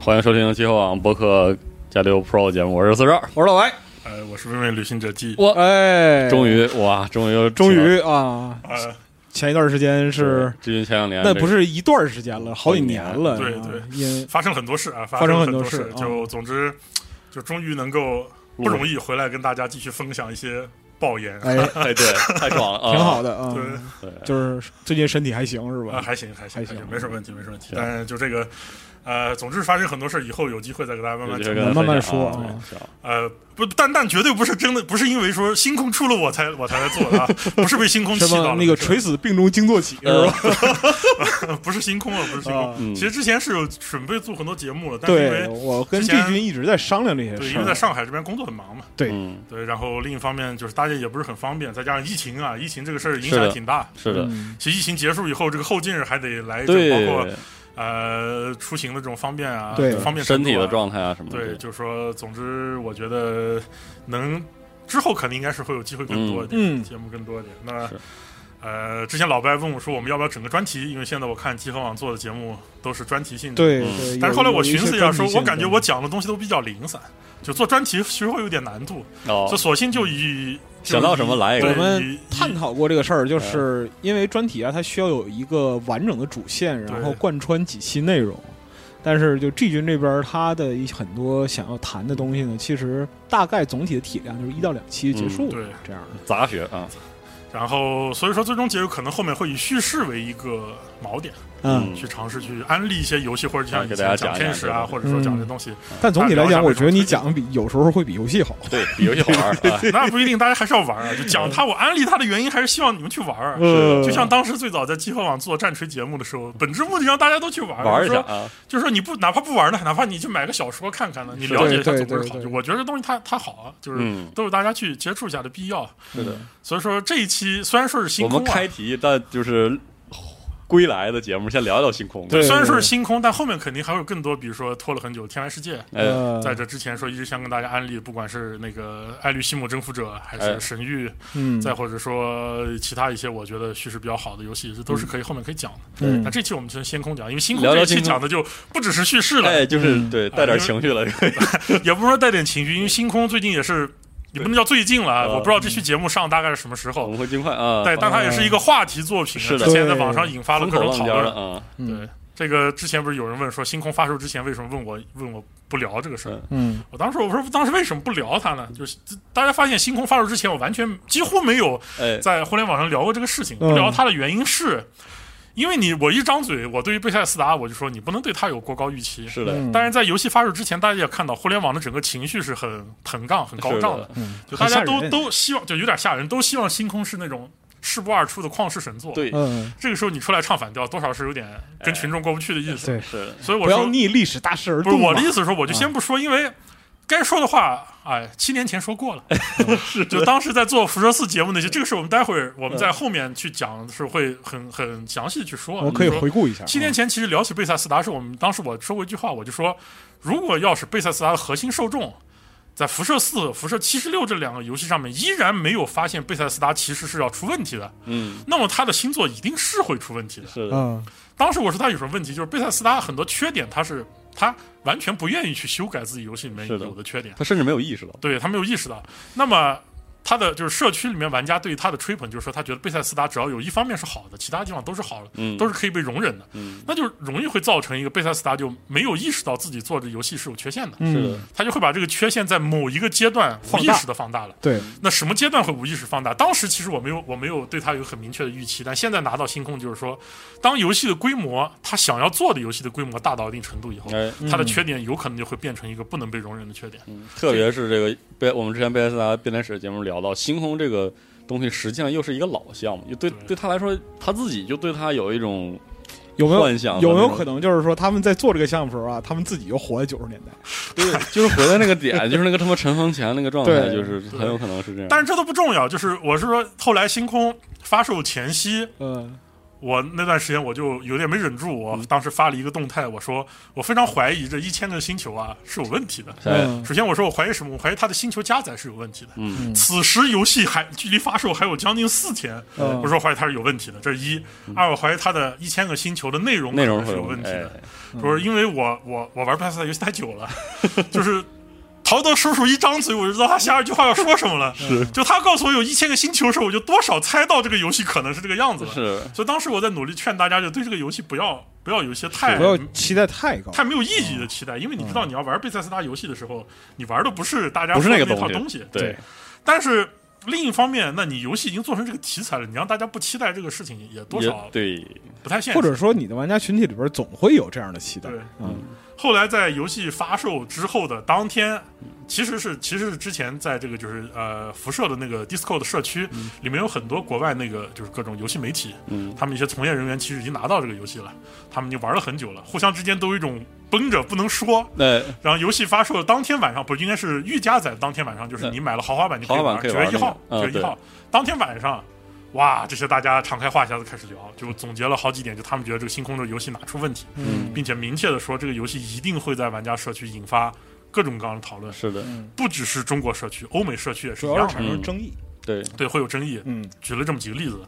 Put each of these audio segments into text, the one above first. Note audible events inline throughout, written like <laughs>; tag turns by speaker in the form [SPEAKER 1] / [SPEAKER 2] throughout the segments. [SPEAKER 1] 欢迎收听气候网播客加六 Pro 节目，我是四十二，我是老白。
[SPEAKER 2] 呃，我是微微旅行者记，
[SPEAKER 1] 我
[SPEAKER 3] 哎，
[SPEAKER 1] 终于哇，终于又
[SPEAKER 3] 终于啊！
[SPEAKER 2] 呃，
[SPEAKER 3] 前一段时间是，
[SPEAKER 1] 至今前两年，
[SPEAKER 3] 那不是一段时间了，好几年了。
[SPEAKER 2] 哎对对
[SPEAKER 3] 啊，因
[SPEAKER 2] 发生很多事啊，
[SPEAKER 3] 发生
[SPEAKER 2] 生
[SPEAKER 3] 很
[SPEAKER 2] 多
[SPEAKER 3] 多事啊
[SPEAKER 2] 就总之就终于能够不容易回来跟大家继续分享一些爆言， <laughs>
[SPEAKER 3] 哎，
[SPEAKER 1] 这个哎，对，太爽了，
[SPEAKER 3] 挺好
[SPEAKER 1] 的。
[SPEAKER 3] 的啊
[SPEAKER 2] 对，
[SPEAKER 1] 对，
[SPEAKER 3] 就是最近身体还行是
[SPEAKER 2] 啊，
[SPEAKER 3] 吧？
[SPEAKER 2] 还行还
[SPEAKER 3] 还
[SPEAKER 2] 行
[SPEAKER 3] 行
[SPEAKER 2] 没什么问题没什么问题，
[SPEAKER 1] 行
[SPEAKER 2] 但是就这个。呃，总之发生很多事，以后有机会再给大家慢
[SPEAKER 1] 有
[SPEAKER 2] 慢
[SPEAKER 1] 机会。
[SPEAKER 2] 讲
[SPEAKER 1] 跟大家
[SPEAKER 3] 慢慢
[SPEAKER 1] 分享
[SPEAKER 3] 说
[SPEAKER 1] 啊
[SPEAKER 3] 啊
[SPEAKER 1] 对行
[SPEAKER 2] 呃，不，但但绝对不是真的，不是因为说星空出了我才我才来做的啊，不是被星空
[SPEAKER 3] 什
[SPEAKER 2] 气
[SPEAKER 3] 么
[SPEAKER 2] 到了，嗯
[SPEAKER 3] 那个
[SPEAKER 2] 不是
[SPEAKER 3] 垂死病中惊坐起是
[SPEAKER 1] 呃
[SPEAKER 3] 吧？
[SPEAKER 2] <laughs> 不是星空啊，不是星空。
[SPEAKER 3] 啊，
[SPEAKER 1] 嗯
[SPEAKER 2] 其实之前是有准备做很多节目了，但是因
[SPEAKER 3] 对，啊
[SPEAKER 2] 为
[SPEAKER 3] 我跟
[SPEAKER 2] 之
[SPEAKER 3] 季
[SPEAKER 2] 前
[SPEAKER 3] 军一直在商量这些
[SPEAKER 2] 对，
[SPEAKER 3] 事
[SPEAKER 2] 因为在
[SPEAKER 3] 儿。嗯
[SPEAKER 2] 上海这边工作很忙嘛，
[SPEAKER 3] 对
[SPEAKER 1] 嗯，
[SPEAKER 2] 对，然后另一方面就是大家也不是很方便，再加上疫情啊，疫情这个事儿影
[SPEAKER 1] 是
[SPEAKER 2] 响
[SPEAKER 1] 的
[SPEAKER 2] 也挺大。
[SPEAKER 1] 是的，
[SPEAKER 3] 嗯
[SPEAKER 2] 其实疫情结束以后，这个后劲儿还得来一阵，包括
[SPEAKER 1] 对，
[SPEAKER 2] 呃出行的这种方便啊，
[SPEAKER 3] 对
[SPEAKER 2] 方便程
[SPEAKER 1] 身
[SPEAKER 2] 度啊
[SPEAKER 1] 体的状态啊什么的，
[SPEAKER 2] 对，就是说，总之我觉得能之后肯定应该是会有机会更多一点，
[SPEAKER 3] 嗯嗯
[SPEAKER 2] 节目更多一点。那
[SPEAKER 1] 是
[SPEAKER 2] 呃，之前老白问我说我们要不要整个专题，因为现在我看集合网做的节目都是专题性的。
[SPEAKER 3] 对
[SPEAKER 1] 嗯
[SPEAKER 3] 对。
[SPEAKER 2] 但
[SPEAKER 3] 有
[SPEAKER 2] 是后来我
[SPEAKER 3] 有一
[SPEAKER 2] 寻
[SPEAKER 3] 些
[SPEAKER 2] 思一下，
[SPEAKER 3] 专题
[SPEAKER 2] 说
[SPEAKER 3] 性
[SPEAKER 2] 我
[SPEAKER 3] 的
[SPEAKER 2] 感觉我讲的东西都比较零散，就做专题其实会有点难度。
[SPEAKER 1] 哦
[SPEAKER 2] 就，索性就以
[SPEAKER 1] 想到什么来一个
[SPEAKER 3] 我们探
[SPEAKER 2] 探
[SPEAKER 3] 讨过这个事儿，
[SPEAKER 2] 嗯
[SPEAKER 3] 就是因为专题啊，它需要有一个完整的主线，然后
[SPEAKER 2] 对
[SPEAKER 3] 贯穿几期内容。但是就 G 军这边儿，他的一很多想要谈的东西呢，其实大概总体的体量就是一到两期结束、
[SPEAKER 2] 嗯对，
[SPEAKER 3] 这样的。
[SPEAKER 1] 杂学啊，
[SPEAKER 2] 然后所以说最终结局可能后面会以叙事为一个锚点，
[SPEAKER 3] 嗯，
[SPEAKER 1] 嗯
[SPEAKER 2] 去尝试去安利一些游戏或者
[SPEAKER 1] 啊
[SPEAKER 2] 像
[SPEAKER 1] 给
[SPEAKER 2] 以
[SPEAKER 1] 大家
[SPEAKER 2] 前讲
[SPEAKER 1] 讲一讲
[SPEAKER 2] 天使啊，
[SPEAKER 1] 对
[SPEAKER 2] 或者说
[SPEAKER 3] 嗯
[SPEAKER 2] 讲这东西，
[SPEAKER 3] 但总体来讲，我觉得你讲比有时候会比游戏好。
[SPEAKER 1] 对，比游戏好玩儿啊，
[SPEAKER 3] 嗯
[SPEAKER 2] <laughs> 那不一定，大家还是要玩
[SPEAKER 1] <laughs>
[SPEAKER 2] 啊。就讲它，我安利它的原因还是希望你们去玩啊。
[SPEAKER 3] 呃
[SPEAKER 2] 就像当时最早在集合网做战锤节目的时候，本质目的让大家都去玩
[SPEAKER 1] 玩儿一下
[SPEAKER 2] 说
[SPEAKER 1] 啊，
[SPEAKER 2] 就是说你不哪怕不玩呢，哪怕你去买个小说看看呢，你
[SPEAKER 1] 是
[SPEAKER 2] 了解一下
[SPEAKER 3] 对对
[SPEAKER 2] 总是好
[SPEAKER 3] 对。对
[SPEAKER 2] 就我觉得这东西它它好啊，就是
[SPEAKER 1] 嗯，
[SPEAKER 2] 都是大家去接触一下的必要。
[SPEAKER 1] 是的，
[SPEAKER 2] 所以说这一期虽然说是星
[SPEAKER 1] 我
[SPEAKER 2] 空、啊，
[SPEAKER 1] 们开题，但就是归来的节目，先聊聊星空，
[SPEAKER 3] 对
[SPEAKER 2] 虽然说是星空，但后面肯定还有更多，比如说拖了很久《天外世界》。
[SPEAKER 1] 哎，
[SPEAKER 3] 呃，
[SPEAKER 2] 在这之前说一直想跟大家安利，不管是那个《爱丽西姆征服者》，还
[SPEAKER 1] 哎
[SPEAKER 2] 是《神域》，
[SPEAKER 3] 嗯，
[SPEAKER 2] 再或者说其他一些我觉得叙事比较好的游戏，这都是可以后面可以讲的。
[SPEAKER 3] 嗯
[SPEAKER 2] 那这期我们先先空讲，因为星空
[SPEAKER 1] 聊
[SPEAKER 2] 这
[SPEAKER 1] 聊
[SPEAKER 2] 一期
[SPEAKER 1] 星空
[SPEAKER 2] 讲的就不只是叙事了，
[SPEAKER 1] 哎，就是
[SPEAKER 3] 嗯
[SPEAKER 1] 对，带点
[SPEAKER 2] 因为
[SPEAKER 1] 情绪了，
[SPEAKER 2] 也不是说带点情绪，因为星空最近也是也不能叫最近了啊，
[SPEAKER 1] 呃
[SPEAKER 2] 我不知道这期节目上大概是什么时
[SPEAKER 1] 我
[SPEAKER 2] 候。
[SPEAKER 1] 们会尽快啊，
[SPEAKER 2] 对，但它也是一个话题作品啊，
[SPEAKER 1] 是的
[SPEAKER 2] 之前在网上引发了
[SPEAKER 1] 风
[SPEAKER 2] 各
[SPEAKER 1] 口
[SPEAKER 2] 种
[SPEAKER 1] 浪
[SPEAKER 2] 讨
[SPEAKER 1] 尖儿
[SPEAKER 2] 论
[SPEAKER 1] 了。啊，
[SPEAKER 3] 嗯
[SPEAKER 2] 对，这个之前不是有人问说，星空发售之前为什么问我问我不聊这个事儿
[SPEAKER 1] 嗯？
[SPEAKER 3] 嗯
[SPEAKER 2] 我当时我说当时为什么不聊它呢？就是大家发现星空发售之前，我完全几乎没有
[SPEAKER 1] 哎，
[SPEAKER 2] 在互联网上聊过这个事情。
[SPEAKER 3] 嗯
[SPEAKER 2] 不聊它的原因是，因为你我一张嘴，我对于贝塞斯达我就说你不能对它有过高预期。
[SPEAKER 1] 是的，
[SPEAKER 3] 嗯
[SPEAKER 2] 但是在游戏发售之前，大家也看到互联网的整个情绪是很很杠、很高
[SPEAKER 1] 是
[SPEAKER 2] 涨
[SPEAKER 1] 的
[SPEAKER 2] 的，，
[SPEAKER 3] 嗯，
[SPEAKER 2] 就大家
[SPEAKER 3] 很吓
[SPEAKER 2] 都
[SPEAKER 3] 人
[SPEAKER 2] 都希望，就有点吓人，都希望星空是那种势不二出的旷世神作。
[SPEAKER 1] 对，
[SPEAKER 3] 嗯，
[SPEAKER 2] 这个时候你出来唱反调，多少是有点跟群众过不去的意思。
[SPEAKER 3] 对，
[SPEAKER 1] 是的，
[SPEAKER 2] 所以我
[SPEAKER 3] 不要
[SPEAKER 2] 说，
[SPEAKER 3] 逆历史大势而
[SPEAKER 2] 不是
[SPEAKER 3] 动嘛。啊
[SPEAKER 2] 我的意思是说，我就先不说，因为该说的话，哎，七年前说
[SPEAKER 3] <laughs>
[SPEAKER 2] 过了。是，就当时在做辐射四节目那些，这个是我们待会儿
[SPEAKER 3] 嗯
[SPEAKER 2] 我们在后面去讲的时候会很很详细的去说。啊
[SPEAKER 3] 我可以
[SPEAKER 2] 就是说
[SPEAKER 3] 回顾一下。
[SPEAKER 2] 七年前其实聊起贝塞斯达，是我们当时我说过一句话，我就说，如果要是贝塞斯达的核心受众在辐射四、辐射七十六这两个游戏上面依然没有发现贝塞斯达其实是要出问题的，
[SPEAKER 1] 嗯，
[SPEAKER 2] 那么他的新作一定是会出问题的。
[SPEAKER 1] 是的，
[SPEAKER 3] 嗯，
[SPEAKER 2] 当时我说他有什么问题，就是贝塞斯达很多缺点，他是他完全不愿意去修改自己游戏里面
[SPEAKER 1] 是的
[SPEAKER 2] 有的缺点，
[SPEAKER 1] 他甚至没有意识到，
[SPEAKER 2] 对他没有意识到。那么。他的就是社区里面玩家对他的吹捧，就是说他觉得贝塞斯达只要有一方面是好的，其他地方都是好的，
[SPEAKER 1] 嗯
[SPEAKER 2] 都是可以被容忍的。
[SPEAKER 1] 嗯，
[SPEAKER 2] 那就容易会造成一个贝塞斯达就没有意识到自己做的游戏是有缺陷的，
[SPEAKER 3] 嗯
[SPEAKER 1] 是的，
[SPEAKER 2] 他就会把这个缺陷在某一个阶段无
[SPEAKER 3] 放
[SPEAKER 2] 意
[SPEAKER 3] 大
[SPEAKER 2] 识的放大了。
[SPEAKER 3] 对，
[SPEAKER 2] 那什么阶段会无意识放大？当时其实我没有我没有对它有很明确的预期，但现在拿到星空就是说，当游戏的规模，他想要做的游戏的规模大到一定程度以后，
[SPEAKER 1] 哎，
[SPEAKER 2] 它的缺点有可能就会变成一个不能被容忍的缺点。
[SPEAKER 1] 特别是这个被我们之前贝斯达编年史节目聊到星空这个东西，实际上又是一个老项目，就对
[SPEAKER 2] 对
[SPEAKER 1] 对他来说，他自己就对他有一种
[SPEAKER 3] 有没有
[SPEAKER 1] 幻想和
[SPEAKER 3] 有没有
[SPEAKER 1] 那种
[SPEAKER 3] 可能就是说他们在做这个项目的时候啊，他们自己又活在九十年代？
[SPEAKER 1] 对，就是回到那个点，就是那个他妈尘封前那个状态，
[SPEAKER 3] 对
[SPEAKER 1] 就是很有可能是这样。
[SPEAKER 2] 但是这都不重要，就是我是说，后来星空发售前夕，
[SPEAKER 3] 嗯，
[SPEAKER 2] 我那段时间我就有点没忍住，我当时发了一个动态，我说我非常怀疑这一千个星球啊是有问题的。
[SPEAKER 1] 哎，
[SPEAKER 3] 嗯
[SPEAKER 2] 首先我说我怀疑什么？我怀疑它的星球加载是有问题的。
[SPEAKER 1] 嗯
[SPEAKER 2] 此时游戏还距离发售还有将近四天，
[SPEAKER 3] 嗯
[SPEAKER 2] 我说怀疑它是有问题的，这是一；二，我怀疑它的一千个星球的内容
[SPEAKER 1] 嗯内容会
[SPEAKER 2] 可能是
[SPEAKER 1] 有
[SPEAKER 2] 有问题
[SPEAKER 1] 哎
[SPEAKER 2] 的。，嗯就是因为我我我玩《贝塞游戏太久了，就是陶德叔叔一张嘴我就知道他下一句话要说什么
[SPEAKER 1] <laughs>
[SPEAKER 2] 了。是，就他告诉我有一千个星球的时候，我就多少猜到这个游戏可能是这个样子了。
[SPEAKER 1] 是
[SPEAKER 2] 所以当时我在努力劝大家，就对这个游戏不要不要有一些太
[SPEAKER 3] 不要期待太高。
[SPEAKER 2] 太没有意义的期待，因为你知道你要玩贝塞斯达游戏的时候，你玩的不是大家
[SPEAKER 1] 嗯不是
[SPEAKER 2] 说
[SPEAKER 1] 那
[SPEAKER 2] 的
[SPEAKER 1] 个
[SPEAKER 2] 那套
[SPEAKER 1] 东西
[SPEAKER 2] 东西，
[SPEAKER 1] 对。
[SPEAKER 2] 但是另一方面，那你游戏已经做成这个题材了，你让大家不期待这个事情，也多
[SPEAKER 1] 也
[SPEAKER 2] 少
[SPEAKER 1] 对，
[SPEAKER 2] 不太现实。
[SPEAKER 3] 或者说你的玩家群体里边总会有这样的期待
[SPEAKER 2] 对，
[SPEAKER 3] 嗯，
[SPEAKER 2] 后来在游戏发售之后的当天，其实是其实是之前在这个就是呃辐射的那个 Discord 社区里面有很多国外那个就是各种游戏媒体，
[SPEAKER 1] 嗯
[SPEAKER 2] 他们一些从业人员其实已经拿到这个游戏了，他们已经玩了很久了，互相之间都有一种绷着不能说。
[SPEAKER 1] 那
[SPEAKER 2] 然后游戏发售的当天晚上，不应该是预加载的当天晚上，就是
[SPEAKER 1] 嗯
[SPEAKER 2] 你买了豪华版就可以
[SPEAKER 1] 豪华
[SPEAKER 2] 玩，
[SPEAKER 1] 版
[SPEAKER 2] 九
[SPEAKER 1] 可以玩啊
[SPEAKER 2] 月一号，
[SPEAKER 1] 那
[SPEAKER 2] 九
[SPEAKER 1] 个
[SPEAKER 2] 月
[SPEAKER 1] 嗯
[SPEAKER 2] 一号当天晚上。哇，这些大家敞开话匣子开始聊，就总结了好几点，就他们觉得这个星空的游戏哪出问题，
[SPEAKER 3] 嗯
[SPEAKER 2] 并且明确的说，这个游戏一定会在玩家社区引发各种各样的讨论，
[SPEAKER 1] 是的，
[SPEAKER 2] 不只是中国社区，欧美社区也是
[SPEAKER 3] 嗯主
[SPEAKER 2] 嗯一
[SPEAKER 3] 要
[SPEAKER 2] 样
[SPEAKER 3] 是
[SPEAKER 2] 的，
[SPEAKER 3] 产生争议。
[SPEAKER 1] 对，
[SPEAKER 2] 对，会有争议。
[SPEAKER 3] 嗯
[SPEAKER 2] 举了这么几个例子。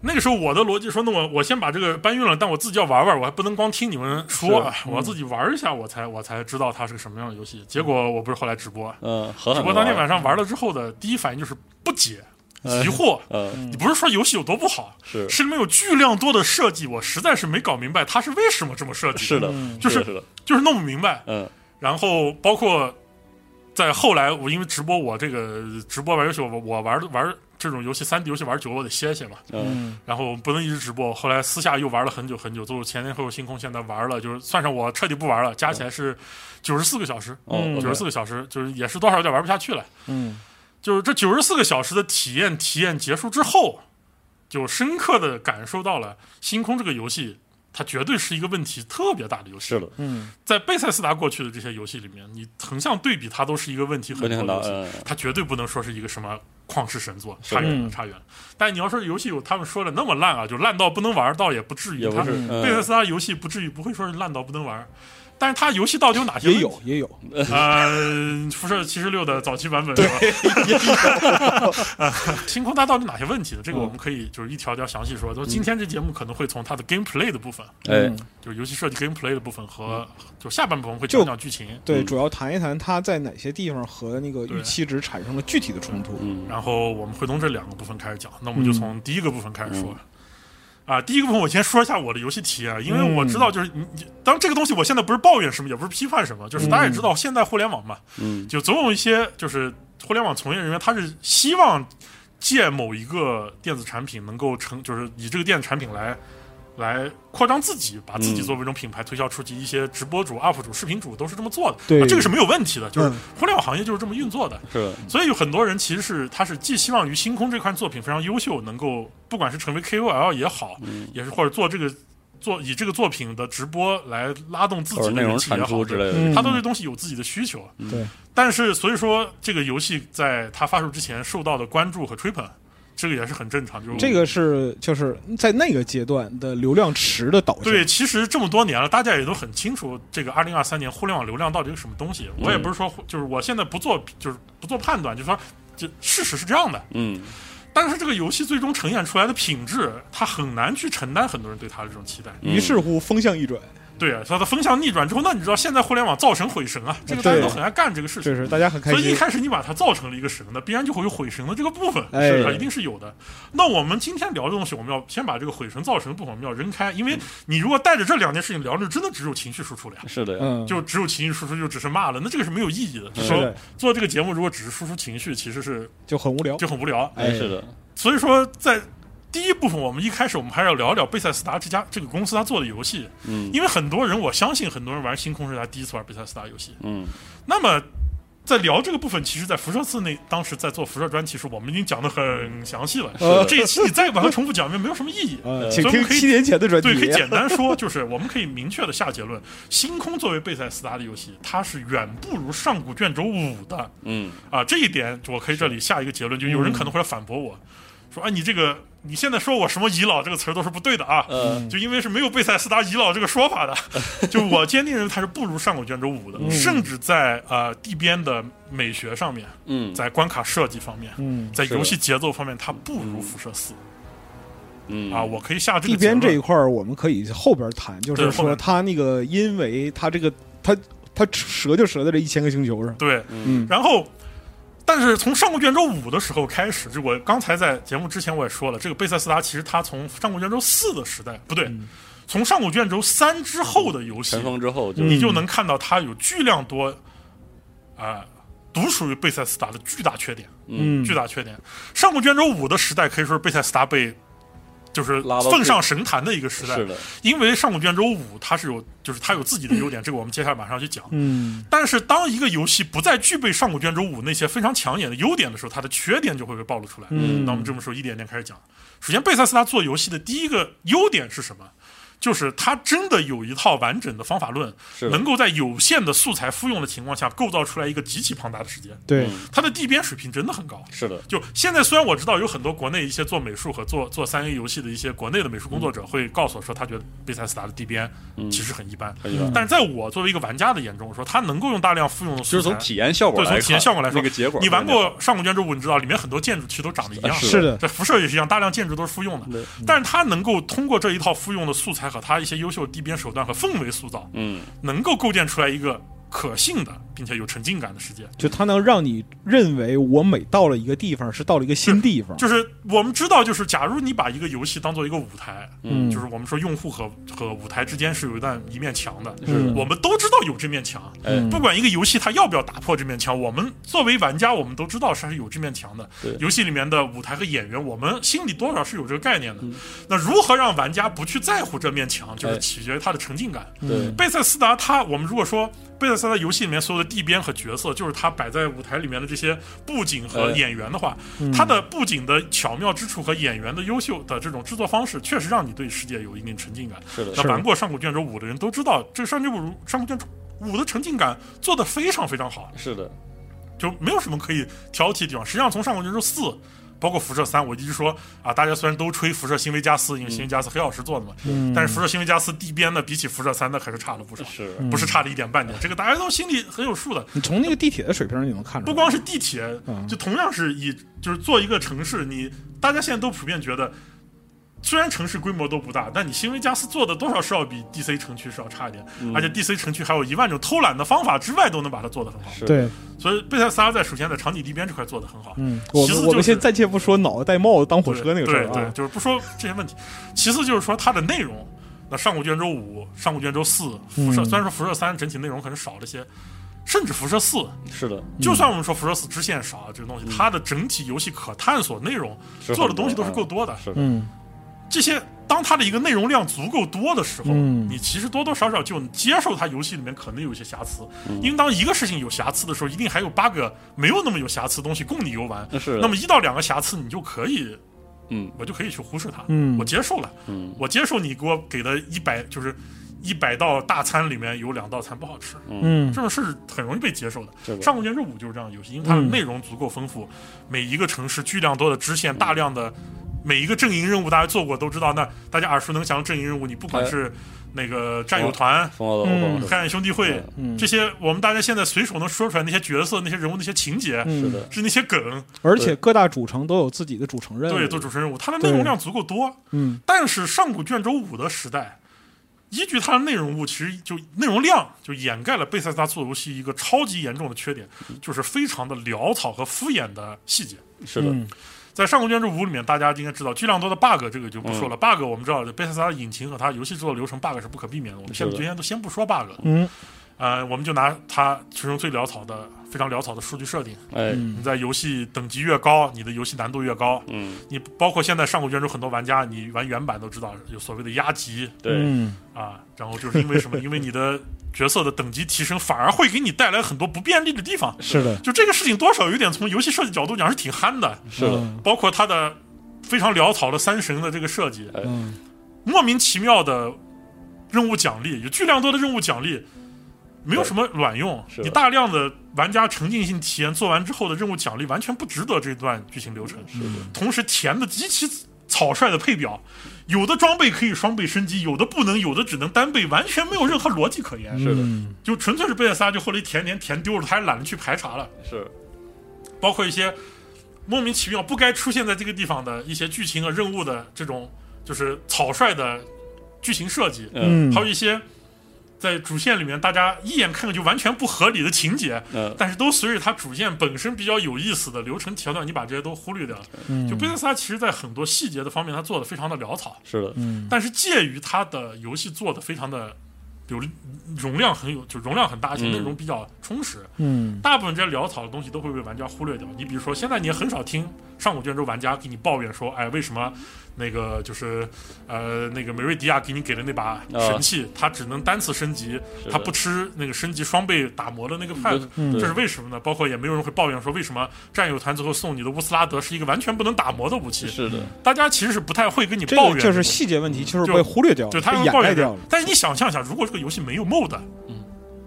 [SPEAKER 2] 那个时候我的逻辑说，那我我先把这个搬运了，但我自己要玩玩，我还不能光听你们说，啊，
[SPEAKER 1] 嗯
[SPEAKER 2] 我要自己玩一下，我才我才知道它是个什么样的游戏。结果我不是后来直播，啊
[SPEAKER 1] 嗯，很
[SPEAKER 2] 直
[SPEAKER 1] 好。
[SPEAKER 2] 播当天晚上玩了之后的第一反应就是不解、疑惑。
[SPEAKER 1] 嗯，
[SPEAKER 2] 你不是说游戏有多不好，
[SPEAKER 1] 是
[SPEAKER 2] 是里面有巨量多的设计，我实在是没搞明白它是为什么这么设计，
[SPEAKER 1] 是的，
[SPEAKER 2] 就是是
[SPEAKER 1] 的是的，
[SPEAKER 2] 就是弄不明白。
[SPEAKER 1] 嗯
[SPEAKER 2] 然后包括在后来，我因为直播，我这个直播玩游戏，我我玩玩这种游戏，三 D 游戏玩久了，我得歇歇嘛。
[SPEAKER 1] 嗯
[SPEAKER 2] 然后不能一直直播，后来私下又玩了很久很久，就是前天后有星空，现在玩了，就是算上我彻底不玩了，加起来是九十四个小时，
[SPEAKER 1] 哦，
[SPEAKER 3] 嗯
[SPEAKER 2] 九十四个小时，就是也是多少有点玩不下去了。
[SPEAKER 3] 嗯
[SPEAKER 2] 就是这九十四个小时的体验，体验结束之后，就深刻的感受到了星空这个游戏，它绝对是一个问题特别大的游戏。
[SPEAKER 1] 是的，
[SPEAKER 3] 嗯
[SPEAKER 2] 在贝塞斯达过去的这些游戏里面，你横向对比，它都是一个问题很
[SPEAKER 1] 问题
[SPEAKER 2] 多
[SPEAKER 1] 很
[SPEAKER 2] 的
[SPEAKER 1] 大
[SPEAKER 2] 游，戏，
[SPEAKER 1] 嗯，
[SPEAKER 2] 它绝对不能说是一个什么旷世神作，
[SPEAKER 1] 是
[SPEAKER 2] 差远
[SPEAKER 3] 嗯
[SPEAKER 2] 了，差远了。但你要说游戏有他们说的那么烂啊，就烂到不能玩，倒也不至于。
[SPEAKER 1] 也不是，
[SPEAKER 2] 它贝塞
[SPEAKER 1] 嗯
[SPEAKER 2] 斯达游戏不至于不会说是烂到不能玩，但是它游戏到底有哪些
[SPEAKER 3] 也
[SPEAKER 2] 问题？嗯
[SPEAKER 3] 有也有，
[SPEAKER 2] 呃，辐射七十六的早期版本是吧？呃 <laughs> 星空它到底哪些问题呢？这
[SPEAKER 1] 嗯
[SPEAKER 2] 个我们可以就是一条条详细说。就今天这节目可能会从它的 gameplay 的部分，
[SPEAKER 3] 嗯
[SPEAKER 1] 哎，
[SPEAKER 2] 就是游戏设计 gameplay 的部分和就下半部分会
[SPEAKER 3] 就
[SPEAKER 2] 讲讲剧情。
[SPEAKER 3] 对，
[SPEAKER 1] 嗯
[SPEAKER 3] 主要谈一谈它在哪些地方和那个预期值产生了具体的冲突。
[SPEAKER 1] 嗯，
[SPEAKER 2] 然后我们会从这两个部分开始讲，那我们就
[SPEAKER 3] 嗯
[SPEAKER 2] 从第一个部分开始说。
[SPEAKER 1] 嗯
[SPEAKER 2] 啊，第一个部分我先说一下我的游戏体验，因为我
[SPEAKER 3] 嗯
[SPEAKER 2] 知道就是你，你当然这个东西我现在不是抱怨什么，也不是批判什么，就是大
[SPEAKER 3] 嗯
[SPEAKER 2] 家也知道现在互联网嘛，
[SPEAKER 1] 嗯，
[SPEAKER 2] 就总有一些就是互联网从业人员，他是希望借某一个电子产品能够成，就是以这个电子产品来来扩张自己，把自
[SPEAKER 1] 嗯
[SPEAKER 2] 己作为一种品牌推销出去。一些直播主、UP 主、视频主都是这么做的，
[SPEAKER 3] 对
[SPEAKER 2] 啊这个是没有问题的，就是
[SPEAKER 3] 嗯
[SPEAKER 2] 互联网行业就是这么运作的。
[SPEAKER 1] 是的，
[SPEAKER 2] 所以有很多人其实是他是寄希望于星空这款作品非常优秀，能够不管是成为 KOL 也好，
[SPEAKER 1] 嗯
[SPEAKER 2] 也是或者做这个做以这个作品的直播来拉动自
[SPEAKER 1] 或者
[SPEAKER 2] 己
[SPEAKER 1] 内
[SPEAKER 2] 的
[SPEAKER 1] 容
[SPEAKER 2] 人气也
[SPEAKER 1] 产
[SPEAKER 2] 好
[SPEAKER 1] 出，之类
[SPEAKER 3] 嗯
[SPEAKER 1] 的，
[SPEAKER 2] 他对这东西有自己的需求。
[SPEAKER 3] 对，
[SPEAKER 2] 但是所以说这个游戏在它发售之前受到的关注和吹捧，这个也是很正常。就是
[SPEAKER 3] 这个是就是在那个阶段的流量池的导向。
[SPEAKER 2] 对，其实这么多年了，大家也都很清楚这个二零二三年互联网流量到底是什么东西。我也不是说就是我现在不做就是不做判断，就是说这事实是这样的。
[SPEAKER 1] 嗯，
[SPEAKER 2] 但是这个游戏最终呈现出来的品质，它很难去承担很多人对它的这种期待。
[SPEAKER 1] 嗯
[SPEAKER 3] 于是乎风向一转，
[SPEAKER 2] 对啊，它的风向逆转之后，那你知道现在互联网造神毁神啊，这个大家
[SPEAKER 3] 对
[SPEAKER 2] 都很爱干这个事情
[SPEAKER 3] 这。是大家很开
[SPEAKER 2] 所以一
[SPEAKER 3] 心。
[SPEAKER 2] 开始你把它造成了一个神，那必然就会有毁神的这个部分，
[SPEAKER 3] 哎
[SPEAKER 2] 是吧？啊一定是有的。那我们今天聊的东西，我们要先把这个毁神造神的部分我们要扔开，因为你如果带着这两件事情聊，那真的只有情绪输出了呀。
[SPEAKER 1] 是的，
[SPEAKER 3] 嗯，
[SPEAKER 2] 就只有情绪输出，就只是骂了，那这个是没有意义的。就是说
[SPEAKER 3] 的，
[SPEAKER 2] 做这个节目，如果只是输出情绪，其实是
[SPEAKER 3] 就很无聊。
[SPEAKER 2] 就很无聊。
[SPEAKER 1] 哎，是的，
[SPEAKER 2] 所以说，在第一部分，我们一开始我们还是要聊聊贝塞斯达这家这个公司他做的游戏，
[SPEAKER 1] 嗯
[SPEAKER 2] 因为很多人我相信很多人玩星空是他第一次玩贝塞斯达游戏。
[SPEAKER 1] 嗯，
[SPEAKER 2] 那么在聊这个部分，其实，在辐射四那当时在做辐射专题时，我们已经讲的很详细了。
[SPEAKER 1] 呃
[SPEAKER 2] 这一期你再把它重复讲一 <laughs> 遍，没有什么意义。
[SPEAKER 3] 呃，
[SPEAKER 1] 呃
[SPEAKER 3] 请
[SPEAKER 2] 所以我
[SPEAKER 3] 听
[SPEAKER 2] 们可以
[SPEAKER 3] 七年前的专题
[SPEAKER 2] 对，。可以简单说，就是我们可以明确的下结论：星空作为贝塞斯达的游戏，它是远不如上古卷轴五的
[SPEAKER 1] 嗯，
[SPEAKER 2] 啊。这一点我可以这里下一个结论，就有人可能会来反驳我。说啊，你这个你现在说我什么遗老这个词儿都是不对的啊，
[SPEAKER 1] 呃，
[SPEAKER 2] 就因为是没有贝塞斯达遗老这个说
[SPEAKER 1] <laughs>
[SPEAKER 2] 法的，就我坚定认为它是不如上古卷轴五
[SPEAKER 1] 嗯
[SPEAKER 2] 的，甚至在呃地边的美学上面，
[SPEAKER 1] 嗯
[SPEAKER 2] 在关卡设计方面，
[SPEAKER 3] 嗯，
[SPEAKER 2] 在
[SPEAKER 1] 是的
[SPEAKER 2] 游戏节奏方面，它不如辐射四
[SPEAKER 1] 嗯
[SPEAKER 2] 啊，我可以下这
[SPEAKER 3] 地
[SPEAKER 2] 个结
[SPEAKER 3] 边
[SPEAKER 2] 论。
[SPEAKER 3] 这一块儿我们可以后边谈，就是
[SPEAKER 2] 对
[SPEAKER 3] 说
[SPEAKER 2] 后面
[SPEAKER 3] 他那个，因为他这个他他折就折在这一千个星球上，
[SPEAKER 2] 对，
[SPEAKER 3] 嗯
[SPEAKER 2] 然后，但是从上古卷轴五的时候开始，就我刚才在节目之前我也说了，这个贝塞斯达其实它从上古卷轴四的时代不对，
[SPEAKER 1] 嗯
[SPEAKER 2] 从上古卷轴三之后的游戏
[SPEAKER 1] 尘，封之后就
[SPEAKER 2] 你
[SPEAKER 3] 嗯
[SPEAKER 2] 就能看到它有巨量多啊、独属于贝塞斯达的巨大缺点，
[SPEAKER 1] 嗯
[SPEAKER 2] 巨大缺点。上古卷轴五的时代可以说是贝塞斯达被。就是
[SPEAKER 1] 拉到最
[SPEAKER 2] 奉上神坛的一个时代
[SPEAKER 1] 是，的，
[SPEAKER 2] 因为上古卷轴五它是有，就是它有自己的优点，这个我们接下来马上去讲。
[SPEAKER 3] 嗯
[SPEAKER 2] 但是当一个游戏不再具备上古卷轴五那些非常抢眼的优点的时候，它的缺点就会被暴露出来。
[SPEAKER 3] 嗯
[SPEAKER 2] 那我们这么说，一点点开始讲。首先，贝塞斯达做游戏的第一个优点是什么？就是它真的有一套完整的方法论，
[SPEAKER 1] 是的
[SPEAKER 2] 能够在有限的素材复用的情况下，构造出来一个极其庞大的世界。
[SPEAKER 3] 对，
[SPEAKER 2] 它的地边水平真的很高。
[SPEAKER 1] 是的，
[SPEAKER 2] 就现在，虽然我知道有很多国内一些做美术和做做三 A 游戏的一些国内的美术工作者会告诉我说，他觉得贝塞斯达的地边
[SPEAKER 1] 嗯
[SPEAKER 2] 其实嗯很一般，
[SPEAKER 1] 很一般
[SPEAKER 2] 但是在我作为一个玩家的眼中，我说他能够用大量复用的
[SPEAKER 1] 就
[SPEAKER 2] 素
[SPEAKER 1] 是
[SPEAKER 2] 材，
[SPEAKER 1] 从体验效果
[SPEAKER 2] 嗯
[SPEAKER 1] 来
[SPEAKER 2] 对从
[SPEAKER 1] 看，
[SPEAKER 2] 体验效果来说，
[SPEAKER 1] 那个结果，
[SPEAKER 2] 你玩过《上古卷轴五》，你知道里面很多建筑其实都长得一样，
[SPEAKER 1] 是
[SPEAKER 3] 是的，
[SPEAKER 2] 这辐射也是一样，大量建筑都是复用的。
[SPEAKER 1] 对
[SPEAKER 2] 但是它能够通过这一套复用的素材和它一些优秀的地边手段和氛围塑造，
[SPEAKER 1] 嗯，
[SPEAKER 2] 能够构建出来一个可信的并且有沉浸感的世界。
[SPEAKER 3] 就他能让你认为我每到了一个地方是到了一个新地方，
[SPEAKER 2] 就是我们知道，就是假如你把一个游戏当做一个舞台，
[SPEAKER 3] 嗯
[SPEAKER 2] 就是我们说用户和和舞台之间是有一段一面墙的，
[SPEAKER 1] 是的
[SPEAKER 3] 嗯
[SPEAKER 2] 我们都知道有这面墙。
[SPEAKER 1] 哎
[SPEAKER 3] 嗯
[SPEAKER 2] 不管一个游戏它要不要打破这面墙，我们作为玩家，我们都知道它是有这面墙的
[SPEAKER 1] 对。
[SPEAKER 2] 游戏里面的舞台和演员，我们心里多少是有这个概念的。
[SPEAKER 3] 嗯
[SPEAKER 2] 那如何让玩家不去在乎这面墙，就
[SPEAKER 1] 哎
[SPEAKER 2] 是取决于它的沉浸感。
[SPEAKER 3] 嗯
[SPEAKER 1] 对
[SPEAKER 2] 贝塞斯达它，我们如果说贝塞斯达游戏里面所有的地边和角色，就是它摆在舞台里面的这些布景和
[SPEAKER 1] 哎
[SPEAKER 2] 演员的话，它的布景的巧妙之处和演员的优秀的这种制作方式，确实让你对世界有一定沉浸感。
[SPEAKER 1] 是的
[SPEAKER 2] 那
[SPEAKER 3] 是
[SPEAKER 2] 玩过《上古卷轴五》的人都知道，这《上古卷轴五》《上古卷轴五》的沉浸感做得非常非常好，
[SPEAKER 1] 是的，
[SPEAKER 2] 就没有什么可以挑剔的地方。实际上，从《上古卷轴四》包括《辐射三》，我一直说啊，大家虽然都吹《辐射新维加斯》，因为新维加斯黑曜石做的嘛，
[SPEAKER 3] 嗯
[SPEAKER 2] 但是《辐射新维加斯》地边呢，比起《辐射三》呢，还是差了不少，
[SPEAKER 1] 是
[SPEAKER 2] 不是差了一点半点？这个大家都心里很有数的。
[SPEAKER 3] 嗯你从那个地铁的水平你能看出来，
[SPEAKER 2] 不光是地铁
[SPEAKER 3] 嗯，
[SPEAKER 2] 就同样是以就是做一个城市，你大家现在都普遍觉得，虽然城市规模都不大，但你新维加斯做的多少是要比 DC 城区是要差一点，
[SPEAKER 3] 嗯
[SPEAKER 2] 而且 DC 城区还有一万种偷懒的方法之外，都能把它做得很好。
[SPEAKER 1] 是，
[SPEAKER 3] 对，
[SPEAKER 2] 所以贝塞斯达在首先在场景地边这块做得很好。
[SPEAKER 3] 嗯，我
[SPEAKER 2] 其次就
[SPEAKER 3] 们
[SPEAKER 2] 是
[SPEAKER 3] 我们先暂且不说脑袋戴帽子当火车那个事儿
[SPEAKER 2] 对对
[SPEAKER 3] 啊
[SPEAKER 2] 对，，就是不说这些问题。其次就是说它的内容，那上古卷轴五、上古卷轴四、辐射，
[SPEAKER 3] 嗯
[SPEAKER 2] 虽然说辐射三整体内容可能少了些，甚至辐射四，
[SPEAKER 1] 是的，
[SPEAKER 2] 就算我们说辐射四支线少啊，这个东西，它的整体游戏可探索内容
[SPEAKER 1] 嗯是
[SPEAKER 2] 做
[SPEAKER 1] 很
[SPEAKER 2] 的东西都
[SPEAKER 1] 多
[SPEAKER 2] 是
[SPEAKER 1] 啊
[SPEAKER 2] 够多的。
[SPEAKER 1] 是的，
[SPEAKER 3] 嗯
[SPEAKER 2] 这些当它的一个内容量足够多的时候，
[SPEAKER 3] 嗯
[SPEAKER 2] 你其实多多少少就接受它游戏里面可能有一些瑕疵。
[SPEAKER 1] 嗯
[SPEAKER 2] 因为当一个事情有瑕疵的时候，一定还有八个没有那么有瑕疵的东西供你游玩。
[SPEAKER 1] 那是的
[SPEAKER 2] 嗯那么一到两个瑕疵，你就可以，
[SPEAKER 1] 嗯，
[SPEAKER 2] 我就可以去忽视它。
[SPEAKER 3] 嗯
[SPEAKER 2] 我接受了，
[SPEAKER 1] 嗯
[SPEAKER 2] 我接受你给我给的一百就是一百道大餐里面有两道餐不好吃，
[SPEAKER 3] 嗯
[SPEAKER 2] 这种事很容易被接受的。
[SPEAKER 1] 是的
[SPEAKER 2] 上古卷轴五就是这样的游戏，因为它的
[SPEAKER 3] 嗯
[SPEAKER 2] 内容足够丰富，每一个城市巨量多的支线，大量的每一个阵营任务，大家做过都知道。那大家耳熟能详的阵营任务，你不管
[SPEAKER 1] 哎
[SPEAKER 2] 是那个战友团、
[SPEAKER 1] 风暴的
[SPEAKER 3] 嗯
[SPEAKER 1] 欧
[SPEAKER 2] 黑暗兄弟会
[SPEAKER 3] 嗯
[SPEAKER 2] 这些，我们大家现在随手能说出来那些角色、那些人物、那些情节，
[SPEAKER 1] 是
[SPEAKER 3] 嗯，
[SPEAKER 1] 的，
[SPEAKER 2] 是那些梗，
[SPEAKER 3] 而且各大主城都有自己的主城任务，
[SPEAKER 2] 对，做主持人任务，它的内容量足够多。
[SPEAKER 3] 嗯
[SPEAKER 2] 但是上古卷轴五的时代，依据它的内容物，其实就内容量就掩盖了贝塞斯达做游戏一个超级严重的缺点，就是非常的潦草和敷衍的细节。
[SPEAKER 1] 是的，
[SPEAKER 3] 嗯
[SPEAKER 2] 在《上古卷轴五》里面，大家应该知道巨量多的 bug，这个就不说
[SPEAKER 1] 嗯
[SPEAKER 2] 了。bug 我们知道，贝塞斯达的引擎和它游戏制作流程 bug 是不可避免的。我们
[SPEAKER 1] 是
[SPEAKER 2] 现
[SPEAKER 1] 的
[SPEAKER 2] 在今天都先不说 bug，
[SPEAKER 3] 嗯
[SPEAKER 2] 呃，我们就拿它其中最潦草的、非常潦草的数据设定。
[SPEAKER 1] 哎，
[SPEAKER 3] 嗯
[SPEAKER 2] 你在游戏等级越高，你的游戏难度越高。
[SPEAKER 1] 嗯，
[SPEAKER 2] 你包括现在《上古卷轴》很多玩家，你玩原版都知道有所谓的压级，
[SPEAKER 1] 对，
[SPEAKER 3] 嗯
[SPEAKER 2] 啊，然后就是因为什么？因为你的角色的等级提升，反而会给你带来很多不便利的地方。
[SPEAKER 3] 是的，
[SPEAKER 2] 就这个事情，多少有点从游戏设计角度讲是挺憨的，
[SPEAKER 1] 是的，
[SPEAKER 3] 嗯
[SPEAKER 2] 包括它的非常潦草的三神的这个设计，
[SPEAKER 3] 嗯
[SPEAKER 2] 莫名其妙的任务奖励，有巨量多的任务奖励。没有什么卵用
[SPEAKER 1] 是。的
[SPEAKER 2] 你大量的玩家沉浸性体验做完之后的任务奖励完全不值得这段剧情流程。同时填的极其草率的配表，有的装备可以双倍升级，有的不能，有的只能单倍，完全没有任何逻辑可言。 <laughs>
[SPEAKER 1] 是的
[SPEAKER 3] 嗯
[SPEAKER 2] 就纯粹是贝塞斯达就后来填填填丢了，他还懒得去排查了。
[SPEAKER 1] 是
[SPEAKER 2] 包括一些莫名其妙不该出现在这个地方的一些剧情和任务的这种就是草率的剧情设计，
[SPEAKER 1] 嗯
[SPEAKER 2] 还有一些在主线里面大家一眼看就完全不合理的情节，
[SPEAKER 1] 嗯
[SPEAKER 2] 但是都随着它主线本身比较有意思的流程桥段，你把这些都忽略掉了。
[SPEAKER 3] 嗯
[SPEAKER 2] 就贝塞斯达其实在很多细节的方面，他做的非常的潦草，
[SPEAKER 1] 是的
[SPEAKER 3] 嗯
[SPEAKER 2] 但是介于他的游戏做的非常的流利容量很有，就容量很大，而且
[SPEAKER 1] 嗯
[SPEAKER 2] 内容比较充实。
[SPEAKER 3] 嗯
[SPEAKER 2] 大部分这些潦草的东西都会被玩家忽略掉。你比如说，现在你也很少听上古卷轴玩家给你抱怨说，哎，为什么那个就是呃那个梅瑞迪亚给你给的那
[SPEAKER 3] 啊
[SPEAKER 2] 把神器，它只能单次升级，
[SPEAKER 1] 是的
[SPEAKER 2] 它不吃那个升级双倍打磨的那个
[SPEAKER 1] 对
[SPEAKER 2] pad。
[SPEAKER 3] 嗯
[SPEAKER 1] 对
[SPEAKER 2] 这是为什么呢？包括也没有人会抱怨说为什么战友团最后送你的乌斯拉德是一个完全不能打磨的武器。
[SPEAKER 1] 是的，
[SPEAKER 2] 大家其实是不太会跟你
[SPEAKER 3] 这
[SPEAKER 2] 抱
[SPEAKER 3] 个
[SPEAKER 2] 怨，
[SPEAKER 3] 就是细节问题，就是
[SPEAKER 2] 就
[SPEAKER 3] 被忽略掉了，
[SPEAKER 2] 就
[SPEAKER 3] 哦
[SPEAKER 2] 他
[SPEAKER 3] 被
[SPEAKER 2] 们
[SPEAKER 3] 掩
[SPEAKER 2] 抱
[SPEAKER 3] 盖
[SPEAKER 2] 怨
[SPEAKER 3] 掉了。
[SPEAKER 2] 但是你想象一下，如果这个游戏没有 mod，
[SPEAKER 1] 嗯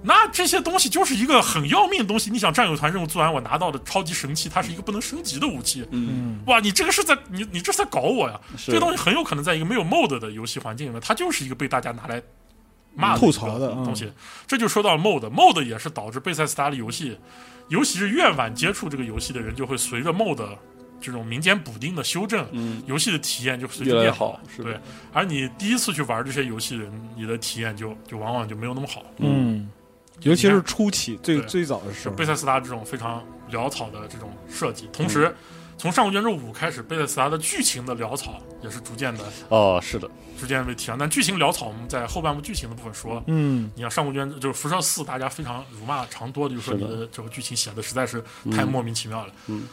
[SPEAKER 2] 那这些东西就是一个很要命的东西。你想战友团任务做完，我拿到的超级神器，它是一个不能升级的武器。
[SPEAKER 1] 嗯
[SPEAKER 3] 嗯
[SPEAKER 2] 哇，你这个是在你你这是在搞我呀！
[SPEAKER 1] 是
[SPEAKER 2] 嗯这东西很有可能在一个没有 mod 的游戏环境里面，它就是一个被大家拿来骂的
[SPEAKER 3] 吐槽的
[SPEAKER 2] 一个
[SPEAKER 3] 嗯
[SPEAKER 2] 东西。这就说到 mod，mod 也是导致贝塞斯达的游戏，尤其是越晚接触这个游戏的人，就会随着 mod 这种民间补丁的修正，
[SPEAKER 1] 嗯
[SPEAKER 2] 游戏的体验就随之
[SPEAKER 1] 越来越
[SPEAKER 2] 变
[SPEAKER 1] 好
[SPEAKER 2] 了
[SPEAKER 1] 是的
[SPEAKER 2] 对，而你第一次去玩这些游戏的人，你的体验就就往往就没有那么好。
[SPEAKER 3] 嗯，尤其是
[SPEAKER 2] 你
[SPEAKER 3] 初期最
[SPEAKER 2] 对
[SPEAKER 3] 最早的时候
[SPEAKER 2] 贝，塞斯达这种非常潦草的这种设计，同
[SPEAKER 1] 嗯
[SPEAKER 2] 时、从《上古卷轴五》开始，贝塞斯达的剧情的潦草也是逐渐的
[SPEAKER 1] 哦是的，
[SPEAKER 2] 逐渐被体谅。但剧情潦草，我们在后半部剧情的部分说。
[SPEAKER 3] 嗯
[SPEAKER 2] 你像《上古卷轴》就是《辐射四》，大家非常辱骂常多，就是说
[SPEAKER 1] 是
[SPEAKER 2] 你
[SPEAKER 1] 的
[SPEAKER 2] 的这个剧情写的实在是太莫名其妙了。
[SPEAKER 1] 嗯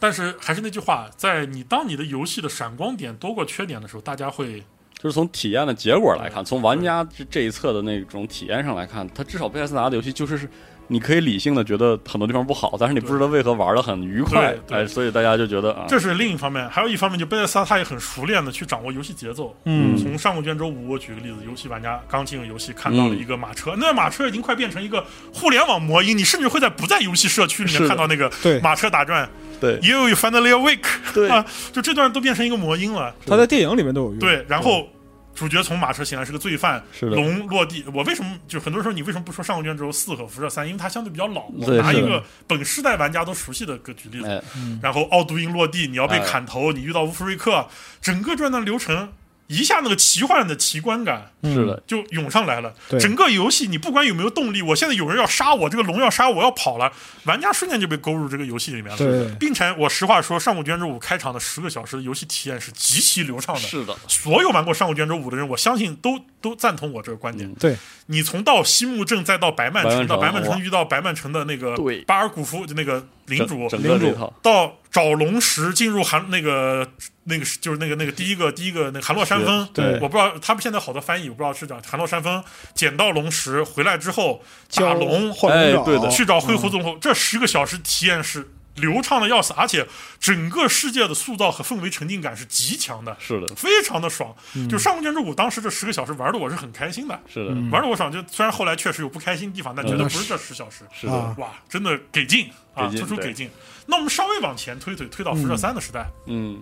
[SPEAKER 2] 但是还是那句话，在你当你的游戏的闪光点多过缺点的时候，大家会
[SPEAKER 1] 就是从体验的结果来看，从玩家这这一侧的那种体验上来看，它至少贝塞斯达的游戏就是是你可以理性的觉得很多地方不好，但是你不知道为何玩的很愉快
[SPEAKER 2] 对，对
[SPEAKER 1] 哎，所以大家就觉得啊，
[SPEAKER 2] 这是另一方面，还有一方面就贝塞斯达他也很熟练的去掌握游戏节奏。
[SPEAKER 3] 嗯
[SPEAKER 2] 从《上古卷轴五》，我举个例子，游戏玩家刚进入游戏，看到了
[SPEAKER 1] 嗯
[SPEAKER 2] 一个马车，那马车已经快变成一个互联网魔音，你甚至会在不在游戏社区里
[SPEAKER 1] 是的
[SPEAKER 2] 面看到那个
[SPEAKER 3] 对
[SPEAKER 2] 马车打转。
[SPEAKER 1] 对
[SPEAKER 2] You finally awake，
[SPEAKER 1] 对
[SPEAKER 2] 啊，就这段都变成一个魔音了。
[SPEAKER 3] 他在电影里面都有用。
[SPEAKER 2] 对，然后主角从马车显然是个罪犯，
[SPEAKER 1] 是的
[SPEAKER 2] 龙落地。我为什么就很多人说你为什么不说《上古卷轴四》和《辐射三》？因为它相对比较老，我
[SPEAKER 1] 对
[SPEAKER 2] 拿
[SPEAKER 1] 是
[SPEAKER 2] 一
[SPEAKER 1] 的
[SPEAKER 2] 个本世代玩家都熟悉的个举例子。
[SPEAKER 1] 哎
[SPEAKER 2] 然后奥杜因落地，你要被砍头，你遇到乌弗瑞克，整个这段流程一下那个奇幻的奇观感
[SPEAKER 3] 嗯
[SPEAKER 1] 是的，
[SPEAKER 2] 就涌上来了。
[SPEAKER 3] 对
[SPEAKER 2] 整个游戏你不管有没有动力，我现在有人要杀我，这个龙要杀我，我要跑了，玩家瞬间就被勾入这个游戏里面了。
[SPEAKER 3] 对，
[SPEAKER 2] 并且我实话说，《上古卷轴五》开场的十个小时的游戏体验是极其流畅的。
[SPEAKER 1] 是的，
[SPEAKER 2] 所有玩过《上古卷轴五》的人，我相信都都赞同我这个观点。
[SPEAKER 1] 嗯
[SPEAKER 3] 对，
[SPEAKER 2] 你从到西木镇，再到白曼
[SPEAKER 1] 白曼城
[SPEAKER 2] 城，到白曼
[SPEAKER 1] 哇
[SPEAKER 2] 城遇到白曼城的那个
[SPEAKER 1] 对
[SPEAKER 2] 巴尔古夫就那个领主，
[SPEAKER 1] 整整个这
[SPEAKER 3] 领
[SPEAKER 1] 一
[SPEAKER 3] 主
[SPEAKER 1] 套，
[SPEAKER 2] 到找龙石进入寒那个那个是就是那个那个第一个第一个那个寒落山峰，
[SPEAKER 1] 对
[SPEAKER 2] 我不知道他们现在好多翻译，我不知道是叫寒落山峰，捡到龙石回来之后打
[SPEAKER 3] 蛟
[SPEAKER 2] 龙
[SPEAKER 3] 换
[SPEAKER 1] 哎
[SPEAKER 3] 龙爪
[SPEAKER 1] 对的
[SPEAKER 2] 去找灰狐纵火，这十个小时体验是流畅的要死，而且整个世界的塑造和氛围沉浸感是极强的，
[SPEAKER 1] 是的，
[SPEAKER 2] 非常的爽。就上古卷轴五当时这十个小时玩的我是很开心的，
[SPEAKER 1] 是的，
[SPEAKER 3] 嗯
[SPEAKER 2] 玩的我爽，就虽然后来确实有不开心的地方，但绝对
[SPEAKER 3] 那
[SPEAKER 2] 不是
[SPEAKER 3] 是
[SPEAKER 2] 这十小时。
[SPEAKER 1] 嗯是的
[SPEAKER 3] 啊，
[SPEAKER 2] 哇，真的给劲啊，
[SPEAKER 1] 给劲
[SPEAKER 2] 突出
[SPEAKER 1] 对
[SPEAKER 2] 给劲。那我们稍微往前推推，推到辐射三的时代，
[SPEAKER 1] 嗯，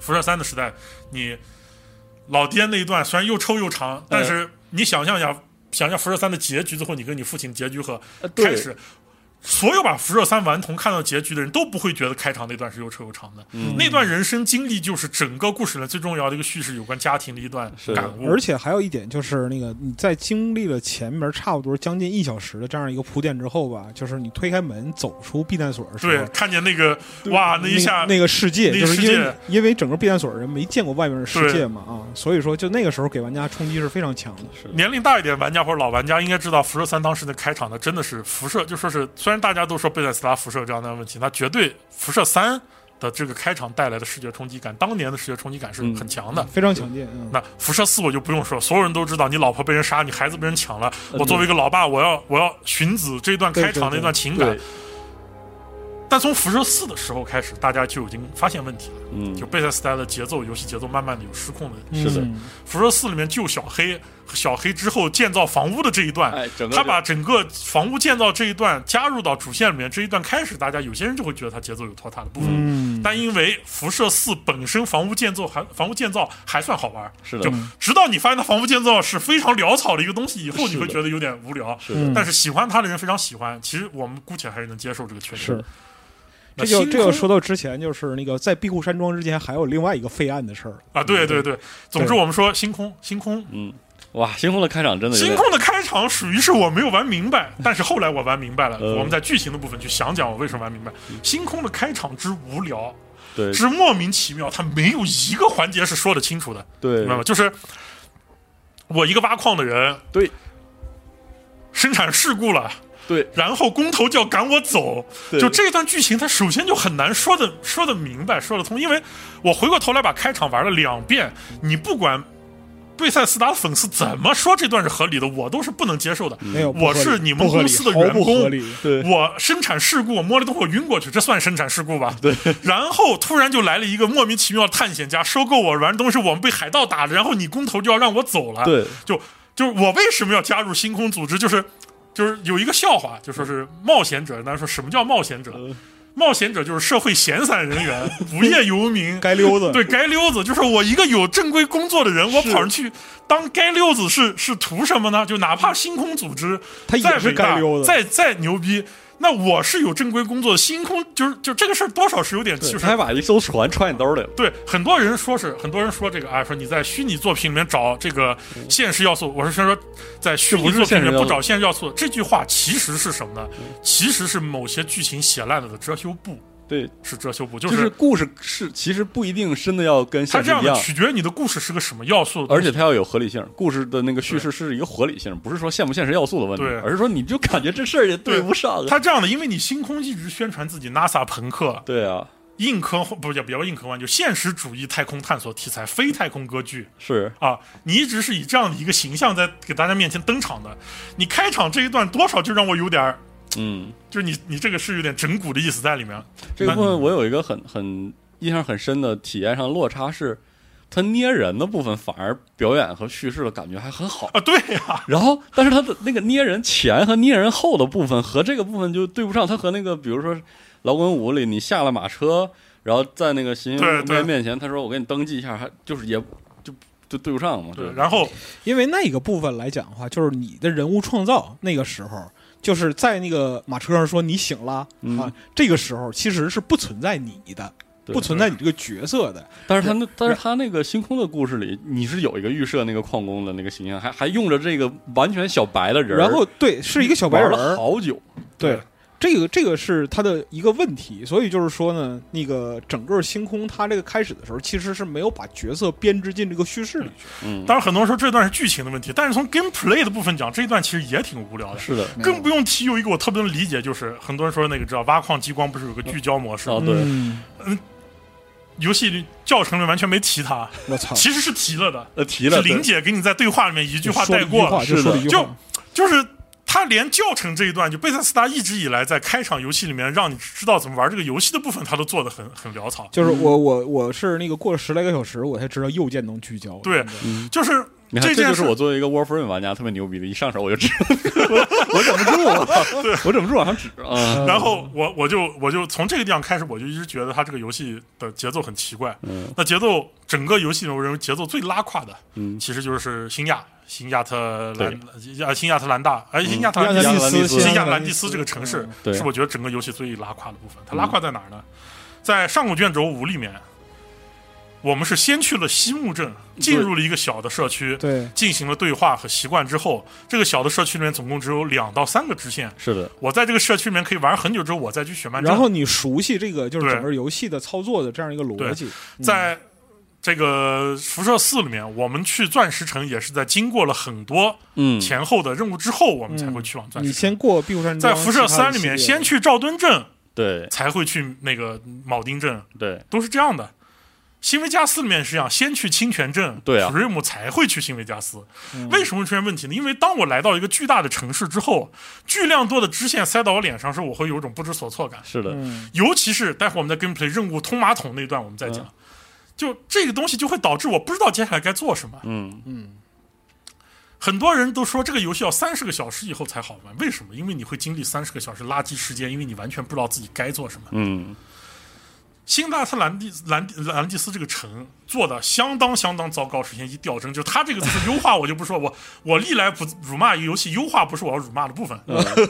[SPEAKER 2] 辐射三的时代，你老爹那一段虽然又臭又长，但是你想象一下，想象辐射三的结局，最后你跟你父亲结局和
[SPEAKER 1] 呃对
[SPEAKER 2] 开始。所有把辐射三顽童看到结局的人都不会觉得开场那段是又臭又长的，
[SPEAKER 1] 嗯
[SPEAKER 2] 那段人生经历就是整个故事里最重要的一个叙事，有关家庭的一段
[SPEAKER 1] 是的
[SPEAKER 2] 感悟。
[SPEAKER 3] 而且还有一点就是，那个你在经历了前面差不多将近一小时的这样一个铺垫之后吧，就是你推开门走出避难所的时候，
[SPEAKER 2] 对，看见那个哇，那一下
[SPEAKER 3] 那个世界，
[SPEAKER 2] 那
[SPEAKER 3] 就是
[SPEAKER 2] 世
[SPEAKER 3] 因
[SPEAKER 2] 界
[SPEAKER 3] 为因为整个避难所人没见过外面的世界嘛啊，所以说就那个时候给玩家冲击是非常强的。
[SPEAKER 1] 是的，
[SPEAKER 2] 年龄大一点玩家或者老玩家应该知道，辐射三当时的开场呢，真的是辐射，就说是虽然大家都说贝塞斯拉辐射有这样的问题，那绝对辐射三的这个开场带来的视觉冲击感，当年的视觉冲击感是很强的。
[SPEAKER 3] 非常强劲，嗯，
[SPEAKER 2] 那辐射四我就不用说，所有人都知道，你老婆被人杀，你孩子被人抢了。
[SPEAKER 1] 嗯
[SPEAKER 2] 我作为一个老爸，我要我要寻子这一段
[SPEAKER 3] 对
[SPEAKER 2] 开场的
[SPEAKER 3] 对
[SPEAKER 2] 一段情感
[SPEAKER 1] 对。，
[SPEAKER 2] 但从辐射四的时候开始，大家就已经发现问题了，
[SPEAKER 1] 嗯
[SPEAKER 2] 就贝塞斯达的节奏，游戏节奏慢慢的有失控的
[SPEAKER 1] 是的
[SPEAKER 3] 嗯
[SPEAKER 2] 辐射四里面救小黑，小黑之后建造房屋的这一段，
[SPEAKER 1] 哎，整个
[SPEAKER 2] 他把整个房屋建造这一段加入到主线里面，这一段开始，大家有些人就会觉得它节奏有拖沓的部分。
[SPEAKER 3] 嗯
[SPEAKER 2] 但因为辐射四本身房屋建造还房屋建造还算好玩儿，
[SPEAKER 1] 是
[SPEAKER 2] 就
[SPEAKER 1] 的，
[SPEAKER 2] 直到你发现它房屋建造是非常潦草的一个东西以后，
[SPEAKER 1] 是
[SPEAKER 2] 你
[SPEAKER 1] 的
[SPEAKER 2] 会觉得有点无聊。
[SPEAKER 1] 是
[SPEAKER 3] 嗯
[SPEAKER 1] 的，
[SPEAKER 2] 但是喜欢它的人非常喜欢，其实我们姑且还是能接受这个缺点。
[SPEAKER 3] 是，
[SPEAKER 2] 那
[SPEAKER 3] 嗯这就
[SPEAKER 2] 星
[SPEAKER 3] 这就
[SPEAKER 2] 空
[SPEAKER 3] 说到之前，就是那个在庇护山庄之前还有另外一个废案的事儿，
[SPEAKER 2] 啊，对对对，总之我们说星空，星空，
[SPEAKER 1] 嗯，哇，星空的开场真的有
[SPEAKER 2] 星
[SPEAKER 1] 点
[SPEAKER 2] 空的开场属于是我没有玩明白，但是后来我玩明
[SPEAKER 1] <laughs>
[SPEAKER 2] 白了。
[SPEAKER 1] 呃
[SPEAKER 2] 我们在剧情的部分去想讲我为什么玩明白。星空的开场之无聊，
[SPEAKER 1] 嗯对
[SPEAKER 2] 之莫名其妙，它没有一个环节是说得清楚的，
[SPEAKER 1] 对
[SPEAKER 2] 明白吗？就是我一个挖矿的人，
[SPEAKER 1] 对，
[SPEAKER 2] 生产事故了。
[SPEAKER 1] 对，
[SPEAKER 2] 然后工头就要赶我走，
[SPEAKER 1] 对
[SPEAKER 2] 就这段剧情，它首先就很难说的说的明白，说得通。因为我回过头来把开场玩了两遍，你不管贝塞斯达的粉丝怎么说这段是合理的，我都是不能接受
[SPEAKER 1] 嗯
[SPEAKER 2] 的。
[SPEAKER 3] 没有，不
[SPEAKER 2] 我
[SPEAKER 3] 合理
[SPEAKER 2] 是你们
[SPEAKER 3] 不合理
[SPEAKER 2] 公司的
[SPEAKER 3] 毫不
[SPEAKER 2] 员工
[SPEAKER 3] 合理，
[SPEAKER 1] <laughs> 对
[SPEAKER 2] 我生产事故，我摸了东西我晕过去，这算生产事故吧？对。然后突然就来了一个莫名其妙的探险家，收购我玩的东西，我们被海盗打了，然后你工头就要让我走了。，
[SPEAKER 1] <laughs> 对
[SPEAKER 2] 就就是我为什么要加入星空组织？就是就是有一个笑话，就说是冒险者，那说什么叫冒险者？冒险者就是社会闲散人员、 <laughs> 无业游民。
[SPEAKER 3] 该溜
[SPEAKER 2] <laughs>
[SPEAKER 3] 子，
[SPEAKER 2] 对，街溜子就是我一个有正规工作的人，我跑上去当街溜子是是图什么呢？就哪怕星空组织
[SPEAKER 3] 他也
[SPEAKER 2] 再
[SPEAKER 3] 是
[SPEAKER 2] 伟大
[SPEAKER 3] 街溜子
[SPEAKER 2] 再再牛逼，那我是有正规工作的。星空就是就这个事儿，多少是有点就是
[SPEAKER 1] 他还把一艘船揣你兜里了，
[SPEAKER 2] 对，很多人说是，很多人说这个啊，说你在虚拟作品里面找这个现实要素。我是先说，在虚拟作品里面不找现实要素，这句话其实是什么呢？其实是某些剧情写烂了的遮羞布，
[SPEAKER 1] 对，
[SPEAKER 2] 是遮羞布，就
[SPEAKER 1] 就是
[SPEAKER 2] 是
[SPEAKER 1] 故事是其实不一定真的要跟
[SPEAKER 2] 它
[SPEAKER 1] 现
[SPEAKER 2] 这
[SPEAKER 1] 实
[SPEAKER 2] 样
[SPEAKER 1] 一
[SPEAKER 2] 的
[SPEAKER 1] 样，
[SPEAKER 2] 取决于你的故事是个什么要素的东
[SPEAKER 1] 而
[SPEAKER 2] 西，
[SPEAKER 1] 且它要有合理性，故事的那个叙事是一个合理性，不是说现不现实要素的问题
[SPEAKER 2] 对，
[SPEAKER 1] 而是说你就感觉这事儿也对不 <laughs> 上啊。
[SPEAKER 2] 它这样的，因为你星空一直宣传自己 NASA 朋克、
[SPEAKER 1] 对啊，
[SPEAKER 2] 硬科幻，不是也不要硬科幻，就现实主义太空探索题材、非太空歌剧，
[SPEAKER 1] 是
[SPEAKER 2] 啊，你一直是以这样的一个形象在给大家面前登场的。你开场这一段多少就让我有点儿，
[SPEAKER 1] 嗯，
[SPEAKER 2] 就是你你这个是有点整蛊的意思在里面。
[SPEAKER 1] 这个部分我有一个很很印象很深的体验上的落差是，他捏人的部分反而表演和叙事的感觉还很好，
[SPEAKER 2] 啊，对呀、
[SPEAKER 1] 然后但是他的那个捏人前和捏人后的部分和这个部分就对不上，他和那个比如说劳滚舞里你下了马车，然后在那个行
[SPEAKER 2] 对
[SPEAKER 1] 刑
[SPEAKER 2] 对
[SPEAKER 1] 面面前，他说我给你登记一下，还就是也就就对不上嘛，
[SPEAKER 2] 对，
[SPEAKER 1] 就
[SPEAKER 2] 然后
[SPEAKER 3] 因为那个部分来讲的话，就是你的人物创造那个时候，就是在那个马车上说你醒了、
[SPEAKER 1] 嗯
[SPEAKER 3] 啊，这个时候其实是不存在你的，
[SPEAKER 1] 对
[SPEAKER 3] 不存在你这个角色的，
[SPEAKER 1] 但是他那，但是他那个星空的故事里，你是有一个预设那个矿工的那个形象，还还用着这个完全小白的人儿，
[SPEAKER 3] 然后对，是一个小白人
[SPEAKER 1] 玩了
[SPEAKER 3] 儿，
[SPEAKER 1] 好久，
[SPEAKER 3] 对，这个这个是他的一个问题，所以就是说呢，那个整个星空它这个开始的时候，其实是没有把角色编织进这个叙事里去。
[SPEAKER 1] 嗯，
[SPEAKER 2] 当然很多人说这段是剧情的问题，但是从 gameplay 的部分讲，这一段其实也挺无聊的。
[SPEAKER 1] 是的，
[SPEAKER 2] 更不用提有一个我特别能理解，就是很多人说那个知道挖矿激光不是有个聚焦模式吗，
[SPEAKER 1] 哦对
[SPEAKER 3] 嗯
[SPEAKER 2] 游戏里教程里完全没提
[SPEAKER 1] <laughs>
[SPEAKER 2] 它，
[SPEAKER 3] 我操，
[SPEAKER 2] 其实是提了的，
[SPEAKER 1] 呃，提了
[SPEAKER 2] 是林
[SPEAKER 1] 对
[SPEAKER 2] 姐给你在对话里面一句话
[SPEAKER 3] 说了
[SPEAKER 2] 带
[SPEAKER 3] 一
[SPEAKER 2] 过了，
[SPEAKER 3] 话就是说了
[SPEAKER 1] 的
[SPEAKER 3] 一句话，
[SPEAKER 2] 就是他连教程这一段，就贝塞斯达一直以来在开场游戏里面让你知道怎么玩这个游戏的部分，他都做的很很潦草。
[SPEAKER 3] 就是我我我是那个过了十来个小时，我才知道右键能聚焦。
[SPEAKER 2] 对，
[SPEAKER 3] 嗯
[SPEAKER 2] 就是
[SPEAKER 1] 你看，这
[SPEAKER 2] 件
[SPEAKER 1] 就
[SPEAKER 2] 事
[SPEAKER 1] 是，我作为一个 Warframe 玩家特别牛逼的，一上手我就
[SPEAKER 2] <laughs>
[SPEAKER 1] 知道，我忍不住，我操我忍不住往上
[SPEAKER 2] <laughs>
[SPEAKER 1] 指啊，
[SPEAKER 2] 然后我我就我就从这个地方开始，我就一直觉得他这个游戏的节奏很奇怪。
[SPEAKER 1] 嗯
[SPEAKER 2] 那节奏整个游戏里，我认为节奏最拉胯的，
[SPEAKER 1] 嗯，
[SPEAKER 2] 其实就是新亚新亚特兰
[SPEAKER 1] 对
[SPEAKER 2] 亚新亚特兰大，哎，新亚
[SPEAKER 3] 嗯
[SPEAKER 2] 特
[SPEAKER 3] 亚
[SPEAKER 2] 兰
[SPEAKER 3] 特
[SPEAKER 2] 大
[SPEAKER 1] 亚特
[SPEAKER 3] 兰
[SPEAKER 1] 兰蒂
[SPEAKER 3] 蒂
[SPEAKER 1] 斯
[SPEAKER 3] 斯，
[SPEAKER 2] 新亚特兰蒂斯这个城市
[SPEAKER 3] 嗯，
[SPEAKER 1] 对
[SPEAKER 2] 是我觉得整个游戏最拉胯的部分。它拉胯在哪儿呢？在上古卷轴五里面，我们是先去了西木镇，进入了一个小的社区，
[SPEAKER 3] 对，
[SPEAKER 2] 进行了对话和习惯之后，这个小的社区里面总共只有两到三个支线。
[SPEAKER 1] 是的，
[SPEAKER 2] 我在这个社区里面可以玩很久之后，我再去血曼镇。
[SPEAKER 3] 然后你熟悉这个就是
[SPEAKER 2] 对
[SPEAKER 3] 整个游戏的操作的这样一个逻辑，嗯
[SPEAKER 2] 在这个辐射四里面，我们去钻石城也是在经过了很多
[SPEAKER 1] 嗯，
[SPEAKER 2] 前后的任务之后，我们才会
[SPEAKER 3] 嗯
[SPEAKER 2] 去往钻
[SPEAKER 3] 你
[SPEAKER 2] 石城。
[SPEAKER 3] 先过庇护山
[SPEAKER 2] 在
[SPEAKER 3] 庄，
[SPEAKER 2] 辐射三里面，
[SPEAKER 3] 其他的
[SPEAKER 2] 先
[SPEAKER 3] 系列
[SPEAKER 2] 去赵墩镇，
[SPEAKER 1] 对
[SPEAKER 2] 才会去那个铆钉镇，
[SPEAKER 1] 对
[SPEAKER 2] 都是这样的。新维加斯里面是这样，先去清泉镇，
[SPEAKER 1] 对啊
[SPEAKER 2] 普瑞姆才会去新维加斯。
[SPEAKER 3] 嗯
[SPEAKER 2] 为什么会出现问题呢？因为当我来到一个巨大的城市之后，巨量多的支线塞到我脸上时，我会有一种不知所措感。
[SPEAKER 1] 是的，
[SPEAKER 3] 嗯
[SPEAKER 2] 尤其是待会儿我们在 gameplay 任务通马桶那段，我们再
[SPEAKER 1] 嗯
[SPEAKER 2] 讲，就这个东西就会导致我不知道接下来该做什么。
[SPEAKER 1] 嗯，
[SPEAKER 3] 嗯，
[SPEAKER 2] 很多人都说这个游戏要三十个小时以后才好玩，为什么？因为你会经历三十个小时垃圾时间，因为你完全不知道自己该做什么。
[SPEAKER 1] 嗯，
[SPEAKER 2] 新纳特兰蒂兰蒂兰蒂斯这个城做的相当相当糟糕。首先一掉帧，就它这个就是优化，我就不说，我 <laughs> 我历来不辱骂游戏优化，不是我要辱骂的部分，